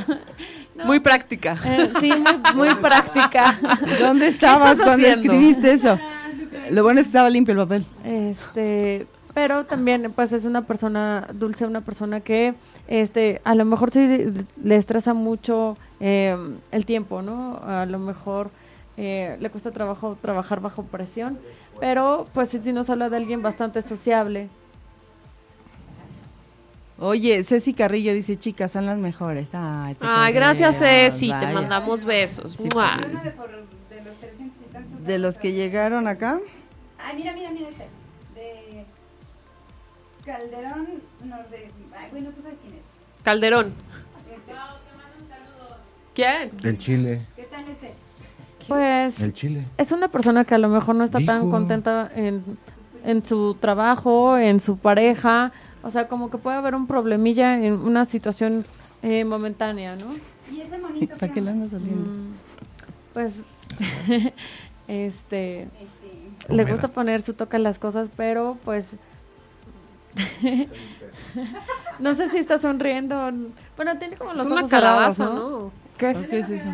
[SPEAKER 5] No,
[SPEAKER 6] Muy práctica.
[SPEAKER 5] eh, sí, muy, muy práctica.
[SPEAKER 3] ¿Dónde estabas
[SPEAKER 6] estás
[SPEAKER 3] cuando
[SPEAKER 6] haciendo?
[SPEAKER 3] escribiste eso?
[SPEAKER 7] Ah,
[SPEAKER 3] Lo bueno es que estaba limpio el papel.
[SPEAKER 5] Este, pero también, pues es una persona dulce, una persona que, este, a lo mejor sí le estresa mucho eh, el tiempo, ¿no? A lo mejor eh, le cuesta trabajo trabajar bajo presión, pero pues sí, sí nos habla de alguien bastante sociable.
[SPEAKER 3] Oye, Ceci Carrillo dice, chicas, son las mejores. Ay, te
[SPEAKER 6] Ay, Ah, gracias,
[SPEAKER 3] queremos,
[SPEAKER 6] Ceci. Te
[SPEAKER 3] vaya.
[SPEAKER 6] mandamos besos.
[SPEAKER 3] Sí, pues.
[SPEAKER 6] Mua.
[SPEAKER 7] Uno de, por, de los 300 y tantos.
[SPEAKER 3] De los que llegaron acá,
[SPEAKER 7] Ay, mira, mira, mira este. De Calderón Norde. Ay, güey, no tú sabes quién es. Este,
[SPEAKER 6] Calderón. ¿Quién?
[SPEAKER 9] El chile.
[SPEAKER 7] ¿Qué tal este?
[SPEAKER 5] Pues
[SPEAKER 9] El chile.
[SPEAKER 5] Es una persona que a lo mejor no está tan
[SPEAKER 9] Dijo.
[SPEAKER 5] contenta en, en su trabajo, en su pareja. O sea, como que puede haber un problemilla en una situación eh, momentánea, ¿no?
[SPEAKER 7] Y ese monito.
[SPEAKER 3] ¿para qué
[SPEAKER 7] que-
[SPEAKER 3] le andas saliendo?
[SPEAKER 5] Mm, Pues, (laughs) este,
[SPEAKER 7] Este.
[SPEAKER 5] le gusta poner su toque a las cosas, pero pues... (laughs) no sé si está sonriendo. Bueno, tiene como los
[SPEAKER 6] Es una
[SPEAKER 5] ojos cerrados,
[SPEAKER 6] calabaza,
[SPEAKER 5] ¿no?
[SPEAKER 6] ¿no?
[SPEAKER 7] Mm.
[SPEAKER 6] ¿Qué es?
[SPEAKER 3] ¿Qué es eso?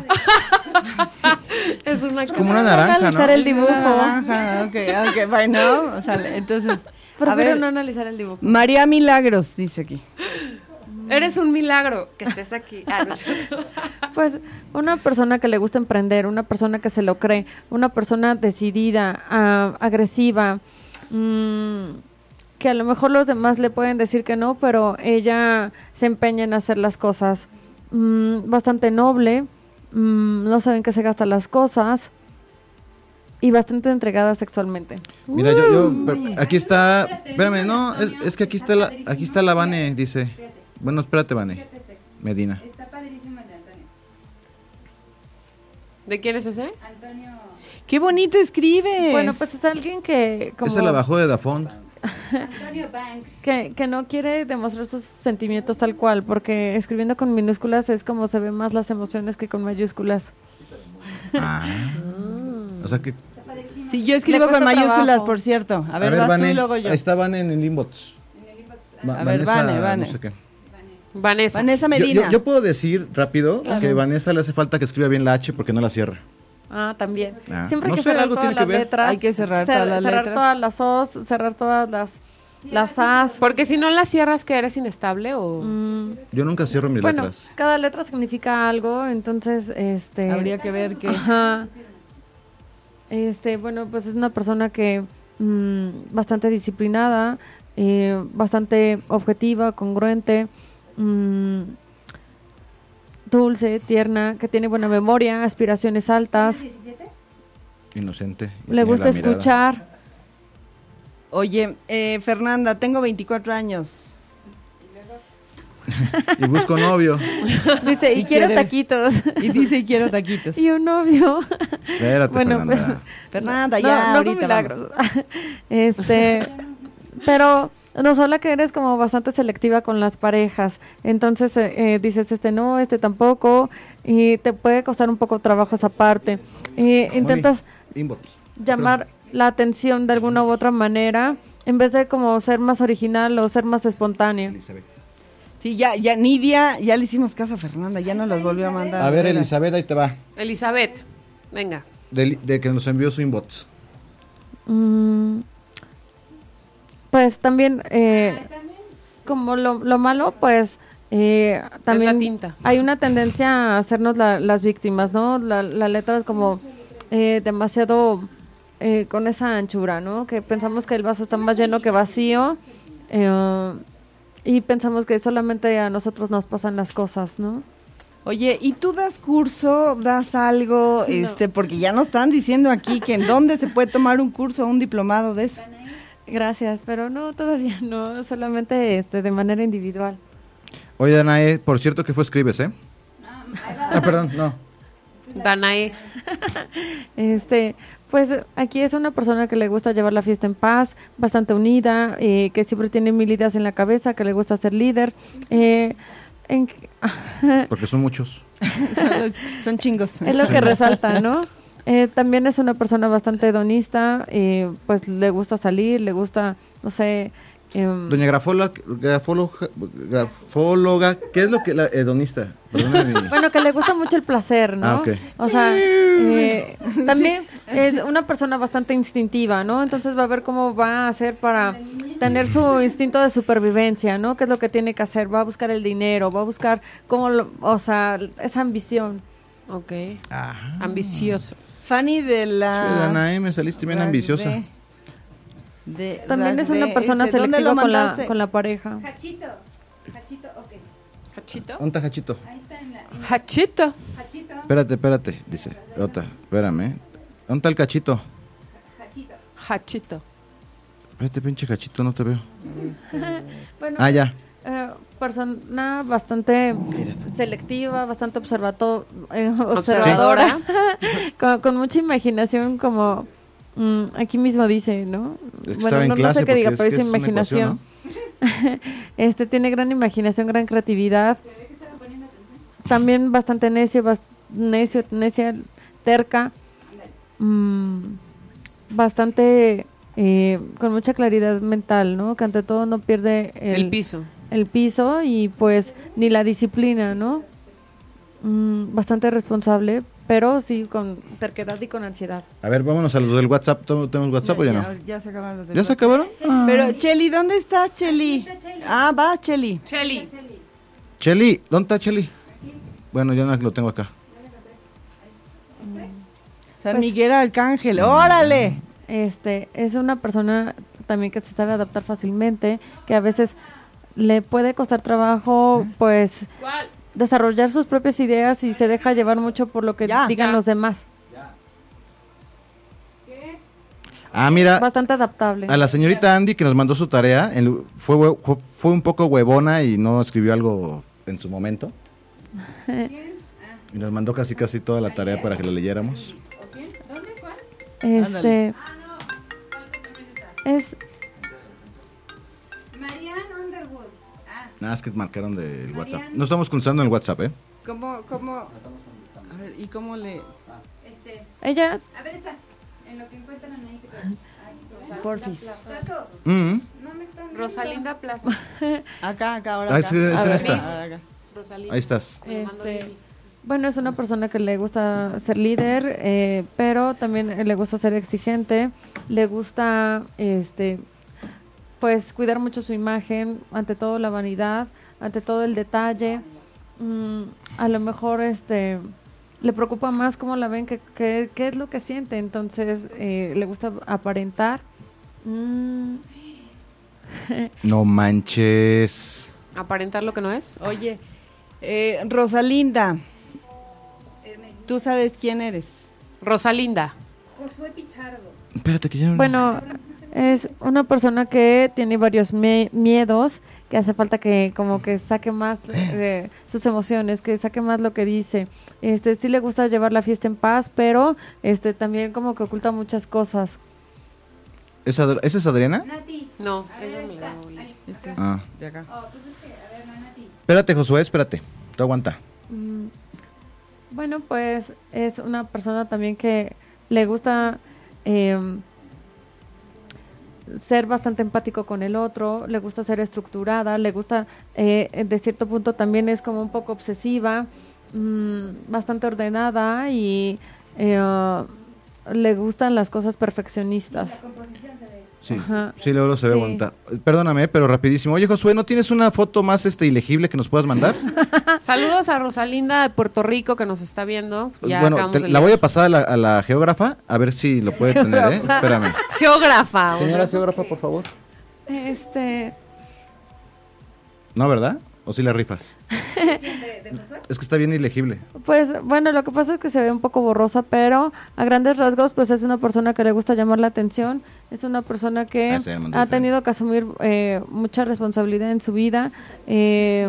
[SPEAKER 6] Es una
[SPEAKER 9] Como una
[SPEAKER 5] No,
[SPEAKER 9] naranja,
[SPEAKER 5] analizar
[SPEAKER 9] ¿no?
[SPEAKER 5] el dibujo.
[SPEAKER 3] Ajá, ok, ok, bueno, o sea, entonces, a
[SPEAKER 5] Prefiero
[SPEAKER 3] ver,
[SPEAKER 5] no analizar el dibujo.
[SPEAKER 3] María Milagros dice aquí.
[SPEAKER 6] Eres un milagro que estés aquí. Ah, no es cierto.
[SPEAKER 5] Pues una persona que le gusta emprender, una persona que se lo cree, una persona decidida, ah, agresiva, mm, que a lo mejor los demás le pueden decir que no, pero ella se empeña en hacer las cosas. Mm, bastante noble, mm, no saben que se gastan las cosas y bastante entregada sexualmente.
[SPEAKER 9] Mira, yo, yo-
[SPEAKER 7] Uy.
[SPEAKER 9] per- aquí está,
[SPEAKER 7] Espérate,
[SPEAKER 9] espérame,
[SPEAKER 7] mira,
[SPEAKER 9] no, es,
[SPEAKER 7] Antonio,
[SPEAKER 9] es que aquí
[SPEAKER 7] está
[SPEAKER 9] está la,
[SPEAKER 7] padrísimo.
[SPEAKER 9] aquí está la Vane, dice.
[SPEAKER 7] Fíjate,
[SPEAKER 9] Bueno, espérate, Vane,
[SPEAKER 7] fíjate este.
[SPEAKER 9] Medina.
[SPEAKER 7] Está padrísimo el de Antonio.
[SPEAKER 6] ¿De quién es ese?
[SPEAKER 7] Antonio.
[SPEAKER 3] ¡Qué bonito escribe!
[SPEAKER 5] Bueno, pues es alguien que como
[SPEAKER 9] Esa la bajó de Dafont.
[SPEAKER 7] Antonio Banks.
[SPEAKER 5] que, que no quiere demostrar sus sentimientos tal cual, porque escribiendo con minúsculas es como se ven más las emociones que con mayúsculas.
[SPEAKER 9] Ah.
[SPEAKER 3] Mm.
[SPEAKER 9] O sea que,
[SPEAKER 7] Está padrísimo.
[SPEAKER 3] Sí, yo escribo
[SPEAKER 5] Le
[SPEAKER 3] con
[SPEAKER 5] cuesta
[SPEAKER 3] mayúsculas,
[SPEAKER 5] trabajo.
[SPEAKER 3] por cierto. A
[SPEAKER 9] a
[SPEAKER 3] ver,
[SPEAKER 9] ver, este,
[SPEAKER 3] vas tú
[SPEAKER 9] Vane,
[SPEAKER 3] y luego yo.
[SPEAKER 9] ahí está Vane en el inbox.
[SPEAKER 7] En el inbox.
[SPEAKER 9] Va-
[SPEAKER 3] A ver, Vane, Vane.
[SPEAKER 9] no sé qué.
[SPEAKER 6] Vanessa.
[SPEAKER 3] Vanessa
[SPEAKER 9] Yo-
[SPEAKER 3] Medina.
[SPEAKER 9] Yo, yo puedo decir rápido que Vanessa le hace falta que escriba bien la H porque no la cierra.
[SPEAKER 5] Ah, también.
[SPEAKER 9] Ah.
[SPEAKER 5] Siempre hay
[SPEAKER 9] No
[SPEAKER 5] que
[SPEAKER 9] sé,
[SPEAKER 5] cerrar
[SPEAKER 9] algo
[SPEAKER 5] todas
[SPEAKER 9] tiene que
[SPEAKER 5] las
[SPEAKER 9] ver.
[SPEAKER 5] letras.
[SPEAKER 3] Hay que cerrar
[SPEAKER 5] cer-
[SPEAKER 3] todas las
[SPEAKER 5] cerrar
[SPEAKER 3] letras.
[SPEAKER 5] todas las O's, cerrar todas las, las A's.
[SPEAKER 6] Porque si no la cierras, que eres inestable o.
[SPEAKER 5] Mm,
[SPEAKER 9] Yo nunca cierro mis
[SPEAKER 5] bueno,
[SPEAKER 9] letras.
[SPEAKER 5] cada letra significa algo, entonces, este...
[SPEAKER 3] Habría que ver qué.
[SPEAKER 5] Ajá. Este, bueno, pues es una persona que mm, bastante disciplinada, eh, bastante objetiva, congruente, mm, dulce, tierna, que tiene buena memoria, aspiraciones altas,
[SPEAKER 9] Inocente. y tiene
[SPEAKER 5] le gusta
[SPEAKER 9] la mirada.
[SPEAKER 5] escuchar.
[SPEAKER 3] Oye, eh, Fernanda, tengo 24 años.
[SPEAKER 9] Y
[SPEAKER 3] (laughs)
[SPEAKER 9] busco novio.
[SPEAKER 5] Dice, y,
[SPEAKER 3] Y
[SPEAKER 5] quiero
[SPEAKER 3] quiere-
[SPEAKER 5] taquitos.
[SPEAKER 3] Y dice, quiero taquitos.
[SPEAKER 5] (laughs) y un novio.
[SPEAKER 9] Espérate,
[SPEAKER 5] Bueno,
[SPEAKER 9] Fernanda.
[SPEAKER 5] pues-
[SPEAKER 3] Fernanda,
[SPEAKER 5] No,
[SPEAKER 3] ya,
[SPEAKER 5] no con
[SPEAKER 3] ahorita
[SPEAKER 5] milagros. (laughs) este, pero nos habla que eres como bastante selectiva con las parejas. Entonces eh, eh, dices, este no, este tampoco. Y te puede costar un poco trabajo esa parte. Eh,
[SPEAKER 9] Jolín.
[SPEAKER 5] intentas
[SPEAKER 9] Inbox.
[SPEAKER 5] llamar la atención de alguna u otra manera en vez de como ser más original o ser más espontáneo.
[SPEAKER 9] Elizabeth.
[SPEAKER 3] Sí, ya, ya, Nidia, ya le hicimos caso a Fernanda, ya no las volvió a mandar.
[SPEAKER 9] A ver, Elizabeth, ahí te va.
[SPEAKER 6] Elizabeth, venga.
[SPEAKER 9] De, de que nos envió su inbox.
[SPEAKER 5] Mm, pues también, eh, como lo, lo malo, pues eh, también
[SPEAKER 6] tinta.
[SPEAKER 5] hay una tendencia a hacernos la- las víctimas, ¿no? La, la letra es como eh, demasiado eh, con esa anchura, ¿no? Que pensamos que el vaso está más lleno que vacío eh, y pensamos que solamente a nosotros nos pasan las cosas, ¿no?
[SPEAKER 3] Oye, ¿y tú das curso, das algo, este, porque ya nos están diciendo aquí que en dónde se puede tomar un curso o un diplomado de eso?
[SPEAKER 5] Gracias, pero no, todavía no, solamente este, de manera individual.
[SPEAKER 9] Oye, Danae, por cierto que fue escribes, ¿eh? Ah, perdón, no.
[SPEAKER 6] Danae.
[SPEAKER 5] Este, pues aquí es una persona que le gusta llevar la fiesta en paz, bastante unida, eh, que siempre tiene mil ideas en la cabeza, que le gusta ser líder. eh, en- (laughs)
[SPEAKER 9] Porque son muchos.
[SPEAKER 3] Son, los- son chingos.
[SPEAKER 5] es lo que resalta, ¿no? Eh, también es una persona bastante hedonista, eh, pues le gusta salir, le gusta, no sé, em,
[SPEAKER 9] Doña Grafola, grafóloga, grafóloga, ¿qué es lo que la hedonista? Perdona
[SPEAKER 5] (laughs)
[SPEAKER 9] mi-
[SPEAKER 5] Bueno, que le gusta mucho el placer, ¿no?
[SPEAKER 9] Ah, ok.
[SPEAKER 5] O sea, eh,
[SPEAKER 3] (laughs)
[SPEAKER 5] también es una persona bastante instintiva, ¿no? Entonces va a ver cómo va a hacer para tener su instinto de supervivencia, ¿no? ¿Qué es lo que tiene que hacer? Va a buscar el dinero, va a buscar cómo, lo- o sea, esa ambición.
[SPEAKER 6] Ok. Ambicioso.
[SPEAKER 3] Fanny de la...
[SPEAKER 9] Sí, Danae, me saliste bien
[SPEAKER 3] Rag-
[SPEAKER 9] ambiciosa.
[SPEAKER 3] de- de-
[SPEAKER 5] También
[SPEAKER 3] Rag-
[SPEAKER 5] es una
[SPEAKER 3] de-
[SPEAKER 5] persona
[SPEAKER 3] este, ¿dónde lo
[SPEAKER 5] selectiva con la,
[SPEAKER 3] mandaste?
[SPEAKER 5] con la pareja.
[SPEAKER 7] Hachito. Hachito, ok.
[SPEAKER 6] Hachito.
[SPEAKER 9] ¿Dónde está Jachito?
[SPEAKER 7] Ahí está en la. en la-
[SPEAKER 6] Hachito.
[SPEAKER 7] Hachito.
[SPEAKER 9] Espérate, espérate, dice. Otra, espérame. ¿eh? ¿Dónde está el cachito?
[SPEAKER 7] Hachito.
[SPEAKER 6] Hachito.
[SPEAKER 9] Espérate, pinche cachito, no te veo.
[SPEAKER 5] Bueno,
[SPEAKER 9] Ah, ya.
[SPEAKER 5] eh, persona bastante selectiva, bastante observato, eh, observadora, con, con mucha imaginación como mm, aquí mismo dice, ¿no?
[SPEAKER 9] Es que
[SPEAKER 5] bueno,
[SPEAKER 9] estaba en
[SPEAKER 5] no, no
[SPEAKER 9] clase
[SPEAKER 5] sé qué diga,
[SPEAKER 9] porque
[SPEAKER 5] pero
[SPEAKER 9] es
[SPEAKER 5] dice
[SPEAKER 9] que es una ecuación,
[SPEAKER 5] imaginación. este tiene gran imaginación, gran creatividad. También bastante necio, bas- necio, necia, terca. Mm, bastante eh, con mucha claridad mental, ¿no? Que ante todo no pierde
[SPEAKER 6] El, piso.
[SPEAKER 5] el piso y pues ni la disciplina, ¿no? Mm, bastante responsable, pero sí con terquedad y con ansiedad.
[SPEAKER 9] A ver, vámonos a los del WhatsApp. ¿Tem- ¿Tenemos WhatsApp o ya
[SPEAKER 3] Ya,
[SPEAKER 9] no?
[SPEAKER 3] ya se acabaron los de-
[SPEAKER 9] ¿Ya se acabaron? Ah,
[SPEAKER 3] Pero, Cheli, ¿dónde estás, Cheli? Ah, va, Cheli.
[SPEAKER 6] Cheli.
[SPEAKER 9] Cheli, ¿dónde está Cheli? Bueno, ya no lo tengo acá.
[SPEAKER 3] San
[SPEAKER 5] Pues-
[SPEAKER 3] Miguel
[SPEAKER 9] Mm.
[SPEAKER 3] Arcángel, órale.
[SPEAKER 5] Este es una persona también que se sabe adaptar fácilmente, que a veces le puede costar trabajo, pues
[SPEAKER 6] ¿Cuál?
[SPEAKER 5] desarrollar sus propias ideas y se deja llevar mucho por lo que
[SPEAKER 3] Ya,
[SPEAKER 5] digan
[SPEAKER 6] ya.
[SPEAKER 5] los demás.
[SPEAKER 9] Ah, mira,
[SPEAKER 5] Bastante adaptable.
[SPEAKER 9] a la señorita Andy que nos mandó su tarea, en lu- fue, hue- fue- fue un poco huevona y no escribió algo en su momento. Y nos mandó casi casi toda la tarea para que la leyéramos.
[SPEAKER 5] Este
[SPEAKER 6] Ah,
[SPEAKER 5] es
[SPEAKER 7] Marianne Underwood. Ah,
[SPEAKER 9] Nada, es que marcaron del WhatsApp. No estamos cruzando el WhatsApp, ¿eh?
[SPEAKER 3] ¿Cómo, cómo? A ver, ¿y cómo le...?
[SPEAKER 7] este.
[SPEAKER 5] ella
[SPEAKER 7] A ver, está. En lo que encuentran a nadie que te- Ah, sí, Rosa-
[SPEAKER 3] Porfis.
[SPEAKER 7] Tato,
[SPEAKER 9] Mm.
[SPEAKER 7] no me están viendo.
[SPEAKER 6] Rosalinda Plaza.
[SPEAKER 3] Acá, acá, ahora
[SPEAKER 9] Ah,
[SPEAKER 3] acá.
[SPEAKER 9] es que es
[SPEAKER 3] A
[SPEAKER 9] en
[SPEAKER 3] ver,
[SPEAKER 9] esta.
[SPEAKER 3] acá.
[SPEAKER 6] Rosalinda.
[SPEAKER 9] Ahí estás.
[SPEAKER 6] Me lo mandó
[SPEAKER 5] Este,
[SPEAKER 6] Lili.
[SPEAKER 5] Bueno, es una persona que le gusta ser líder, eh, pero también eh, le gusta ser exigente, le gusta, este, pues cuidar mucho su imagen, ante todo la vanidad, ante todo el detalle. Mm, a lo mejor, este, le preocupa más cómo la ven, que- que- qué es lo que siente, entonces eh, le gusta aparentar. Mm,
[SPEAKER 9] No manches.
[SPEAKER 6] Aparentar lo que no es.
[SPEAKER 3] Oye, eh, Rosalinda, ¿tú sabes quién eres?
[SPEAKER 6] Rosalinda.
[SPEAKER 7] Josué Pichardo.
[SPEAKER 9] Espérate que ya no-
[SPEAKER 5] Bueno, es una persona que tiene varios mie- miedos, que hace falta que como que saque más eh, sus emociones, que saque más lo que dice. Este sí le gusta llevar la fiesta en paz, pero este también como que oculta muchas cosas.
[SPEAKER 9] ¿Es Adr- ¿Esa es Adriana?
[SPEAKER 7] Nati.
[SPEAKER 6] No,
[SPEAKER 7] A
[SPEAKER 6] es
[SPEAKER 7] ver,
[SPEAKER 6] mi
[SPEAKER 7] esta.
[SPEAKER 6] abuela.
[SPEAKER 7] Ay,
[SPEAKER 3] Este es
[SPEAKER 9] Ah.
[SPEAKER 3] de acá.
[SPEAKER 7] Oh, pues es que, a ver, no, Nati.
[SPEAKER 9] Espérate, Josué, espérate. Tú aguanta.
[SPEAKER 5] Mm, Bueno, pues es una persona también que le gusta em, ser bastante empático con el otro, le gusta ser estructurada, le gusta, eh, de cierto punto también es como un poco obsesiva, mm, bastante ordenada y eh, le gustan las cosas perfeccionistas.
[SPEAKER 9] Sí,
[SPEAKER 5] Ajá.
[SPEAKER 9] sí, luego se ve
[SPEAKER 5] Sí.
[SPEAKER 9] bonita. Eh, Perdóname, pero rapidísimo. Oye, Josué, ¿no tienes una foto más este ilegible que nos puedas mandar?
[SPEAKER 6] Ah, Saludos a Rosalinda de Puerto Rico que nos está viendo. Ya
[SPEAKER 9] bueno,
[SPEAKER 6] acabamos
[SPEAKER 9] te-
[SPEAKER 6] de
[SPEAKER 9] la voy a
[SPEAKER 6] leer.
[SPEAKER 9] pasar a la, a la geógrafa, a ver si lo puede tener, ¿eh? Espérame.
[SPEAKER 6] Geógrafa. o
[SPEAKER 9] Señora
[SPEAKER 6] sea,
[SPEAKER 9] geógrafa, por favor.
[SPEAKER 5] Este,
[SPEAKER 9] No, ¿verdad? ¿O si la rifas? Es que está bien ilegible.
[SPEAKER 5] Pues bueno, lo que pasa es que se ve un poco borrosa, pero a grandes rasgos, pues es una persona que le gusta llamar la atención, es una persona que
[SPEAKER 9] Ah, sí, el mundo
[SPEAKER 5] ha
[SPEAKER 9] diferente.
[SPEAKER 5] tenido que asumir eh, mucha responsabilidad en su vida, eh,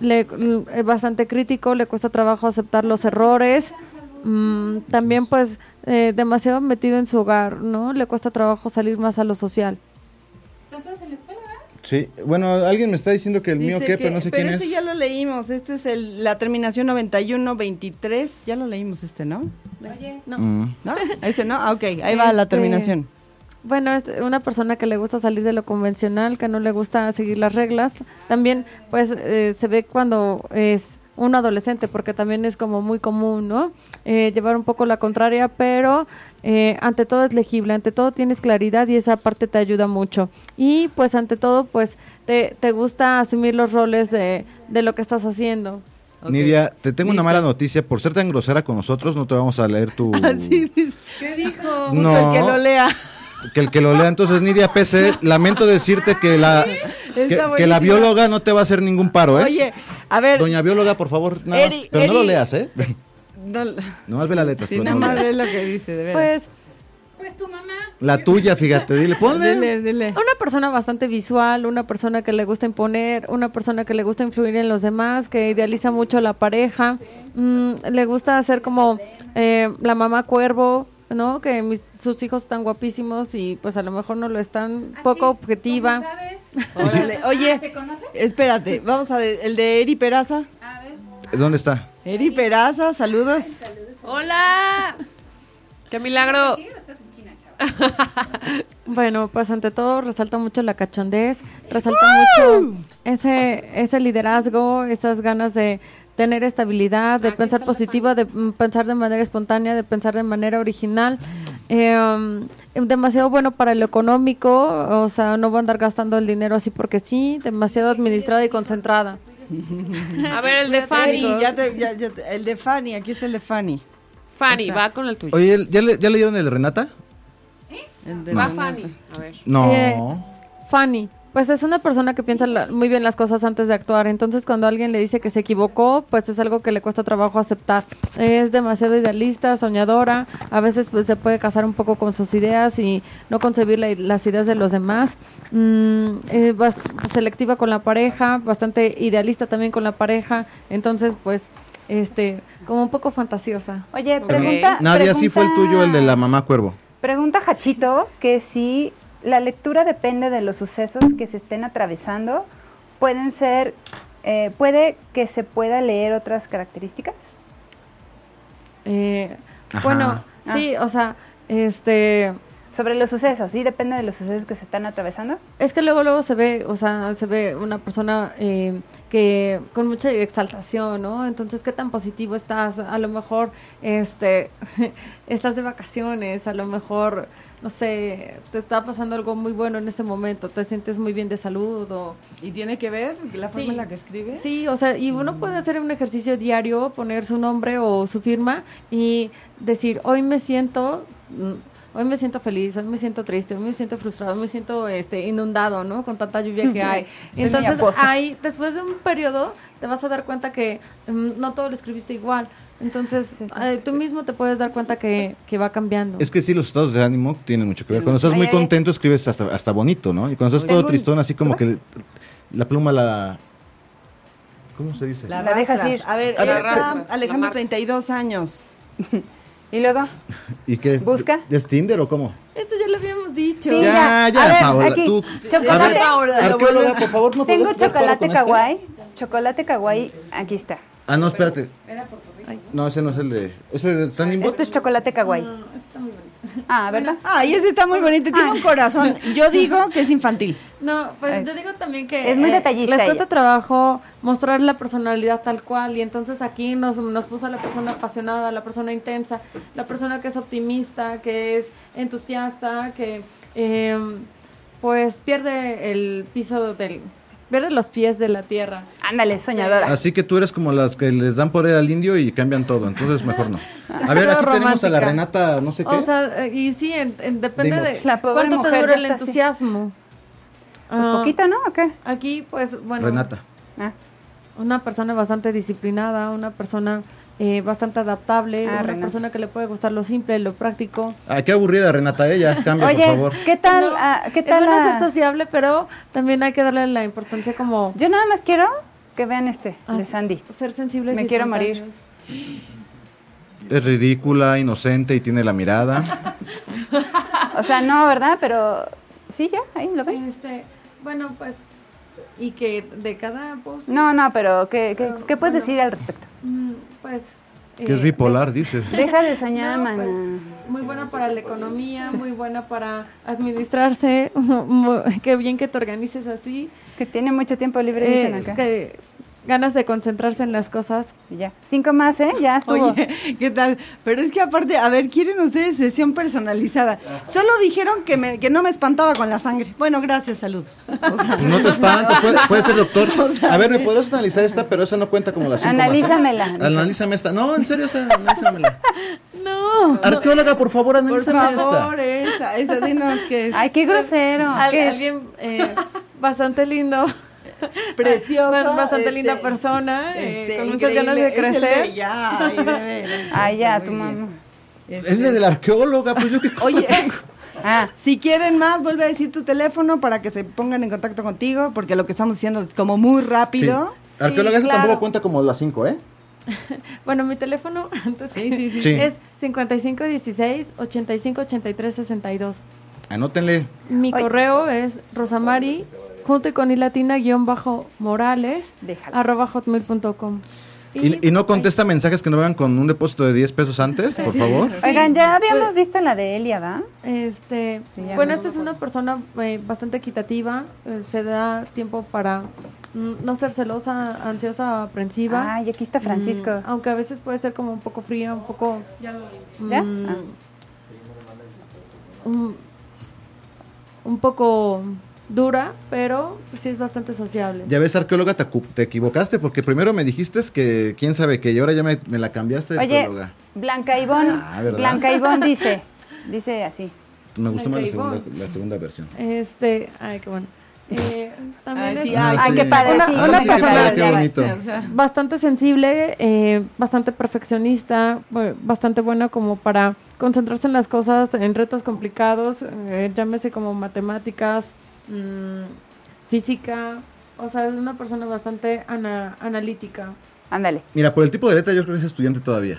[SPEAKER 5] le, l- es bastante crítico, le cuesta trabajo aceptar los errores, mm, también pues eh, demasiado metido en su hogar, ¿no? Le cuesta trabajo salir más a lo social.
[SPEAKER 9] Sí, bueno, alguien me está diciendo que el mío
[SPEAKER 3] Dice
[SPEAKER 9] qué,
[SPEAKER 3] que-
[SPEAKER 9] pero no sé quién
[SPEAKER 3] este
[SPEAKER 9] es.
[SPEAKER 3] ya lo leímos. Este es el, la terminación 91-23. Ya lo leímos este, ¿no?
[SPEAKER 9] Mm.
[SPEAKER 3] ¿No? Ese no. Ah, ok. Ahí va la
[SPEAKER 5] Este-
[SPEAKER 3] terminación.
[SPEAKER 5] Bueno, es una persona que le gusta salir de lo convencional, que no le gusta seguir las reglas. También, pues, eh, se ve cuando es un adolescente, porque también es como muy común, ¿no? Eh, llevar un poco la contraria, pero eh, ante todo es legible, ante todo tienes claridad y esa parte te ayuda mucho. Y, pues, ante todo, pues, te, te gusta asumir los roles de, de lo que estás haciendo.
[SPEAKER 3] Ok.
[SPEAKER 9] Nidia, te tengo una
[SPEAKER 3] Listo.
[SPEAKER 9] mala noticia. Por ser tan grosera con nosotros, no te vamos a leer tu...
[SPEAKER 3] Así dice.
[SPEAKER 6] ¿Qué dijo?
[SPEAKER 9] No.
[SPEAKER 3] El que lo lea.
[SPEAKER 9] Que el que lo lea, entonces Nidia PC, lamento decirte que la que,
[SPEAKER 3] Está
[SPEAKER 9] que la
[SPEAKER 3] buenísima.
[SPEAKER 9] bióloga no te va a hacer ningún paro, ¿eh?
[SPEAKER 3] Oye, a ver.
[SPEAKER 9] Doña bióloga, por favor, nada más,
[SPEAKER 3] Eri-
[SPEAKER 9] pero no lo
[SPEAKER 3] Eri-
[SPEAKER 9] leas, ¿eh?
[SPEAKER 3] no-
[SPEAKER 9] (laughs) Nomás ve las letras,
[SPEAKER 3] sí,
[SPEAKER 9] pero
[SPEAKER 3] nada
[SPEAKER 9] no lo
[SPEAKER 3] más
[SPEAKER 9] leas.
[SPEAKER 3] ve lo que dice, de veras.
[SPEAKER 5] Pues,
[SPEAKER 9] La tuya, fíjate, dile, ponle.
[SPEAKER 3] dile, dile.
[SPEAKER 5] Una persona bastante visual, una persona que le gusta imponer, una persona que le gusta influir en los demás, que idealiza mucho a la pareja, mm, le gusta hacer como eh, la mamá cuervo, ¿no? Que mis- sus hijos están guapísimos y pues a lo mejor no lo están, poco objetiva.
[SPEAKER 3] Órale. Oye, espérate. Vamos a ver. El de Eri Peraza.
[SPEAKER 9] ¿Dónde está?
[SPEAKER 3] Eri Peraza, saludos.
[SPEAKER 6] ¡Hola! ¡Qué milagro!
[SPEAKER 5] Bueno, pues ante todo resalta mucho la cachondez, resalta mucho ese, ese liderazgo, esas ganas de tener estabilidad, de pensar positiva, de mm, pensar de manera espontánea, de pensar de manera original. Eh, um, demasiado bueno para lo económico, o sea, no va a andar gastando el dinero así porque sí, demasiado administrada y concentrada.
[SPEAKER 6] A ver, el de
[SPEAKER 3] Eri,
[SPEAKER 6] Fanny.
[SPEAKER 3] ya te- ya- ya te- el de Fanny, aquí está el de Fanny.
[SPEAKER 6] Fanny, va con el tuyo.
[SPEAKER 9] Oye, ¿el- ¿ya, le- ya leyeron el de Renata?
[SPEAKER 3] El de
[SPEAKER 6] Va
[SPEAKER 3] Renata.
[SPEAKER 6] Fanny. A ver.
[SPEAKER 9] No.
[SPEAKER 5] Eh, Fanny, pues es una persona que piensa la- muy bien las cosas antes de actuar. Entonces, cuando alguien le dice que se equivocó, pues es algo que le cuesta trabajo aceptar. Es demasiado idealista, soñadora. A veces pues, se puede casar un poco con sus ideas y no concebir la- las ideas de los demás. Mm, es bas- selectiva con la pareja, bastante idealista también con la pareja. Entonces, pues, este, como un poco fantasiosa.
[SPEAKER 10] Oye,
[SPEAKER 6] Ok.
[SPEAKER 10] pregunta.
[SPEAKER 9] Nadia, sí
[SPEAKER 10] pregunta-
[SPEAKER 9] fue el tuyo, el de la mamá cuervo.
[SPEAKER 10] Pregunta Jachito que si la lectura depende de los sucesos que se estén atravesando, pueden ser, eh, puede que se pueda leer otras características.
[SPEAKER 5] Eh,
[SPEAKER 9] Ajá.
[SPEAKER 5] bueno, sí, o sea, este...
[SPEAKER 10] Sobre los sucesos, ¿sí? Depende de los sucesos que se están atravesando.
[SPEAKER 5] Es que luego luego se ve, o sea, se ve una persona eh, que con mucha exaltación, ¿no? Entonces, ¿qué tan positivo estás? A lo mejor, este, (laughs) estás de vacaciones, a lo mejor, no sé, te está pasando algo muy bueno en este momento, te sientes muy bien de salud o
[SPEAKER 3] ¿Y tiene que ver la forma
[SPEAKER 5] Sí.
[SPEAKER 3] en la que escribe?
[SPEAKER 5] Sí, o sea, y uno puede hacer un ejercicio diario, poner su nombre o su firma y decir, hoy me siento, mm, hoy me siento feliz, hoy me siento triste, hoy me siento frustrado, hoy me siento este inundado, ¿no? Con tanta lluvia que hay. Entonces,
[SPEAKER 10] pozo.
[SPEAKER 5] ahí, después de un periodo, te vas a dar cuenta que mm, no todo lo escribiste igual. Entonces, eh, tú mismo te puedes dar cuenta que, que va cambiando.
[SPEAKER 9] Es que sí, los estados de ánimo tienen mucho que ver. Cuando estás
[SPEAKER 6] Ay,
[SPEAKER 9] muy
[SPEAKER 6] ay, ay.
[SPEAKER 9] contento, escribes hasta, hasta bonito, ¿no? Y cuando estás todo
[SPEAKER 5] Tengo un-
[SPEAKER 9] tristón, así como que La pluma la... ¿Cómo se dice?
[SPEAKER 3] La, dejas ir. A ver,
[SPEAKER 9] Ah, la
[SPEAKER 3] está
[SPEAKER 9] arrastras,
[SPEAKER 6] la
[SPEAKER 3] Alejandro,
[SPEAKER 6] marcas.
[SPEAKER 3] 32 años.
[SPEAKER 2] ¿Y luego?
[SPEAKER 9] ¿Y qué?
[SPEAKER 2] ¿Busca?
[SPEAKER 9] ¿Es Tinder o cómo?
[SPEAKER 5] Esto ya lo habíamos dicho.
[SPEAKER 2] Sí, ya.
[SPEAKER 9] Ya, ya,
[SPEAKER 2] A ver,
[SPEAKER 9] Paola,
[SPEAKER 2] aquí.
[SPEAKER 9] tú.
[SPEAKER 2] Chocolate.
[SPEAKER 9] A ver,
[SPEAKER 2] Paola, lo
[SPEAKER 9] arqueóloga,
[SPEAKER 2] vuelvo.
[SPEAKER 9] por favor, no
[SPEAKER 2] Tengo
[SPEAKER 9] podrías estar claro
[SPEAKER 2] chocolate
[SPEAKER 9] pues, con este?
[SPEAKER 2] kawaii. Chocolate kawaii, aquí está.
[SPEAKER 9] Ah, no, espérate. No, ese no es el de. Ese de Standing Bot.
[SPEAKER 2] Este es chocolate kawaii. Ah, ¿verdad?
[SPEAKER 3] Ay, ese está muy bonito. Tiene un corazón. Yo digo que es infantil.
[SPEAKER 5] No, pues
[SPEAKER 2] Ay.
[SPEAKER 5] yo digo también que... eh,
[SPEAKER 2] Es muy detallista
[SPEAKER 5] Les
[SPEAKER 2] ella.
[SPEAKER 5] cuesta trabajo mostrar la personalidad tal cual y entonces aquí nos, nos puso a la persona apasionada, la persona intensa, la persona que es optimista, que es entusiasta, que eh, pues pierde el piso del... pierde los pies de la tierra.
[SPEAKER 2] Ándale, soñadora.
[SPEAKER 9] Así que tú eres como las que les dan por al indio y cambian todo. Entonces,
[SPEAKER 2] (laughs)
[SPEAKER 9] mejor no. A ver,
[SPEAKER 5] Pero
[SPEAKER 9] aquí tenemos a
[SPEAKER 5] romántica.
[SPEAKER 9] la Renata, no sé qué.
[SPEAKER 5] O sea, eh, y sí, en- en- depende de
[SPEAKER 9] Demos.
[SPEAKER 2] La pobre
[SPEAKER 5] cuánto te
[SPEAKER 2] mujer
[SPEAKER 5] dura
[SPEAKER 2] ya
[SPEAKER 5] el
[SPEAKER 2] está así.
[SPEAKER 5] entusiasmo.
[SPEAKER 2] Pues
[SPEAKER 5] Ah,
[SPEAKER 2] poquito, ¿no? ¿O qué?
[SPEAKER 5] Aquí, pues, bueno.
[SPEAKER 9] Renata.
[SPEAKER 2] Ah,
[SPEAKER 5] una persona bastante disciplinada, una persona eh, bastante adaptable,
[SPEAKER 2] Ah,
[SPEAKER 5] una
[SPEAKER 2] Renata.
[SPEAKER 5] persona que le puede gustar lo simple, lo práctico.
[SPEAKER 9] Ah, qué aburrida, Renata. Ella, cambia,
[SPEAKER 2] Oye,
[SPEAKER 9] por favor.
[SPEAKER 2] ¿qué tal?
[SPEAKER 5] No,
[SPEAKER 2] ah, ¿Qué
[SPEAKER 5] Es
[SPEAKER 2] tal?
[SPEAKER 5] bueno
[SPEAKER 2] la-
[SPEAKER 5] ser sociable, pero también hay que darle la importancia como
[SPEAKER 2] Yo nada más quiero que vean este,
[SPEAKER 5] Ah,
[SPEAKER 2] de Sandy.
[SPEAKER 5] ser sensibles.
[SPEAKER 2] Me
[SPEAKER 5] y
[SPEAKER 2] quiero morir.
[SPEAKER 5] espontáneos.
[SPEAKER 9] Es ridícula, inocente y tiene
[SPEAKER 2] (laughs)
[SPEAKER 9] la mirada.
[SPEAKER 2] O sea, no, ¿verdad? Pero sí, ya, ahí lo ven.
[SPEAKER 5] Este, bueno, pues, y que de cada post,
[SPEAKER 2] No, no, pero ¿qué, qué,
[SPEAKER 5] Pero,
[SPEAKER 2] qué puedes
[SPEAKER 5] bueno.
[SPEAKER 2] decir al respecto?
[SPEAKER 5] mm, pues...
[SPEAKER 9] Que es
[SPEAKER 5] eh,
[SPEAKER 9] bipolar, dices.
[SPEAKER 2] Deja de soñar,
[SPEAKER 5] No,
[SPEAKER 2] mana.
[SPEAKER 5] pues, muy buena para la economía, muy buena para administrarse. (laughs) mu- Qué bien que te organices así.
[SPEAKER 2] Que tiene mucho tiempo libre,
[SPEAKER 5] eh,
[SPEAKER 2] dicen acá.
[SPEAKER 5] que ganas de concentrarse en las cosas.
[SPEAKER 2] Y Ya. Cinco más, ¿eh? Ya estuvo.
[SPEAKER 3] Oye, ¿qué tal? Pero es que aparte, a ver, quieren ustedes sesión personalizada. Solo dijeron que, me, que no me espantaba con la sangre. Bueno, gracias, saludos. O sea,
[SPEAKER 9] No te espantes, puede, puede ser doctor. A ver, ¿me podrías analizar esta? Pero esa no cuenta como la cinco más.
[SPEAKER 2] Analízamela.
[SPEAKER 9] Analízame esta. No, en serio, esa, analízamela.
[SPEAKER 5] No.
[SPEAKER 9] Arqueóloga, (laughs) por favor,
[SPEAKER 3] por
[SPEAKER 9] analízame
[SPEAKER 3] favor, esa, esa, dinos que es
[SPEAKER 2] Ay, qué grosero.
[SPEAKER 5] Al-
[SPEAKER 2] ¿Qué es?
[SPEAKER 5] alguien eh, bastante lindo.
[SPEAKER 3] precioso.
[SPEAKER 5] Ba- bastante
[SPEAKER 3] este,
[SPEAKER 5] linda persona, eh,
[SPEAKER 3] este,
[SPEAKER 5] con muchas ganas de
[SPEAKER 3] increíble, es el
[SPEAKER 5] crecer.
[SPEAKER 3] de ya, ay, de veras,
[SPEAKER 2] Ay, ya,
[SPEAKER 3] está
[SPEAKER 2] tu
[SPEAKER 3] muy bien.
[SPEAKER 2] mamá.
[SPEAKER 9] esta. Es de la arqueóloga, pues yo qué (laughs)
[SPEAKER 3] Oye, (laughs)
[SPEAKER 2] Ah,
[SPEAKER 3] si quieren más, vuelve a decir tu teléfono para que se pongan en contacto contigo, porque lo que estamos diciendo es como muy rápido.
[SPEAKER 5] Sí,
[SPEAKER 9] Arqueóloga, eso
[SPEAKER 5] claro.
[SPEAKER 9] tampoco cuenta como las 5, ¿eh?
[SPEAKER 5] Bueno, mi teléfono (laughs) antes
[SPEAKER 9] sí. Sí.
[SPEAKER 5] es 5516-858362.
[SPEAKER 9] Anótenle.
[SPEAKER 5] Mi
[SPEAKER 2] Ay.
[SPEAKER 5] correo es rosamari junto y con ilatina guión bajo morales
[SPEAKER 2] déjalo.
[SPEAKER 5] arroba hotmail.com.
[SPEAKER 9] Y, y no contesta mensajes que no vengan con un depósito de 10 pesos antes, por favor.
[SPEAKER 2] Oigan, ya
[SPEAKER 5] pues.
[SPEAKER 2] habíamos visto la de Elia, ¿va?
[SPEAKER 5] Este,
[SPEAKER 2] Sí, ya
[SPEAKER 5] bueno,
[SPEAKER 2] no
[SPEAKER 5] esta es una persona eh, bastante equitativa, eh, se da tiempo para mm, no ser celosa, ansiosa, aprensiva.
[SPEAKER 2] Ay, aquí está Francisco.
[SPEAKER 5] Mm, aunque a veces puede ser como un poco fría, un poco...
[SPEAKER 2] ¿Ya?
[SPEAKER 5] mm,
[SPEAKER 2] Ah.
[SPEAKER 5] un, un poco dura, pero sí es bastante sociable.
[SPEAKER 9] Ya ves, arqueóloga, te, acu- te equivocaste porque primero me dijiste que quién sabe que y ahora ya me, me la cambiaste,
[SPEAKER 2] Oye,
[SPEAKER 9] arqueóloga.
[SPEAKER 2] Blanca Ivón,
[SPEAKER 9] Ah, ¿verdad?
[SPEAKER 2] Blanca Ivón dice, dice así.
[SPEAKER 9] Me gustó más la
[SPEAKER 5] Ok,
[SPEAKER 9] segunda,
[SPEAKER 5] voy.
[SPEAKER 9] la segunda versión.
[SPEAKER 5] Este, ay, qué bueno. Eh, también
[SPEAKER 3] Ay,
[SPEAKER 5] es
[SPEAKER 3] sí,
[SPEAKER 9] Ah,
[SPEAKER 2] ay, qué padre,
[SPEAKER 5] Una-
[SPEAKER 2] sí,
[SPEAKER 5] una
[SPEAKER 2] una
[SPEAKER 9] sí,
[SPEAKER 5] persona-
[SPEAKER 9] padre, qué
[SPEAKER 2] ya,
[SPEAKER 9] bonito.
[SPEAKER 3] O sea,
[SPEAKER 5] bastante sensible, eh, bastante perfeccionista, bu- bastante buena como para concentrarse en las cosas, en retos complicados, eh, llámese como matemáticas, mm, física, o sea, es una persona bastante ana- analítica.
[SPEAKER 2] Ándale.
[SPEAKER 9] Mira, por el tipo de letra yo creo que es estudiante todavía.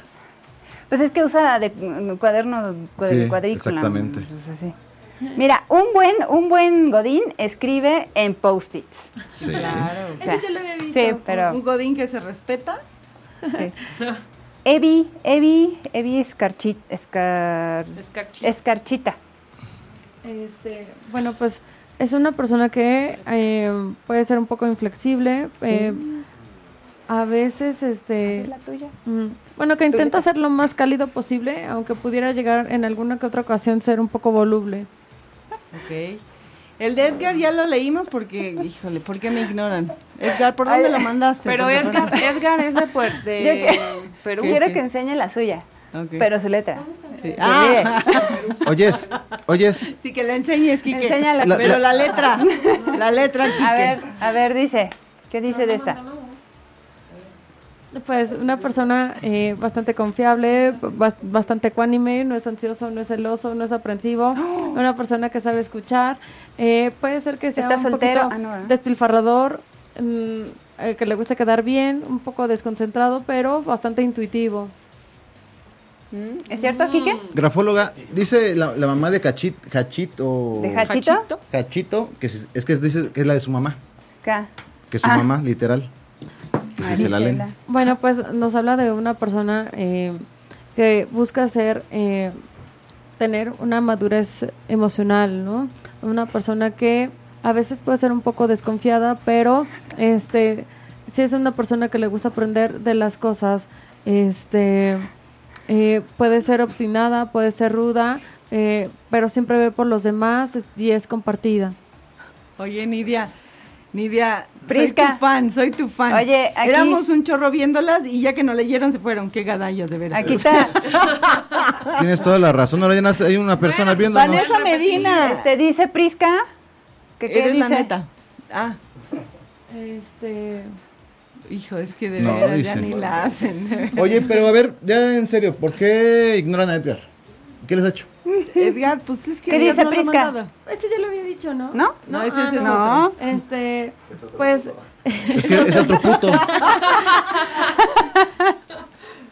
[SPEAKER 2] Pues es que usa de mm, cuaderno cuad-
[SPEAKER 9] Sí,
[SPEAKER 2] cuadrícula.
[SPEAKER 9] exactamente.
[SPEAKER 2] mm, pues así. Mira, un buen, un buen Godín escribe en post-its.
[SPEAKER 9] Sí.
[SPEAKER 3] claro.
[SPEAKER 2] O sea,
[SPEAKER 5] Ese ya lo había visto.
[SPEAKER 2] sí, pero
[SPEAKER 3] Un godín que se respeta.
[SPEAKER 2] sí. Evi, Evi, Evi Escarchita, Escarchita.
[SPEAKER 5] Este, bueno, pues es una persona que eh, puede ser un poco inflexible, eh, a veces, este...
[SPEAKER 2] ¿Es la tuya?
[SPEAKER 5] Mm, Bueno, que intenta
[SPEAKER 2] Tulipa.
[SPEAKER 5] ser lo más cálido posible, aunque pudiera llegar en alguna que otra ocasión ser un poco voluble.
[SPEAKER 3] Ok. El de Edgar ya lo leímos porque, híjole, ¿por qué me ignoran? Edgar, ¿por dónde lo mandaste?
[SPEAKER 6] Pero
[SPEAKER 3] Por
[SPEAKER 6] Edgar, Edgar es de, puer- de Perú.
[SPEAKER 2] Quiero
[SPEAKER 3] qué?
[SPEAKER 2] que enseñe la suya,
[SPEAKER 3] favor. Ok.
[SPEAKER 2] pero su letra.
[SPEAKER 3] Sí. Ah, (laughs)
[SPEAKER 9] Oyes, oyes.
[SPEAKER 3] sí, que la enseñes, Quique.
[SPEAKER 2] Enséñala.
[SPEAKER 9] La-
[SPEAKER 3] Pero la letra, la letra, Quique.
[SPEAKER 2] A ver, a ver, dice. ¿Qué dice de esta?
[SPEAKER 5] Pues una persona eh, bastante confiable, bas- bastante ecuánime, no es ansioso, no es celoso, no es aprensivo,
[SPEAKER 10] ¡Oh!
[SPEAKER 5] una persona que sabe escuchar, eh, puede ser que sea
[SPEAKER 10] ¿Está
[SPEAKER 5] un
[SPEAKER 10] soltero?
[SPEAKER 5] poquito
[SPEAKER 10] Ah, no, ¿verdad?
[SPEAKER 5] despilfarrador, mm, eh, que le gusta quedar bien, un poco desconcentrado, pero bastante intuitivo.
[SPEAKER 10] ¿Es cierto, Quique?
[SPEAKER 9] Grafóloga, dice la, la mamá de Cachit, Cachit o...
[SPEAKER 10] ¿De Jachito? Jachito.
[SPEAKER 9] Cachito, que es, es que dice que es la de su mamá,
[SPEAKER 10] Acá.
[SPEAKER 9] que es su
[SPEAKER 10] Ah.
[SPEAKER 9] mamá, literal. Que sí se la leen.
[SPEAKER 5] Bueno, pues nos habla de una persona eh, que busca ser, eh, tener una madurez emocional, ¿no? Una persona que a veces puede ser un poco desconfiada, pero este, si es una persona que le gusta aprender de las cosas, este, eh, puede ser obstinada, puede ser ruda, eh, pero siempre ve por los demás y es compartida.
[SPEAKER 3] Oye, Nidia, Nidia, soy
[SPEAKER 5] Prisca.
[SPEAKER 3] tu fan, soy tu fan.
[SPEAKER 5] Oye, aquí-
[SPEAKER 3] Éramos un chorro viéndolas y ya que no leyeron se fueron. Qué gadallas, de veras.
[SPEAKER 10] Aquí está.
[SPEAKER 9] Tienes toda la razón, ahora ya nace- hay una persona viéndonos.
[SPEAKER 10] Te dice Prisca. que qué
[SPEAKER 3] Eres la
[SPEAKER 10] dice?
[SPEAKER 3] neta. Ah.
[SPEAKER 5] Este...
[SPEAKER 3] Hijo, es que de
[SPEAKER 9] No,
[SPEAKER 3] veras ya
[SPEAKER 9] dice.
[SPEAKER 3] ni la hacen. de veras.
[SPEAKER 9] Oye, pero a ver, ya en serio, ¿por qué ignoran a Edgar? ¿Qué les ha hecho?
[SPEAKER 3] Edgar, pues es que
[SPEAKER 5] ¿Qué
[SPEAKER 3] Edgar
[SPEAKER 5] dice
[SPEAKER 3] no lo
[SPEAKER 5] Prisca?
[SPEAKER 3] mandaba.
[SPEAKER 5] Este ya lo había dicho, ¿no?
[SPEAKER 3] ¿No? No, ese- ese es
[SPEAKER 10] Ah,
[SPEAKER 3] otro.
[SPEAKER 5] Este, pues...
[SPEAKER 9] Es que es otro puto.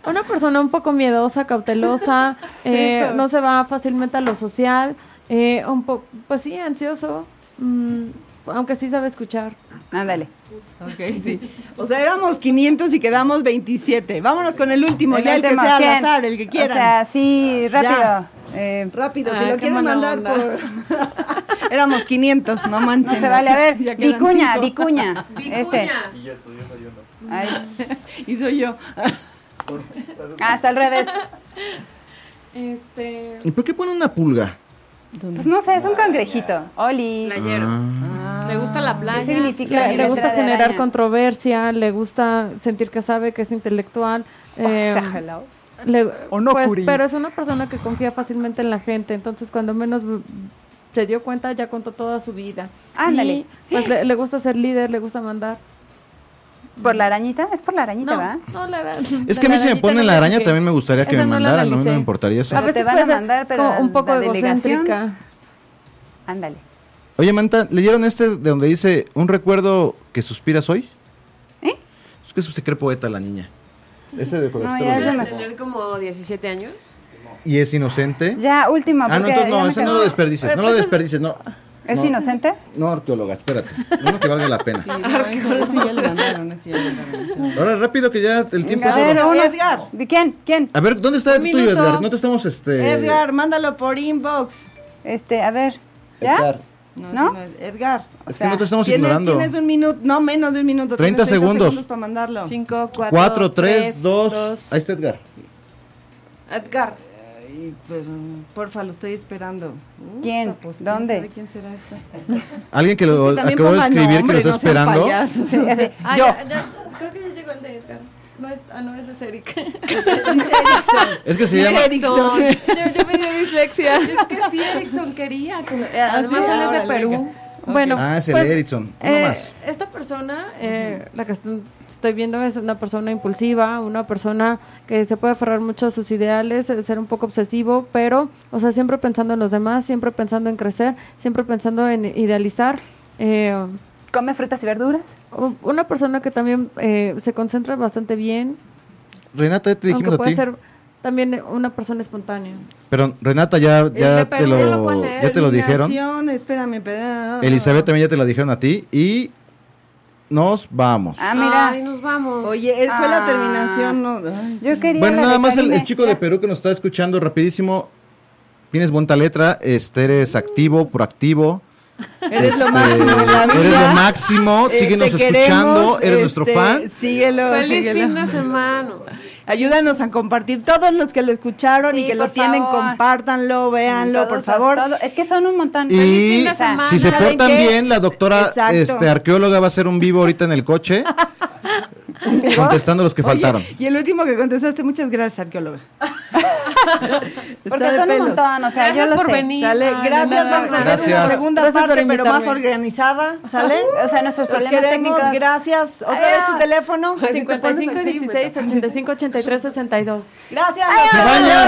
[SPEAKER 5] Una persona un poco miedosa,
[SPEAKER 3] (laughs)
[SPEAKER 5] cautelosa, eh,
[SPEAKER 10] Hijo.
[SPEAKER 5] no se va fácilmente a lo social, eh, un poco, pues sí, ansioso, mm, aunque sí sabe escuchar.
[SPEAKER 10] Ándale.
[SPEAKER 3] Ok, sí. O sea, éramos 500 y quedamos 27. Vámonos con el último,
[SPEAKER 10] El
[SPEAKER 3] ya
[SPEAKER 10] último,
[SPEAKER 3] el que sea
[SPEAKER 10] ¿quién?
[SPEAKER 3] al azar, el que
[SPEAKER 10] O
[SPEAKER 3] quieran.
[SPEAKER 10] sea, sí, rápido. Eh,
[SPEAKER 3] Ya. rápido, si
[SPEAKER 10] ay,
[SPEAKER 3] lo
[SPEAKER 10] qué
[SPEAKER 3] quieren
[SPEAKER 10] mala
[SPEAKER 3] mandar
[SPEAKER 10] onda.
[SPEAKER 3] por... (laughs) éramos 500, no
[SPEAKER 10] (laughs)
[SPEAKER 3] manchen.
[SPEAKER 10] No se vale, a ver,
[SPEAKER 3] Ya quedan
[SPEAKER 10] Vicuña,
[SPEAKER 3] cinco.
[SPEAKER 10] Vicuña, Vicuña. este.
[SPEAKER 8] Y ya estudió, yo no.
[SPEAKER 10] Ay.
[SPEAKER 3] (laughs) Y soy yo.
[SPEAKER 10] Ah, está al revés.
[SPEAKER 5] Este.
[SPEAKER 9] ¿Y por qué ponen una pulga?
[SPEAKER 10] Pues no sé, es un cangrejito. Oli.
[SPEAKER 6] Le gusta la playa.
[SPEAKER 10] ¿Qué significa
[SPEAKER 5] Le,
[SPEAKER 10] mi
[SPEAKER 5] le gusta
[SPEAKER 10] letra de
[SPEAKER 5] generar
[SPEAKER 10] araña?
[SPEAKER 5] controversia, le gusta sentir que sabe, que es intelectual. eh,
[SPEAKER 10] Oh, Ojalá.
[SPEAKER 5] le-
[SPEAKER 10] O no,
[SPEAKER 5] pues,
[SPEAKER 10] Curi.
[SPEAKER 5] pero es una persona que confía fácilmente en la gente, entonces cuando menos mm, se dio cuenta ya contó toda su vida.
[SPEAKER 10] Ándale.
[SPEAKER 5] Y, pues le, le gusta ser líder, le gusta mandar.
[SPEAKER 10] ¿Por la arañita? Es por la arañita,
[SPEAKER 5] No,
[SPEAKER 10] ¿verdad?
[SPEAKER 5] no, la verdad.
[SPEAKER 9] Es que a mí si me ponen la araña también me gustaría que
[SPEAKER 5] Esa
[SPEAKER 9] me
[SPEAKER 5] no la
[SPEAKER 9] mandaran, no me
[SPEAKER 5] analicé. Ah.
[SPEAKER 9] importaría eso.
[SPEAKER 10] Pero te van a mandar, pero
[SPEAKER 5] como un poco
[SPEAKER 10] la delegación.
[SPEAKER 5] egocéntrica.
[SPEAKER 10] Ándale.
[SPEAKER 9] Oye, Manta, ¿leyeron este de donde dice un recuerdo que suspiras hoy?
[SPEAKER 10] ¿Eh?
[SPEAKER 9] Es que se cree poeta la niña. Ese de
[SPEAKER 10] No,
[SPEAKER 9] colesterol.
[SPEAKER 10] ya es
[SPEAKER 6] ¿Debes
[SPEAKER 10] demasiado.
[SPEAKER 6] tener como 17 años?
[SPEAKER 9] Y es inocente.
[SPEAKER 10] Ya, última.
[SPEAKER 9] ah, no,
[SPEAKER 10] porque
[SPEAKER 9] entonces
[SPEAKER 10] ya
[SPEAKER 9] no,
[SPEAKER 10] me
[SPEAKER 9] ese no
[SPEAKER 10] acabé.
[SPEAKER 9] lo desperdices, no lo desperdices, no.
[SPEAKER 10] ¿Es
[SPEAKER 9] no,
[SPEAKER 10] inocente?
[SPEAKER 9] No, arqueóloga, espérate. Uno que valga la pena.
[SPEAKER 3] Sí, no, ese- ese ya lo mandaron, ese ya lo mandaron.
[SPEAKER 9] Ahora rápido que ya el tiempo
[SPEAKER 10] A
[SPEAKER 9] es
[SPEAKER 10] ver,
[SPEAKER 9] oro.
[SPEAKER 10] uno.
[SPEAKER 3] Edgar.
[SPEAKER 10] ¿De quién? ¿Quién?
[SPEAKER 9] A ver, ¿dónde está el
[SPEAKER 3] Un
[SPEAKER 9] tuyo,
[SPEAKER 3] minuto.
[SPEAKER 9] Edgar? No te estamos este
[SPEAKER 3] Edgar, mándalo por inbox.
[SPEAKER 10] Este, a ver. ¿Ya?
[SPEAKER 9] Edgar.
[SPEAKER 3] No,
[SPEAKER 10] ¿No?
[SPEAKER 3] ese no es- Edgar.
[SPEAKER 9] Es que no te estamos
[SPEAKER 3] tienes,
[SPEAKER 9] ignorando.
[SPEAKER 3] Tienes un minuto, no menos de un minuto.
[SPEAKER 9] 30
[SPEAKER 3] tienes
[SPEAKER 9] segundos.
[SPEAKER 3] para mandarlo.
[SPEAKER 6] 5, 4,
[SPEAKER 9] 4 3 2 Ahí está Edgar.
[SPEAKER 6] Edgar.
[SPEAKER 3] Ay, pero, porfa, lo estoy esperando. Uta,
[SPEAKER 10] ¿Quién?
[SPEAKER 3] pues,
[SPEAKER 10] ¿Dónde?
[SPEAKER 3] sabe ¿Quién será esta?
[SPEAKER 9] Alguien que lo
[SPEAKER 3] Pues también
[SPEAKER 9] acabo de
[SPEAKER 3] pongan
[SPEAKER 9] escribir que lo
[SPEAKER 3] nombres,
[SPEAKER 9] está
[SPEAKER 3] no sean
[SPEAKER 9] esperando.
[SPEAKER 3] payasos,
[SPEAKER 10] Sí,
[SPEAKER 3] o sea. (laughs)
[SPEAKER 10] así.
[SPEAKER 5] Ah,
[SPEAKER 10] Yo.
[SPEAKER 5] ya, ya, creo que ya llegó el de Edgar. No es, ah, no, ese es Eric.
[SPEAKER 9] Es que se
[SPEAKER 3] Dice
[SPEAKER 9] llama
[SPEAKER 3] Erickson.
[SPEAKER 5] yo, yo me dio dislexia.
[SPEAKER 6] Es que sí, Erickson quería. que lo- eh, además,
[SPEAKER 3] es,
[SPEAKER 6] él es de
[SPEAKER 3] órale,
[SPEAKER 6] Perú.
[SPEAKER 5] Bueno,
[SPEAKER 9] Ah, es el
[SPEAKER 5] pues,
[SPEAKER 9] Erickson. Uno
[SPEAKER 5] eh,
[SPEAKER 9] más.
[SPEAKER 5] Esta persona, eh, la que est- estoy viendo, es una persona impulsiva, una persona que se puede aferrar mucho a sus ideales, eh, ser un poco obsesivo, pero, o sea, siempre pensando en los demás, siempre pensando en crecer, siempre pensando en idealizar. eh,
[SPEAKER 10] ¿Come frutas y verduras?
[SPEAKER 5] u- una persona que también eh, se concentra bastante bien,
[SPEAKER 9] Renata, ya te
[SPEAKER 5] aunque
[SPEAKER 9] dijimos a
[SPEAKER 5] puede
[SPEAKER 9] ti.
[SPEAKER 5] ser también eh, una persona espontánea.
[SPEAKER 9] Pero Renata
[SPEAKER 3] Eh,
[SPEAKER 9] ya, ya,
[SPEAKER 6] de
[SPEAKER 9] te,
[SPEAKER 6] Perú, ya lo
[SPEAKER 9] lo,
[SPEAKER 6] pueden
[SPEAKER 9] ya
[SPEAKER 6] leer.
[SPEAKER 9] te lo dijeron.
[SPEAKER 3] Terminación, Espérame, pero...
[SPEAKER 9] Elizabeth también ya te la dijeron a ti. Y nos vamos.
[SPEAKER 10] Ah, mira.
[SPEAKER 6] Ay, nos vamos.
[SPEAKER 3] Oye, eh, fue
[SPEAKER 10] Ah.
[SPEAKER 3] la terminación, ¿no? Ay.
[SPEAKER 10] Yo quería.
[SPEAKER 9] Bueno,
[SPEAKER 10] la
[SPEAKER 9] nada
[SPEAKER 10] de
[SPEAKER 9] más el,
[SPEAKER 10] Karime.
[SPEAKER 9] el chico de Perú que nos está escuchando rapidísimo. Tienes bonita letra, este, eres activo, proactivo.
[SPEAKER 3] Eres lo
[SPEAKER 9] este,
[SPEAKER 3] máximo en la vida.
[SPEAKER 9] Eres lo máximo,
[SPEAKER 3] Eh,
[SPEAKER 9] síguenos
[SPEAKER 3] te
[SPEAKER 9] escuchando,
[SPEAKER 3] queremos,
[SPEAKER 9] eres nuestro
[SPEAKER 3] este,
[SPEAKER 9] fan.
[SPEAKER 3] Síguelo,
[SPEAKER 6] Feliz
[SPEAKER 3] síguelo.
[SPEAKER 6] fin de semana.
[SPEAKER 3] Ayúdanos a compartir. Todos los que lo escucharon y
[SPEAKER 10] Sí,
[SPEAKER 3] que lo
[SPEAKER 10] por
[SPEAKER 3] tienen,
[SPEAKER 10] favor.
[SPEAKER 3] compártanlo, véanlo,
[SPEAKER 10] Todos,
[SPEAKER 3] por favor.
[SPEAKER 10] todos. Es que son un montón.
[SPEAKER 9] Y
[SPEAKER 6] de semana.
[SPEAKER 9] si se
[SPEAKER 3] ¿Saben
[SPEAKER 9] portan
[SPEAKER 3] qué?
[SPEAKER 9] bien, la doctora
[SPEAKER 3] Exacto.
[SPEAKER 9] este, arqueóloga va a hacer un vivo ahorita en el coche, contestando los que
[SPEAKER 3] Oye,
[SPEAKER 9] faltaron.
[SPEAKER 10] (laughs)
[SPEAKER 3] y el último que contestaste, muchas gracias, arqueóloga.
[SPEAKER 10] Porque
[SPEAKER 3] Está de
[SPEAKER 10] son un
[SPEAKER 3] pelos.
[SPEAKER 10] montón, o sea, yo
[SPEAKER 6] Gracias
[SPEAKER 10] lo
[SPEAKER 6] por
[SPEAKER 10] sé.
[SPEAKER 6] venir.
[SPEAKER 3] Sale,
[SPEAKER 6] Ay,
[SPEAKER 3] gracias,
[SPEAKER 6] no,
[SPEAKER 3] vamos a hacer
[SPEAKER 9] Gracias.
[SPEAKER 3] una segunda
[SPEAKER 5] Gracias por
[SPEAKER 3] parte, pero más
[SPEAKER 5] invitarme.
[SPEAKER 3] organizada, ¿sale?
[SPEAKER 10] (laughs) O sea, nuestros
[SPEAKER 3] Los
[SPEAKER 10] problemas
[SPEAKER 3] queremos,
[SPEAKER 10] técnicos.
[SPEAKER 3] gracias. Otra
[SPEAKER 10] Adiós.
[SPEAKER 3] vez tu teléfono.
[SPEAKER 5] 55 16 85 83 62.
[SPEAKER 3] Gracias.
[SPEAKER 9] ¡Se
[SPEAKER 3] nos vemos.
[SPEAKER 9] bañan!